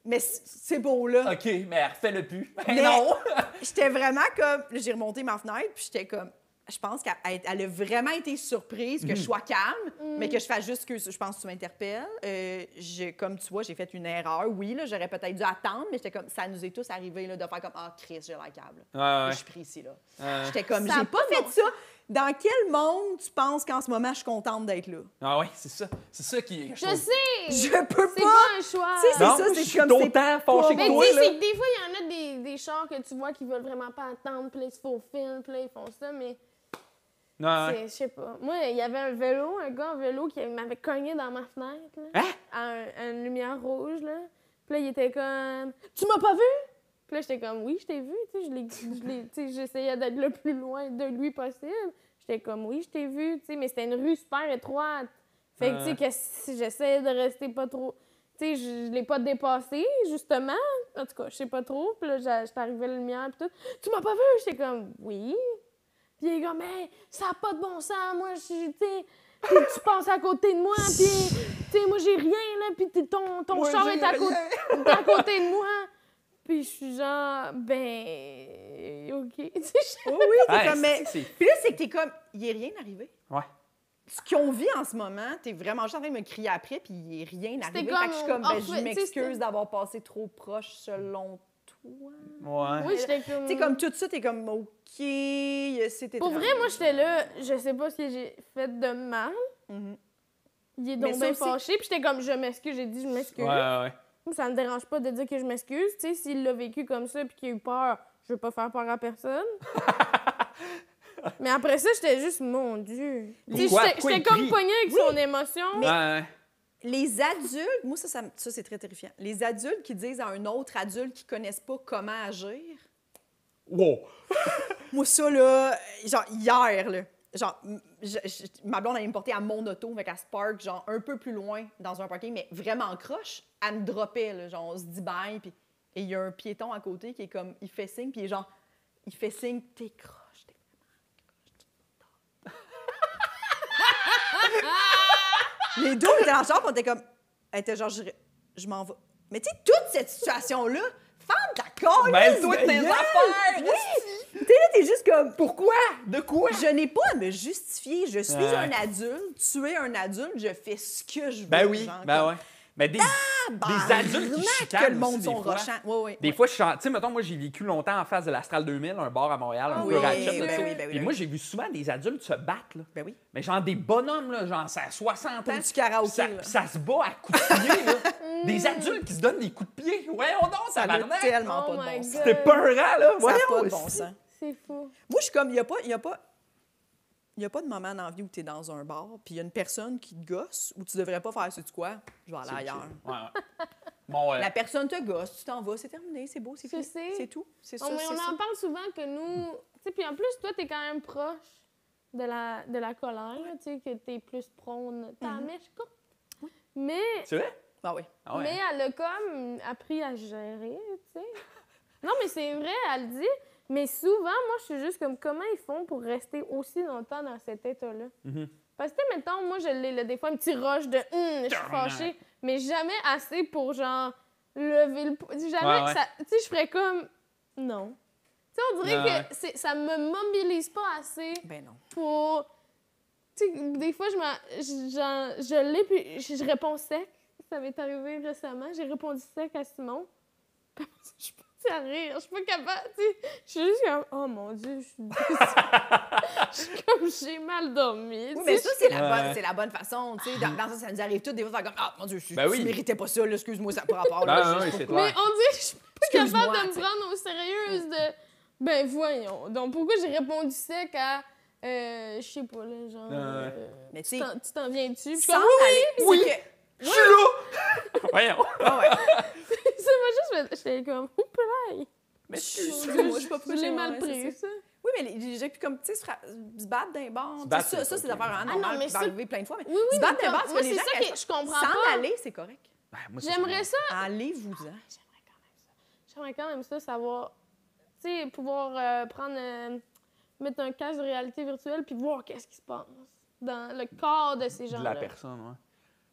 mais c- c'est beau, là.
OK, mais elle refait le *laughs* pu.
Mais- *laughs*
non!
J'étais vraiment comme, là, j'ai remonté ma fenêtre, puis j'étais comme, je pense qu'elle elle- elle a vraiment été surprise
Mhm.
que je sois calme,
Mhm.
mais que je fasse juste que, je pense que tu m'interpelles. Euh, j'ai- comme tu vois, j'ai fait une erreur. Oui, là, j'aurais peut-être dû attendre, mais j'étais comme, ça nous est tous arrivé, là, de faire comme, ah, Chris, j'ai la câble.
Ouais,
Je
ouais.
suis pris ici, là.
*laughs*
Euh,
J'étais comme,
Ça a
j'ai
pas
pas fait ça. Dans quel monde tu penses qu'en ce moment, je suis contente d'être là?
Ah ouais, c'est ça. C'est ça qui.
Je sais!
Je peux
C'est
pas!
pas un choix!
Tu sais, c'est
Non,
ça,
je
c'est
suis
comme-
d'autant
c'est
fâché
pas
que
Mais
toi,
tu sais,
là.
c'est que des fois, il y en a des, des chars que tu vois qui veulent vraiment pas attendre, puis là, ils se faufilent, puis là, ils font ça, mais
Non,
c'est- je sais pas. Moi, il y avait un vélo, un gars en vélo qui m'avait cogné dans ma fenêtre, là,
Hein?
à, un- à une lumière rouge, là. Puis là, il était comme « Tu m'as pas vu? » Puis là, j'étais comme « Oui, je t'ai vu, tu sais, je l'ai- je l'ai... » Tu sais, j'essayais d'être le plus loin de lui possible. J'étais comme « Oui, je t'ai vu, tu sais, mais c'était une rue super étroite. » Fait que, tu sais, que si j'essaie de rester pas trop... Tu sais, je, je l'ai pas dépassé, justement. En tout cas, je sais pas trop. Puis là, j'a- j'étais arrivée à la lumière, puis tout. Tu m'as pas vu? J'étais comme, oui. Puis il est comme, mais ça a pas de bon sens, moi, je suis, tu sais, puis tu passes à côté de moi, puis, tu sais, moi, j'ai rien, là, puis t'es- ton, ton
Moi,
char
j'ai
est à, côté
rien.
est à côté de moi. Puis je suis genre, ben, OK. *laughs* Tu sais, je-
Oh *laughs* oui, t'es
Hey,
comme, mais...
c'est- c'est-
Puis là, c'est que t'es comme, il est rien arrivé.
Ouais.
Ce qu'on vit en ce moment, t'es vraiment juste en train de me crier après, puis il est rien
C'était
arrivé.
comme,
Fait que je suis comme,
on
ben, je
refait- tu sais, c'était-
m'excuse d'avoir passé trop proche selon toi.
Ouais.
Oui, j'étais comme...
Tu sais, comme tout de suite, t'es comme, OK, euh, c'était...
Pour vrai, moi, j'étais là, je sais pas ce que j'ai fait de mal.
Mhm.
Il est
Mais
donc
ça
bien
aussi-
fâché, puis j'étais comme, je m'excuse, j'ai dit, je m'excuse.
Ouais, ouais.
Ça me dérange pas de dire que je m'excuse. Tu sais, s'il l'a vécu comme ça puis qu'il a eu peur, je veux pas faire peur à
*laughs*
personne. mais après ça, j'étais juste, mon Dieu. Tu sais,
Pourquoi?
J'étais
Pourquoi
j'étais
il
comme
crie?
pognée avec son émotion.
Ouais, ouais.
Les adultes, moi, ça, ça, me- ça, c'est très terrifiant. Les adultes qui disent à un autre adulte qui connaissent pas comment agir,
Wow.
Moi, ça, là, genre, hier, là, genre, m- je- je- ma blonde allait me porter à mon auto, avec à Spark, genre, un peu plus loin, dans un parking, mais vraiment croche. Elle me droppait, là, genre, on se dit bye, puis et il y a un piéton à côté qui est comme, il fait signe, puis il est genre, il fait signe, t'es croche, t'es vraiment croche, t'es une bâtarde. Les deux, on était dans le char, puis on était comme, elle était genre, je, je m'en vais. Mais tu sais, toute cette situation-là, femme d'accord,
Ben, toi, tes affaires!
tu sais, là, t'es juste comme. Pourquoi?
De quoi?
Je n'ai pas à me justifier. Je suis
Ouais.
un adulte. Tu es un adulte. Je fais ce que je veux.
Ben oui,
genre, Ah!
ben
comme,
ouais. Mais des, des adultes qui
tabarnak
chicanent
que le monde
aussi,
sont
des fois.
rochants. Oui, oui.
Des fois, je suis en- Tu sais, mettons, moi, j'ai vécu longtemps en face de l'Astral 2000, un bar à Montréal, un
Ah oui,
peu ratchet,
ben
là, tu sais.
oui,
ben oui,
Et
ben
moi,
oui.
j'ai vu souvent des adultes se battre, là.
Ben oui.
Mais genre des bonhommes, là, genre, ça a 60 ans.
Comme du karaoké,
puis ça,
là.
puis ça se bat à coups de
*laughs*
pied, là. des adultes qui se donnent des coups de pied. Ouais, on danse, ça
Ça n'a
barnaque.
tellement
Oh
pas de
my
bon sens.
God.
C'était peurant, là.
Ça n'a
voyons,
pas de bon
aussi.
sens.
C'est fou.
Moi, je suis comme, il n'y a pas. Y a pas il a pas de moment dans la vie où tu es dans un bar, puis il y a une personne qui te gosse, où tu devrais pas faire, c'est quoi? Je vais aller ailleurs.
Ouais, ouais. Bon, euh, ouais.
La personne te gosse, tu t'en vas, c'est terminé, c'est beau, c'est
Je
cool.
sais.
C'est tout. C'est ça,
On, mais
c'est
on
ça.
en parle souvent que nous... Tu sais, puis en plus, toi, t'es quand même proche de la, de la colère, tu sais, que t'es plus prône. T'as
Mm-hmm.
la mèche courte. Mais
C'est vrai?
Ah oui.
Ah ouais.
Mais elle a comme appris à gérer, tu sais. non, mais c'est vrai, elle le dit. Mais souvent, moi, je suis juste comme, comment ils font pour rester aussi longtemps dans cet état-là?
Mhm.
Parce que, tu sais, mettons, moi, je l'ai, là, des fois, un petit rush de, Hum, je suis fâchée, mais jamais assez pour, genre, lever le poids. Jamais
Ouais,
que
ouais.
ça. Tu sais, je ferais comme, non. Tu sais, on dirait
Ouais,
que
ouais.
c'est, ça me mobilise pas assez
Ben non.
pour. Tu sais, des fois, je, m'en- je, j'en- je l'ai, puis je, je réponds sec. Ça m'est arrivé récemment. J'ai répondu sec à Simon. *laughs* Je suis pas à rire. Je suis pas capable. Tu sais, je suis juste comme, oh mon Dieu, je suis
*laughs*
déçue. Je suis comme, j'ai mal dormi.
Oui,
tu
mais
sais.
ça, c'est la,
Ouais.
bonne, c'est la bonne façon. tu sais. Dans, dans ça, ça nous arrive toutes des fois, faire comme Ah, mon Dieu, je,
Ben oui.
tu méritais pas ça, là, excuse-moi, ça n'a pas rapport.
Ben
là, je-
oui,
je-
c'est
mais
clair.
on dit, je suis pas
Excuse-moi,
capable de me
tu sais.
prendre au sérieux de. Ben voyons. Donc, pourquoi j'ai répondu sec à. euh, je sais pas, là, genre.
Ouais, ouais.
euh,
Mais tu
tu
sais,
t'en- tu t'en viens-tu? Puis je suis
Ah sans
comme, Oui,
aller- c'est
oui.
que-
Je suis là! Voyons.
Ah ouais.
*laughs* Ça m'a juste fait. J'étais comme, oh, purée.
Mais
Excuse-moi, je sais pas pourquoi
Je l'ai
j'ai
mal
mal
pris,
pris,
ça.
Oui, mais les- les gens, puis comme, tu sais, se, fra- se battre d'un bord. tu sais,
battre,
Ça, ça,
ok.
c'est hein, des affaires
Ah non,
anormales
mais
qui va
ça-
arriver plein de fois. Mais
Oui, oui.
se battre
mais
d'un bord,
comme-
c'est
moi,
que les
c'est
gens.
ça
elles-
que je comprends
S'en
pas.
aller, c'est correct.
Ben,
J'aimerais ça.
Allez-vous-en.
J'aimerais quand même ça savoir. Tu sais, pouvoir euh, prendre. euh, mettre un casque de réalité virtuelle puis voir qu'est-ce qui se passe dans le corps de ces
De
gens-là.
la personne, ouais.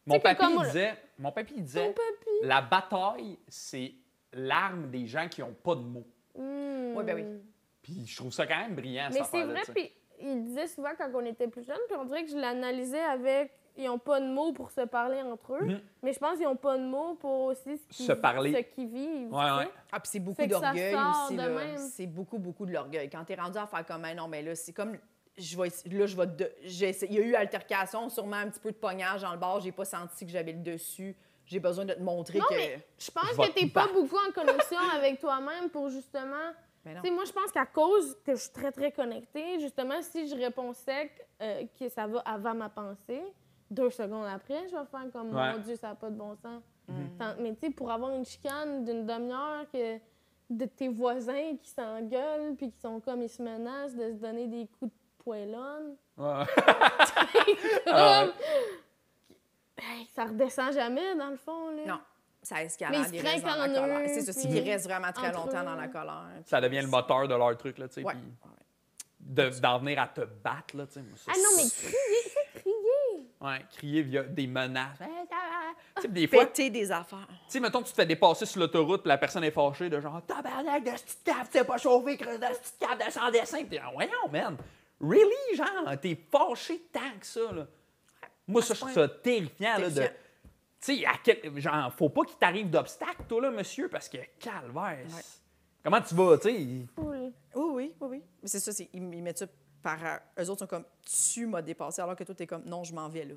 Mon
sais que
papy,
comme euh,
il
moi, là-
disait, mon papy, il disait,
Mon papy.
la bataille, c'est l'arme des gens qui n'ont pas de mots.
Hmm.
Ouais, ben oui.
Puis je trouve ça quand même brillant,
Mais
cette
c'est
affaire-là,
vrai,
tu sais.
puis il disait souvent quand on était plus jeunes, puis on dirait que je l'analysais avec. Ils ont pas de mots pour se parler entre eux,
Mhm.
mais je pense qu'ils ont pas de mots pour aussi ce qu'ils
Se parler.
ce qu'ils vivent.
Ouais,
tu
ouais.
sais.
Ah, puis c'est beaucoup
Fait que ça
d'orgueil
sort
aussi.
de
là.
même.
C'est beaucoup, beaucoup de l'orgueil. Quand t'es rendu à faire comme, Ah non, mais là, c'est comme, je vais, essa- là, je vais, de- j'ai essayé- il y a eu altercation, sûrement un petit peu de pognage dans le bar, j'ai pas senti que j'avais le dessus, j'ai besoin de te montrer
Non,
que.
mais je pense
Je vais
que t'es
te
pas
battre.
beaucoup en connexion avec toi-même pour justement.
Mais non.
Tu sais, moi, je pense qu'à cause que je suis très, très connectée, justement, si je réponds sec, euh, que ça va avant ma pensée, deux secondes après, je vais faire comme
Ouais.
Mon Dieu, ça n'a pas de bon sens.
Mm.
Mhm.
Tant- Mais tu sais, pour avoir une chicane d'une demi-heure que de tes voisins qui s'engueulent puis qui sont comme ils se menacent de se donner des coups de poêlonne,
Ouais.
*laughs*
Ah ouais.
comme... Hey, ça redescend jamais dans le fond là.
Non. Ça escalade.
Mais ils se
il
craignent
reste dans la
quand on a
colère.
eu,
C'est ceci,
puis
il reste vraiment très
entre
longtemps
eux.
dans la colère. puis-
Ça devient le moteur de leur truc, là, tu sais.
Ouais.
puis de- D'en venir à te battre, là, tu sais. moi, ça,
Ah non, *laughs* mais
c'est-
crier, c'est crier.
Ouais, crier via des menaces.
Ouais, Euh, ça va.
Tu sais, des fois, tu
Péter des affaires.
sais, mettons, tu te fais dépasser sur l'autoroute, puis la personne est fâchée, de genre, tabarnak, de petite cave, t'es pas chauffé, creux de petite cave, de sans dessin. Puis, ah, voyons, man. Really, genre, t'es fâché tant que ça, là. Moi, ça, je trouve ça terrifiant, là, de.
Terrifiant.
Tu sais, à quel. Genre, faut pas qu'il t'arrive d'obstacle, toi, là, monsieur, parce que calvaire.
Ouais.
Comment tu vas, tu sais?
Cool.
Oui, oui, oui, oui. Mais c'est ça, c'est- ils, ils mettent ça par. euh, Eux autres sont comme, tu m'as dépassé, alors que toi, t'es comme, non, je m'en vais là.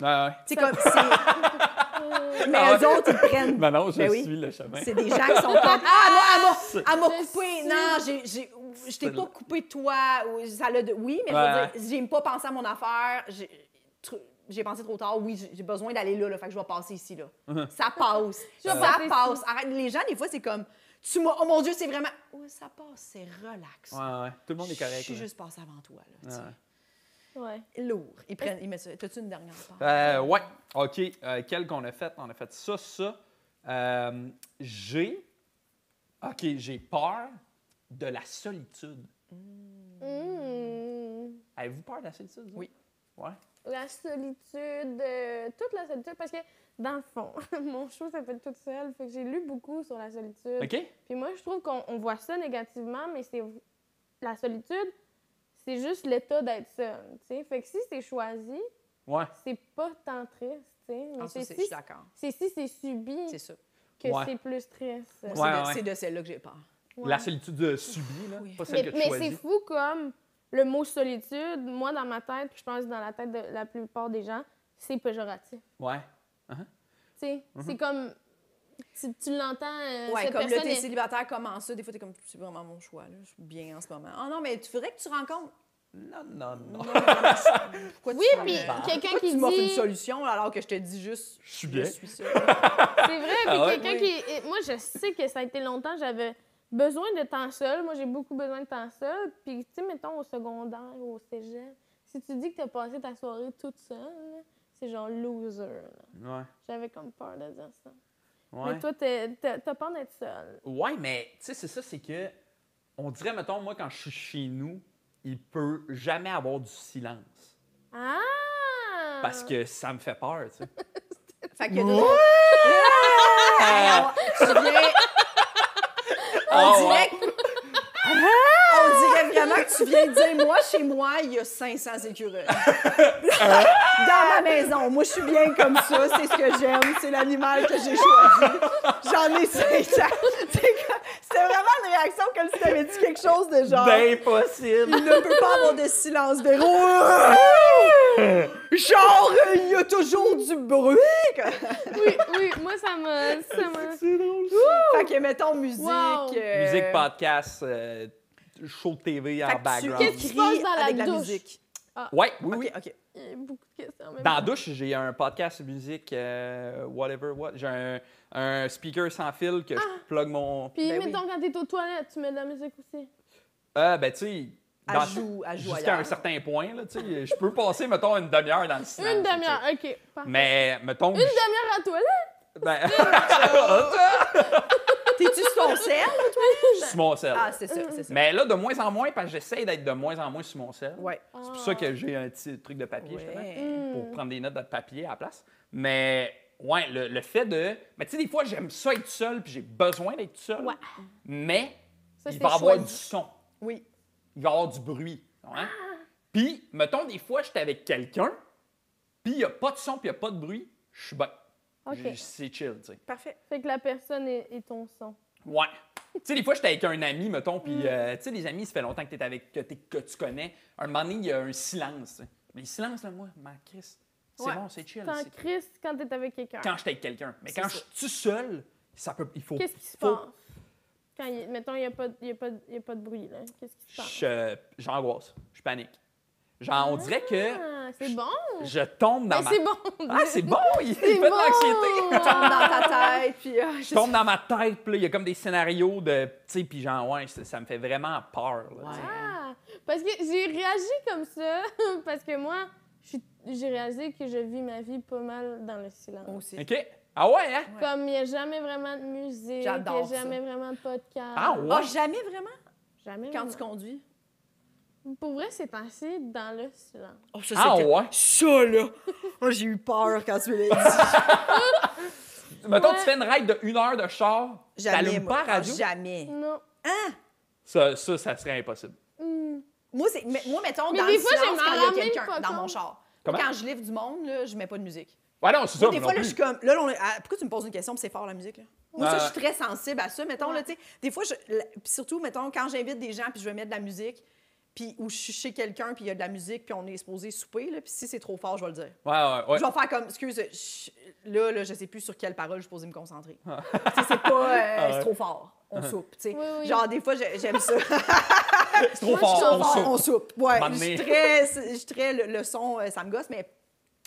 Ouais, ouais.
C'est comme. c'est-
*laughs*
mais
Ah
eux autres, ils prennent.
Ben non, je
Ben oui.
suis le chemin.
C'est des gens qui sont comme
*laughs*
Ah, moi, elle m'a- elle m'a
Je
coupé.
sais.
Non, j'ai- j'ai- je t'ai
C'est
pas
le-
coupé toi. ou ça l'a de- Oui, mais je
Ouais.
veux dire, j'ai pas pensé à mon affaire. J'ai tr- j'ai pensé trop tard. Oui, j'ai- j'ai besoin d'aller là, là. Fait que je vais passer ici, là.
Uh-huh.
Ça passe.
*laughs* vais
ça
passer
passe. Arrête. Les gens, des fois, c'est comme Tu m'as. Oh mon Dieu, c'est vraiment. Ouais, ça passe, c'est relax.
Ouais, ouais. Tout le monde est correct.
Je suis
là.
juste passé avant toi, là. tu
Ouais.
sais.
Ouais.
Lourd. Ils prennent. Ils mettent ça. T'as-tu une dernière part?
Euh, ouais. OK. Euh, quel qu'on a fait? On a fait ça, ça. Euh, j'ai. OK, j'ai peur de la solitude.
Mm.
Avez-vous peur de la solitude? vous?
Oui.
Ouais.
La solitude, euh, toute la solitude, parce que dans le fond, *laughs* mon show s'appelle Toute seule, fait que j'ai lu beaucoup sur la solitude.
OK?
Puis moi, je trouve qu'on on voit ça négativement, mais c'est la solitude, c'est juste l'état d'être seul, tu sais. Fait que si c'est choisi,
Ouais.
c'est pas tant triste, tu sais. Mais
Ah, ça,
c'est
c'est- je
si
suis d'accord.
c'est si c'est subi
C'est ça.
que
Ouais.
c'est plus triste.
Moi, c'est
Ouais,
de-
ouais.
c'est de, celle-là que j'ai peur.
Ouais.
La solitude euh, subie, là.
Oui.
Pas celle
Mais,
que tu
mais c'est
choisis.
fou comme le mot solitude, moi dans ma tête, puis je pense dans la tête de la plupart des gens, c'est péjoratif.
Ouais.
Tu sais,
Mhm.
c'est comme tu, tu l'entends euh,
Ouais,
cette
comme là,
personne
t'es
est-
célibataire, comment ça? Des fois, t'es comme, c'est vraiment mon choix, là. Je suis bien en ce moment. Ah non, mais tu voudrais que tu rencontres.
Non, non, non.
Non, non, non, pourquoi
Oui,
tu m'en-
puis
Pourquoi
quelqu'un qui
tu m'offres une
dit
solution alors que je te dis juste.
Je suis bien.
Je suis ça.
C'est vrai, puis
Ah ouais?
quelqu'un qui. et Moi, je sais que ça a été longtemps, j'avais besoin de temps seul. Moi, j'ai beaucoup besoin de temps seul. Puis, tu sais, mettons au secondaire ou au cégep, si tu dis que t'as passé ta soirée toute seule, là, c'est genre loser. là.
Ouais.
J'avais comme peur de dire ça.
Ouais.
Mais toi, t'es- t'as t'as peur d'être seule.
Ouais, mais tu sais, c'est ça, c'est que on dirait, mettons, moi, quand je suis chez nous, il peut jamais avoir du silence.
Ah!
Ah.
Parce que ça me fait peur, tu sais.
Fait que.
Ouais!
Ah, tu viens.
Ah,
On
ouais.
dirait. que- On dirait vraiment que tu viens de dire, moi, chez moi, il y a 500 écureuils. Dans ma maison. Moi, je suis bien comme ça. C'est ce que j'aime. C'est l'animal que j'ai choisi. J'en ai 500. C'est que- C'était vraiment une réaction comme si tu avais dit quelque chose de genre.
Ben, D'impossible!
Il ne peut pas avoir de silence, Véro. Genre, il y a toujours du bruit.
Oui, oui, moi, ça m'a. ça m'a-
C'est drôle.
Fait que, mettons, musique.
Wow.
euh,
Musique, podcast, euh, show TV
Fait
en
que tu-
background.
Qu'est-ce qui se passe dans la
avec la
douche?
musique.
Ouais, oui,
OK,
oui.
OK.
Il y a beaucoup de questions. en même
Dans la
temps.
douche, j'ai un podcast musique, euh, whatever, what. J'ai un, un speaker sans fil que
Ah!
je plug mon.
Puis,
Ben oui.
mettons, quand t'es aux toilettes, tu mets de la musique
Bah,
aussi.
Ah, ben, tu sais.
Elle
dans-
joue- elle joue
Jusqu'à un
ailleurs.
certain point, là, tu sais. Je peux passer, mettons, une demi-heure dans le silence.
Une
tu sais.
demi-heure, OK. parfait.
Mais, mettons.
Une demi-heure à la toilette?
ben,
T'es-tu sur ton sel?
*laughs* Je suis mon sel.
Ah, c'est ça, c'est ça.
Mais là, de moins en moins, parce que j'essaie d'être de moins en moins sur mon sel.
Ouais.
C'est pour ça
Ah.
que j'ai un petit truc de papier, justement,
Hmm.
pour prendre des notes de papier à la place. Mais, ouais, le, le fait de. Mais tu sais, des fois, j'aime ça être seul, puis j'ai besoin d'être seul.
Ouais.
Mais,
Ça,
il
c'est
va y avoir
choisi.
du son,
Oui.
il va y avoir du bruit. hein. Puis, mettons, des fois, j'étais avec quelqu'un, puis il n'y a pas de son, puis il n'y a pas de bruit, je suis bien.
OK.
J- C'est chill, tu sais.
Parfait.
Fait que la personne est, est ton son.
Ouais. tu sais, des fois, j'étais avec un ami, mettons, puis, euh, tu sais, les amis, ça fait longtemps que t'es avec, que, t'es- que tu connais. Un moment donné, il y a un silence. tu sais. Mais le silence, là, moi, ma Chris, c'est
Ouais.
bon, c'est chill.
T'en
c'est-
crises quand t'es avec quelqu'un.
Quand j'étais avec quelqu'un. Mais
C'est
quand je
ça.
suis tout seul, ça peut, il faut.
Qu'est-ce qui se
faut-
passe? Quand, il- mettons, il n'y a, pas de- il y a, pas de- il y a pas de bruit, là. Qu'est-ce qui se passe?
Je- J'angoisse. Je panique. Genre, on dirait que
Ah, c'est bon!
je tombe dans
Mais
ma.
c'est bon!
Ah, c'est bon! Il fait
C'est
de
bon!
l'anxiété!
*laughs*
Tombe dans ta tête, puis. ah, je-
Je tombe dans ma tête, puis là, il y a comme des scénarios de. Tu sais, puis genre, ouais, ça, ça me fait vraiment peur. là, tu sais.
Ah! Parce que j'ai réagi comme ça, *laughs* parce que moi, je suis- j'ai réalisé que je vis ma vie pas mal dans le silence.
Moi aussi.
OK? Ah ouais, hein?
Comme il n'y a jamais vraiment de musique, il n'y a
J'adore ça.
jamais vraiment de podcast.
Ah ouais?
Ah, jamais vraiment?
Jamais
Quand tu
vraiment.
conduis?
Pour vrai, c'est passé dans le silence.
Oh, ça,
Ah
c'était-
ouais?
Ça, *laughs* là! Oh, j'ai eu peur quand tu me l'as dit.
Mettons,
Ouais.
tu fais une ride de une heure de char,
Jamais,
t'allumes
moi.
pas la radio.
Ah, jamais.
Non.
Ça, ça, ça serait impossible.
Hmm.
Moi, c'est, mais- moi mettons,
Mais
dans
des
le
fois,
silence,
j'ai
quand il y a
marre,
quelqu'un
mais pas
dans mon
compte.
char.
Comment?
Quand je livre du monde, là, je mets pas de musique.
Ouais, non, c'est ça.
Moi, des
moi
fois,
non
là, je suis
plus.
comme. Là, là, on est- ah, pourquoi tu me poses une question, puis c'est fort la musique, là? Moi, ça,
Ouais.
je suis très sensible à ça. Mettons, là,
Ouais.
tu sais, des fois, je, la- puis surtout, mettons, quand j'invite des gens, puis je vais mettre de la musique, puis ou je suis chez quelqu'un, puis il y a de la musique, puis on est supposé souper, là, puis si c'est trop fort, je vais le dire.
Ouais, ouais,
Je
ouais.
vais faire comme, excuse, je- là, là, je sais plus sur quelle parole je suis posée me concentrer. *laughs* Tu sais, c'est pas, euh,
Ah ouais.
c'est trop fort. On soupe, tu sais.
Oui, oui.
Genre, des fois, j'ai- j'aime ça.
C'est
Moi, je
trop
suis
*laughs* fort,
trop
on
on soupe.
soupe.
Ouais,
M'amener.
je suis très, je suis très le, le son, euh, ça me gosse, mais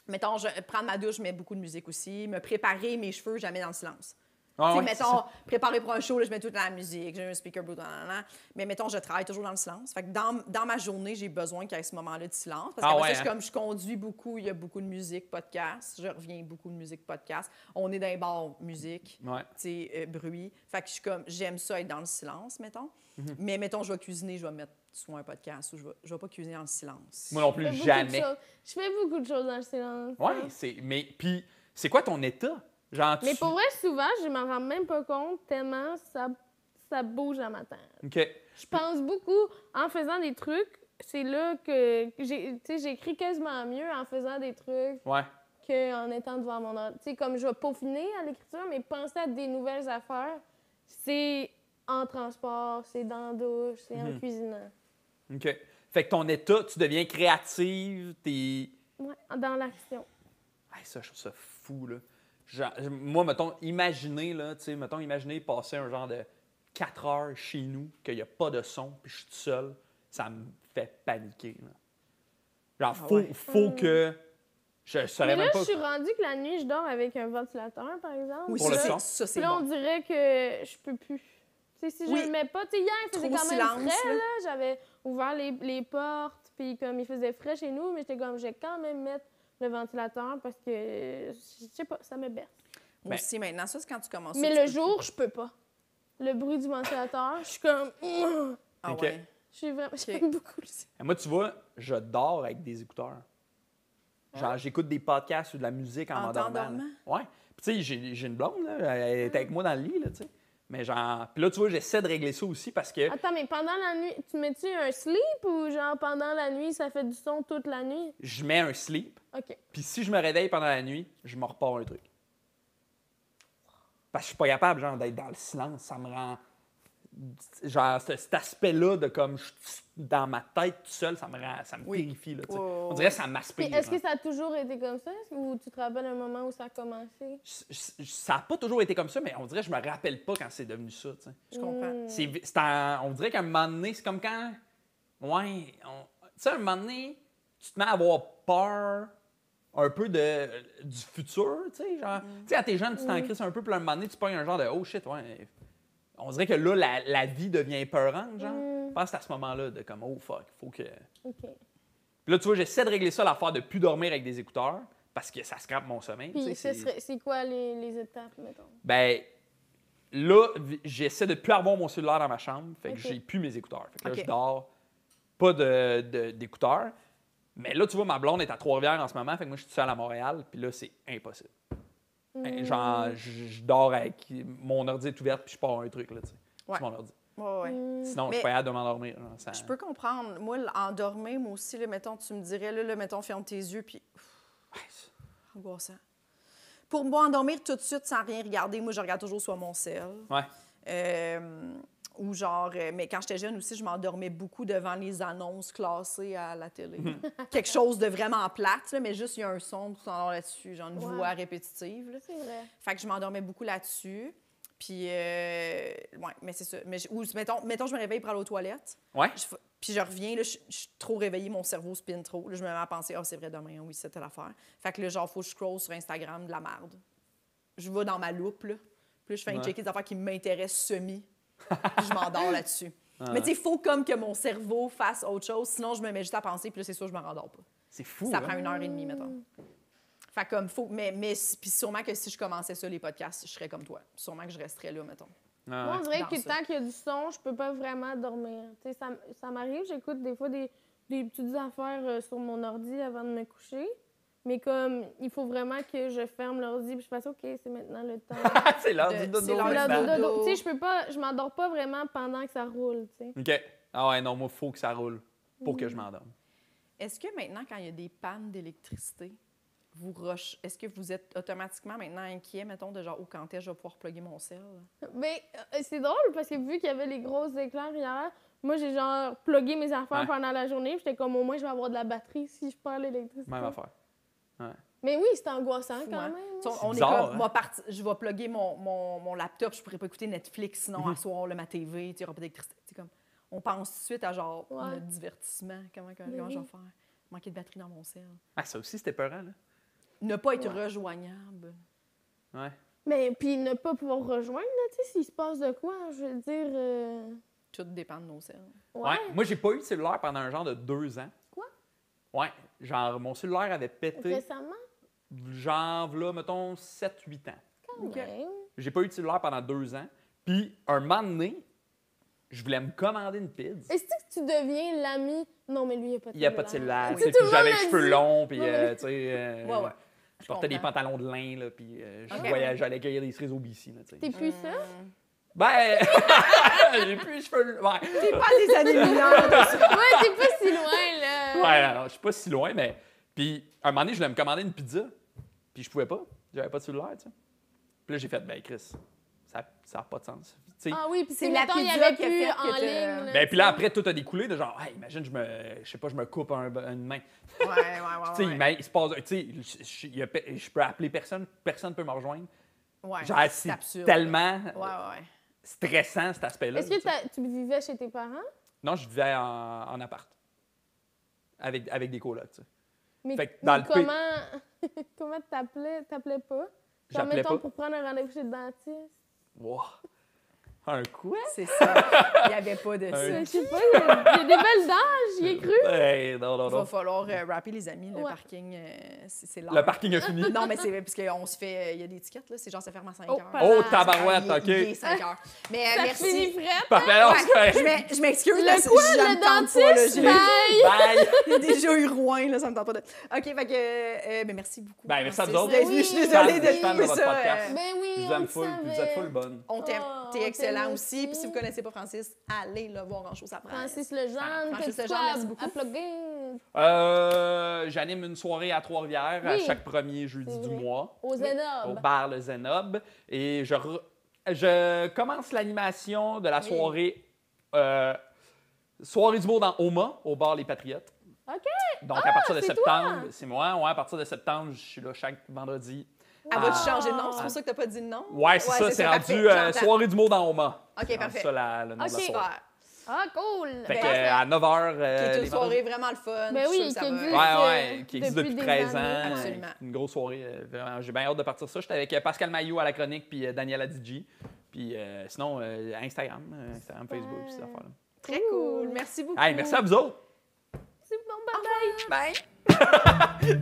mettons, je, prendre ma douche, je mets beaucoup de musique aussi. Me préparer mes cheveux, jamais dans le silence.
Ah,
Tu sais,
ouais, c'est
mettons, préparer pour un show, là, je mets toute la musique, j'ai un speaker Bluetooth, nan, nan, nan. mais mettons, je travaille toujours dans le silence. Fait que dans, dans ma journée, j'ai besoin qu'il y ait ce moment-là de silence. Parce
Ah
qu'après
ouais,
ça,
hein?
je, comme je conduis beaucoup, il y a beaucoup de musique, podcast. Je reviens beaucoup de musique, podcast. On est dans les bars, musique
ça. Ouais.
tu sais, euh, bruit. Fait que je suis comme, j'aime ça être dans le silence, mettons.
Mhm.
Mais mettons, je vais cuisiner, je vais mettre soit un podcast ou je vais, je vais pas cuisiner dans le silence.
Moi
Je
non
fais
plus,
beaucoup de
jamais.
choses. Je fais beaucoup de choses dans le silence.
Ouais, c'est. Mais, puis, c'est quoi ton état? Genre, tu.
Mais pour vrai, souvent, je m'en rends même pas compte tellement ça, ça bouge à ma tête.
OK.
Je pense beaucoup en faisant des trucs. C'est là que j'ai- tu sais, j'écris quasiment mieux en faisant des trucs
Ouais.
qu'en étant devant mon ordre. Tu sais, comme je vais peaufiner à l'écriture, mais penser à des nouvelles affaires, c'est en transport, c'est dans la douche, c'est en
Mhm.
cuisinant.
OK. Fait que ton état, tu deviens créative, t'es.
Ouais, dans l'action.
Hey, ça, je trouve ça fou, là. Genre, moi, mettons, imaginez, là, tu sais, mettons, imaginez passer un genre de 4 heures chez nous, qu'il n'y a pas de son, puis je suis tout seul, ça me fait paniquer, là. Genre,
Ah
faut,
ouais.
faut
Hmm.
que. Je saurais
Mais
même
là,
pas.
je suis rendue que la nuit, je dors avec un ventilateur, par exemple.
Oui,
Pour
ça,
le
c'est-
son.
ça, c'est
Puis là, on
bon.
dirait que je peux plus. Tu sais, si
Oui.
je le mets pas, tu sais, hier, il faisait
Trop
quand même
silence,
frais,
là.
là. J'avais ouvert les, les portes, puis comme il faisait frais chez nous, mais j'étais comme, je vais quand même mettre le ventilateur parce que, euh, je sais pas, ça me berce.
Moi
Ben-
aussi, maintenant, ça, c'est quand tu commences.
Mais
Oh, ça,
le
tu peux-
jour, je peux pas. Le bruit du ventilateur, je suis comme, *laughs* Ouh!
Ah
Ok.
ouais. *laughs*
je suis vraiment,
Ok.
j'aime beaucoup le silence.
Moi, tu vois, je dors avec des écouteurs. Genre, j'écoute des podcasts ou de la musique en,
En
m'endormant. là.
t'endormant?
Ouais. Puis, tu sais, j'ai j'ai une blonde, là, elle est avec moi dans le lit, là, tu sais. Mais genre, puis là, tu vois, j'essaie de régler ça aussi parce que
Attends, mais pendant la nuit, tu mets-tu un sleep ou genre pendant la nuit, ça fait du son toute la nuit?
je mets un sleep,
OK.
puis si je me réveille pendant la nuit, je me repars un truc. Parce que je suis pas capable, genre, d'être dans le silence. Ça me rend. Genre, ce- cet aspect-là de comme je suis dans ma tête tout seul, ça me rend. Ça me
Oui.
terrifie, là, tu sais.
Ouais, ouais,
On
ouais.
dirait que ça
Puis
m'aspire.
est-ce
hein.
que ça a toujours été comme ça ou tu te rappelles un moment où ça a commencé?
c- c- ça n'a pas toujours été comme ça, mais on dirait que je me rappelle pas quand c'est devenu ça. tu sais.
Je comprends.
Mm.
C'est vi- c'est en- on dirait qu'à un moment donné, c'est comme quand. Ouais. on- Tu sais, à un moment donné, tu te mets à avoir peur un peu de, du futur. Tu sais,
Mm.
genre. Tu sais, quand t'es jeune, tu t'en crises un peu, puis à un moment donné, tu pognes un genre de oh shit, ouais. On dirait que là, la, la vie devient peurante, genre.
Mm.
Je pense que c'est à ce moment-là de comme oh fuck, faut que.
OK.
Puis là, tu vois, j'essaie de régler ça, l'affaire de plus dormir avec des écouteurs, parce que ça scrape mon sommeil.
Puis
tu sais,
ce
c'est-
serait- c'est quoi les, les étapes, mettons?
Ben, là, vi- j'essaie de plus avoir mon cellulaire dans ma chambre. Fait que
Ok.
j'ai plus mes écouteurs. Fait que là,
Ok.
je dors pas de- de- d'écouteurs. Mais là, tu vois, ma blonde est à Trois-Rivières en ce moment. Fait que moi, je suis tout seul à Montréal. Puis là, c'est impossible. Hein,
Hmm.
Genre, je je dors avec mon ordi est ouvert puis je pars un truc, là, tu sais.
Ouais.
C'est mon ordi.
Ouais, ouais.
Hmm.
Sinon, je
Mais-
suis pas capable de m'endormir. genre, ça-
Je peux comprendre. Moi, l- endormir, moi aussi, là, mettons, tu me dirais, là, là, mettons, ferme tes yeux, puis
Ouais, c'est-
angoissant. Pour moi, endormir tout de suite sans rien regarder, moi, je regarde toujours soit mon sel.
Ouais.
Euh, ou genre, euh, mais quand j'étais jeune aussi, je m'endormais beaucoup devant les annonces classées à la télé. *laughs* Quelque chose de vraiment plate, là, mais juste il y a un son, tu t'endors là-dessus, genre une
Ouais.
voix répétitive. là.
C'est vrai.
Fait que je m'endormais beaucoup là-dessus. Puis, euh, ouais, mais c'est ça. Mais, je- ou mettons, mettons, je me réveille pour aller aux toilettes.
Ouais.
Je fa- puis je reviens, là, je, je suis trop réveillée, mon cerveau spin trop. Là, je me mets à penser, ah, c'est vrai, demain, oui, c'était l'affaire. Fait que là, genre, faut que je scroll sur Instagram de la merde. Je vais dans ma loupe, là. Puis là, je fais un
Ouais.
checker des affaires qui m'intéressent semi. Puis je m'endors là-dessus. Mais tu sais, il faut comme que mon cerveau fasse autre chose, sinon je me mets juste à penser, puis là, c'est sûr, je me rendors pas.
C'est fou.
Ça
hein?
prend une heure et demie, mettons. Fait comme faut. Mais, mais puis sûrement que si je commençais ça, les podcasts, je serais comme toi. Sûrement que je resterais là, mettons.
Ah,
Moi, on dirait
Dans
que
ça.
tant qu'il y a du son, je peux pas vraiment dormir. Tu sais, ça, m- ça m'arrive, j'écoute des fois des, des petites affaires euh, sur mon ordi avant de me coucher. Mais comme, il faut vraiment que je ferme l'ordi puis je fasse OK, c'est maintenant le
*laughs*
temps.
c'est l'heure
de-
du
c'est
dodo.
l'heure du
Là,
maintenant.
dodo.
dodo, dodo. Tu sais, je peux pas, je m'endors pas vraiment pendant que ça roule, tu sais.
OK. Ah ouais, non, moi, faut que ça roule pour
Hmm.
que je m'endorme.
Est-ce que maintenant, quand il y a des pannes d'électricité, vous rush, est-ce que vous êtes automatiquement maintenant inquiet, mettons, de genre, oh, quand est-ce que je vais pouvoir plugger mon sel?
Mais euh, c'est drôle parce que vu qu'il y avait les grosses éclairs hier, moi j'ai genre plugué mes affaires
Ouais.
pendant la journée, puis j'étais comme au moins je vais avoir de la batterie si je perds l'électricité.
Hmm.
Même affaire.
Mais oui, c'est angoissant quand
hein?
même.
Tu sais, On, on
bizarre,
est comme,
hein?
moi, parti- je vais plugger mon, mon, mon laptop, je pourrais pas écouter Netflix, sinon, à soir, là, ma TV, tu n'auras pas d'électricité. Tu sais, comme, on pense tout de suite à genre,
Ouais.
notre divertissement, comment, comment,
Mais
comment je vais
oui.
faire? Manquer de batterie dans mon sel.
Ah, ça aussi, c'était peurant, là.
Ne pas être
Ouais.
rejoignable.
Ouais.
Mais puis ne pas pouvoir rejoindre, là, tu sais, s'il se passe de quoi, je veux dire. euh,
Tout dépend de nos selles.
Ouais.
Ouais. Moi, j'ai pas eu de cellulaire pendant un genre de deux ans.
Quoi?
Ouais. Genre, mon cellulaire avait pété,
Récemment,
genre, là, mettons, 7-8 ans.
quand
Ok.
même.
J'ai pas eu de cellulaire pendant deux ans. Puis, un moment donné, je voulais me commander une pizza.
Est-ce que tu deviens l'ami. Non, mais lui, il n'y a pas de
Il n'y a pas de cellulaire.
Oui.
tu sais,
Tout
Puis
le
j'avais les
monde
cheveux
le dit.
longs, puis
Ouais,
euh,
ouais.
tu sais, euh,
Ouais, ouais.
je portais des
comprends.
pantalons de lin, là, puis euh, je
Ok.
voyais- j'allais cueillir des cerises au BC. Là, tu sais.
T'es plus
Hmm. Euh.
ça?
*laughs*
Ben, *laughs* j'ai plus les cheveux. Ouais,
T'es pas des années
ouais, t'es pas si loin, là.
ouais alors, je suis pas si loin, mais. Puis, un moment donné, je voulais me commander une pizza, puis je pouvais pas. J'avais pas de cellulaire, tu sais. Puis là, j'ai fait, ben, Chris, ça n'a pas de sens. Tu sais,
Ah oui, puis
C'est
c'est
la
mettons, il y
pizza
avait
qui a
plus
fait que
en
t'as-
ligne.
ben, puis là,
tu
après, tout a découlé de genre, hey, imagine, je me, je sais pas, je me coupe un- une main.
Ouais, ouais, ouais.
Tu sais,
ouais.
mais il se passe, tu sais, je- je- il y a pe- je peux appeler personne, personne peut me rejoindre.
Ouais,
Genre, c'est
absurde.
tellement
Ouais, ouais.
stressant cet
sais.
aspect-là.
Est-ce que
tu sais.
t'as- tu vivais chez tes parents?
Non, je vivais en, en appart. Avec, avec des colocs, tu sais.
Mais,
Fait que
mais
dans le P-
comment *laughs* comment t'appelais t'appelais pas Genre
J'appelais
mettons
pas.
pour prendre un rendez-vous chez le dentiste.
Wow. Un coup.
*laughs* C'est ça. Il n'y avait pas de ça.
Euh,
Je sais pas, il y a, il y a des belles dents, j'y ai cru.
Hey, Ben, non, non,
Il va
non.
falloir euh, rapper, les amis. Le
Ouais.
parking, euh, c'est c'est
Le
l'heure.
parking a fini.
Non, mais c'est parce qu'on se fait. euh, Il y a des tickets, là. C'est genre, ça ferme à 5
Oh,
heures.
pas
Oh,
Voilà.
tabarouette,
Il est- il est
OK.
5 heures. Mais euh,
Ça finit
merci.
frette.
*laughs* Parfait, on se
Je
fait.
m'ex- je m'excuse. là,
Le
c'est-
quoi,
j'aime
le
tant de fois, là,
dentiste?
j'ai-
Bye!
Bye!
*laughs* J'ai déjà eu Rouen, là, ça me tente pas de. OK, fait que. euh, ben, merci beaucoup.
Ben, merci à vous
Francis,
autres.
d'être venu.
Oui.
Je suis désolée
Fan-
d'être
fan de
venu,
votre
ça.
podcast.
euh,
Ben oui,
Je vous
on
aime
le
full, puis vous
savait.
êtes full bonne.
On t'aime.
Oh, on
T'es
t'aime
excellent aussi.
aussi.
Puis si vous connaissez pas Francis, allez le voir en show, ça prend.
Francis Lejeune,
Francis
t'as-tu
Lejeune,
quoi à-
merci beaucoup.
à plugger?
Euh, J'anime une soirée à Trois-Rivières à
Oui.
chaque premier jeudi
C'est
du
vrai.
mois
Aux
Ah,
au
ben.
énormes.
bar Le Zenob. Et je, re- je commence l'animation de la
Oui.
soirée euh, Soirée d'humour dans Oma au bar Les Patriotes.
OK.
Donc
Ah,
à partir de
c'est
septembre,
toi!
c'est moi. Ouais, à partir de septembre, je suis là chaque vendredi.
Elle va-tu changer de nom? C'est
Ah.
pour ça que t'as pas dit de nom?
Ouais, c'est ça, c'est
parfait,
rendu euh,
j'entends.
Soirée d'humour dans Oma.
OK,
C'est rendu
parfait.
ça la- le nom de la
OK.
soirée.
Ah, cool!
Fait que,
Ben,
euh, à 9 h.
Qui est une soirée vraiment le fun.
Ben
je suis
oui,
sûre que ça
qui
va-
existe.
Ouais,
euh,
ouais, qui existe depuis,
depuis des
13 ans.
années.
euh,
Absolument.
Une grosse soirée. euh, vraiment, j'ai bien hâte de partir ça. J'étais avec euh, Pascal Maillot à la chronique, puis euh, Daniel Adidji. Puis euh, sinon, euh, Instagram, euh, Instagram, Facebook, puis ces affaires-là.
Très cool. Merci beaucoup.
Hey, merci à vous autres! euh,
C'est bon, ben, bye bye!
Bye.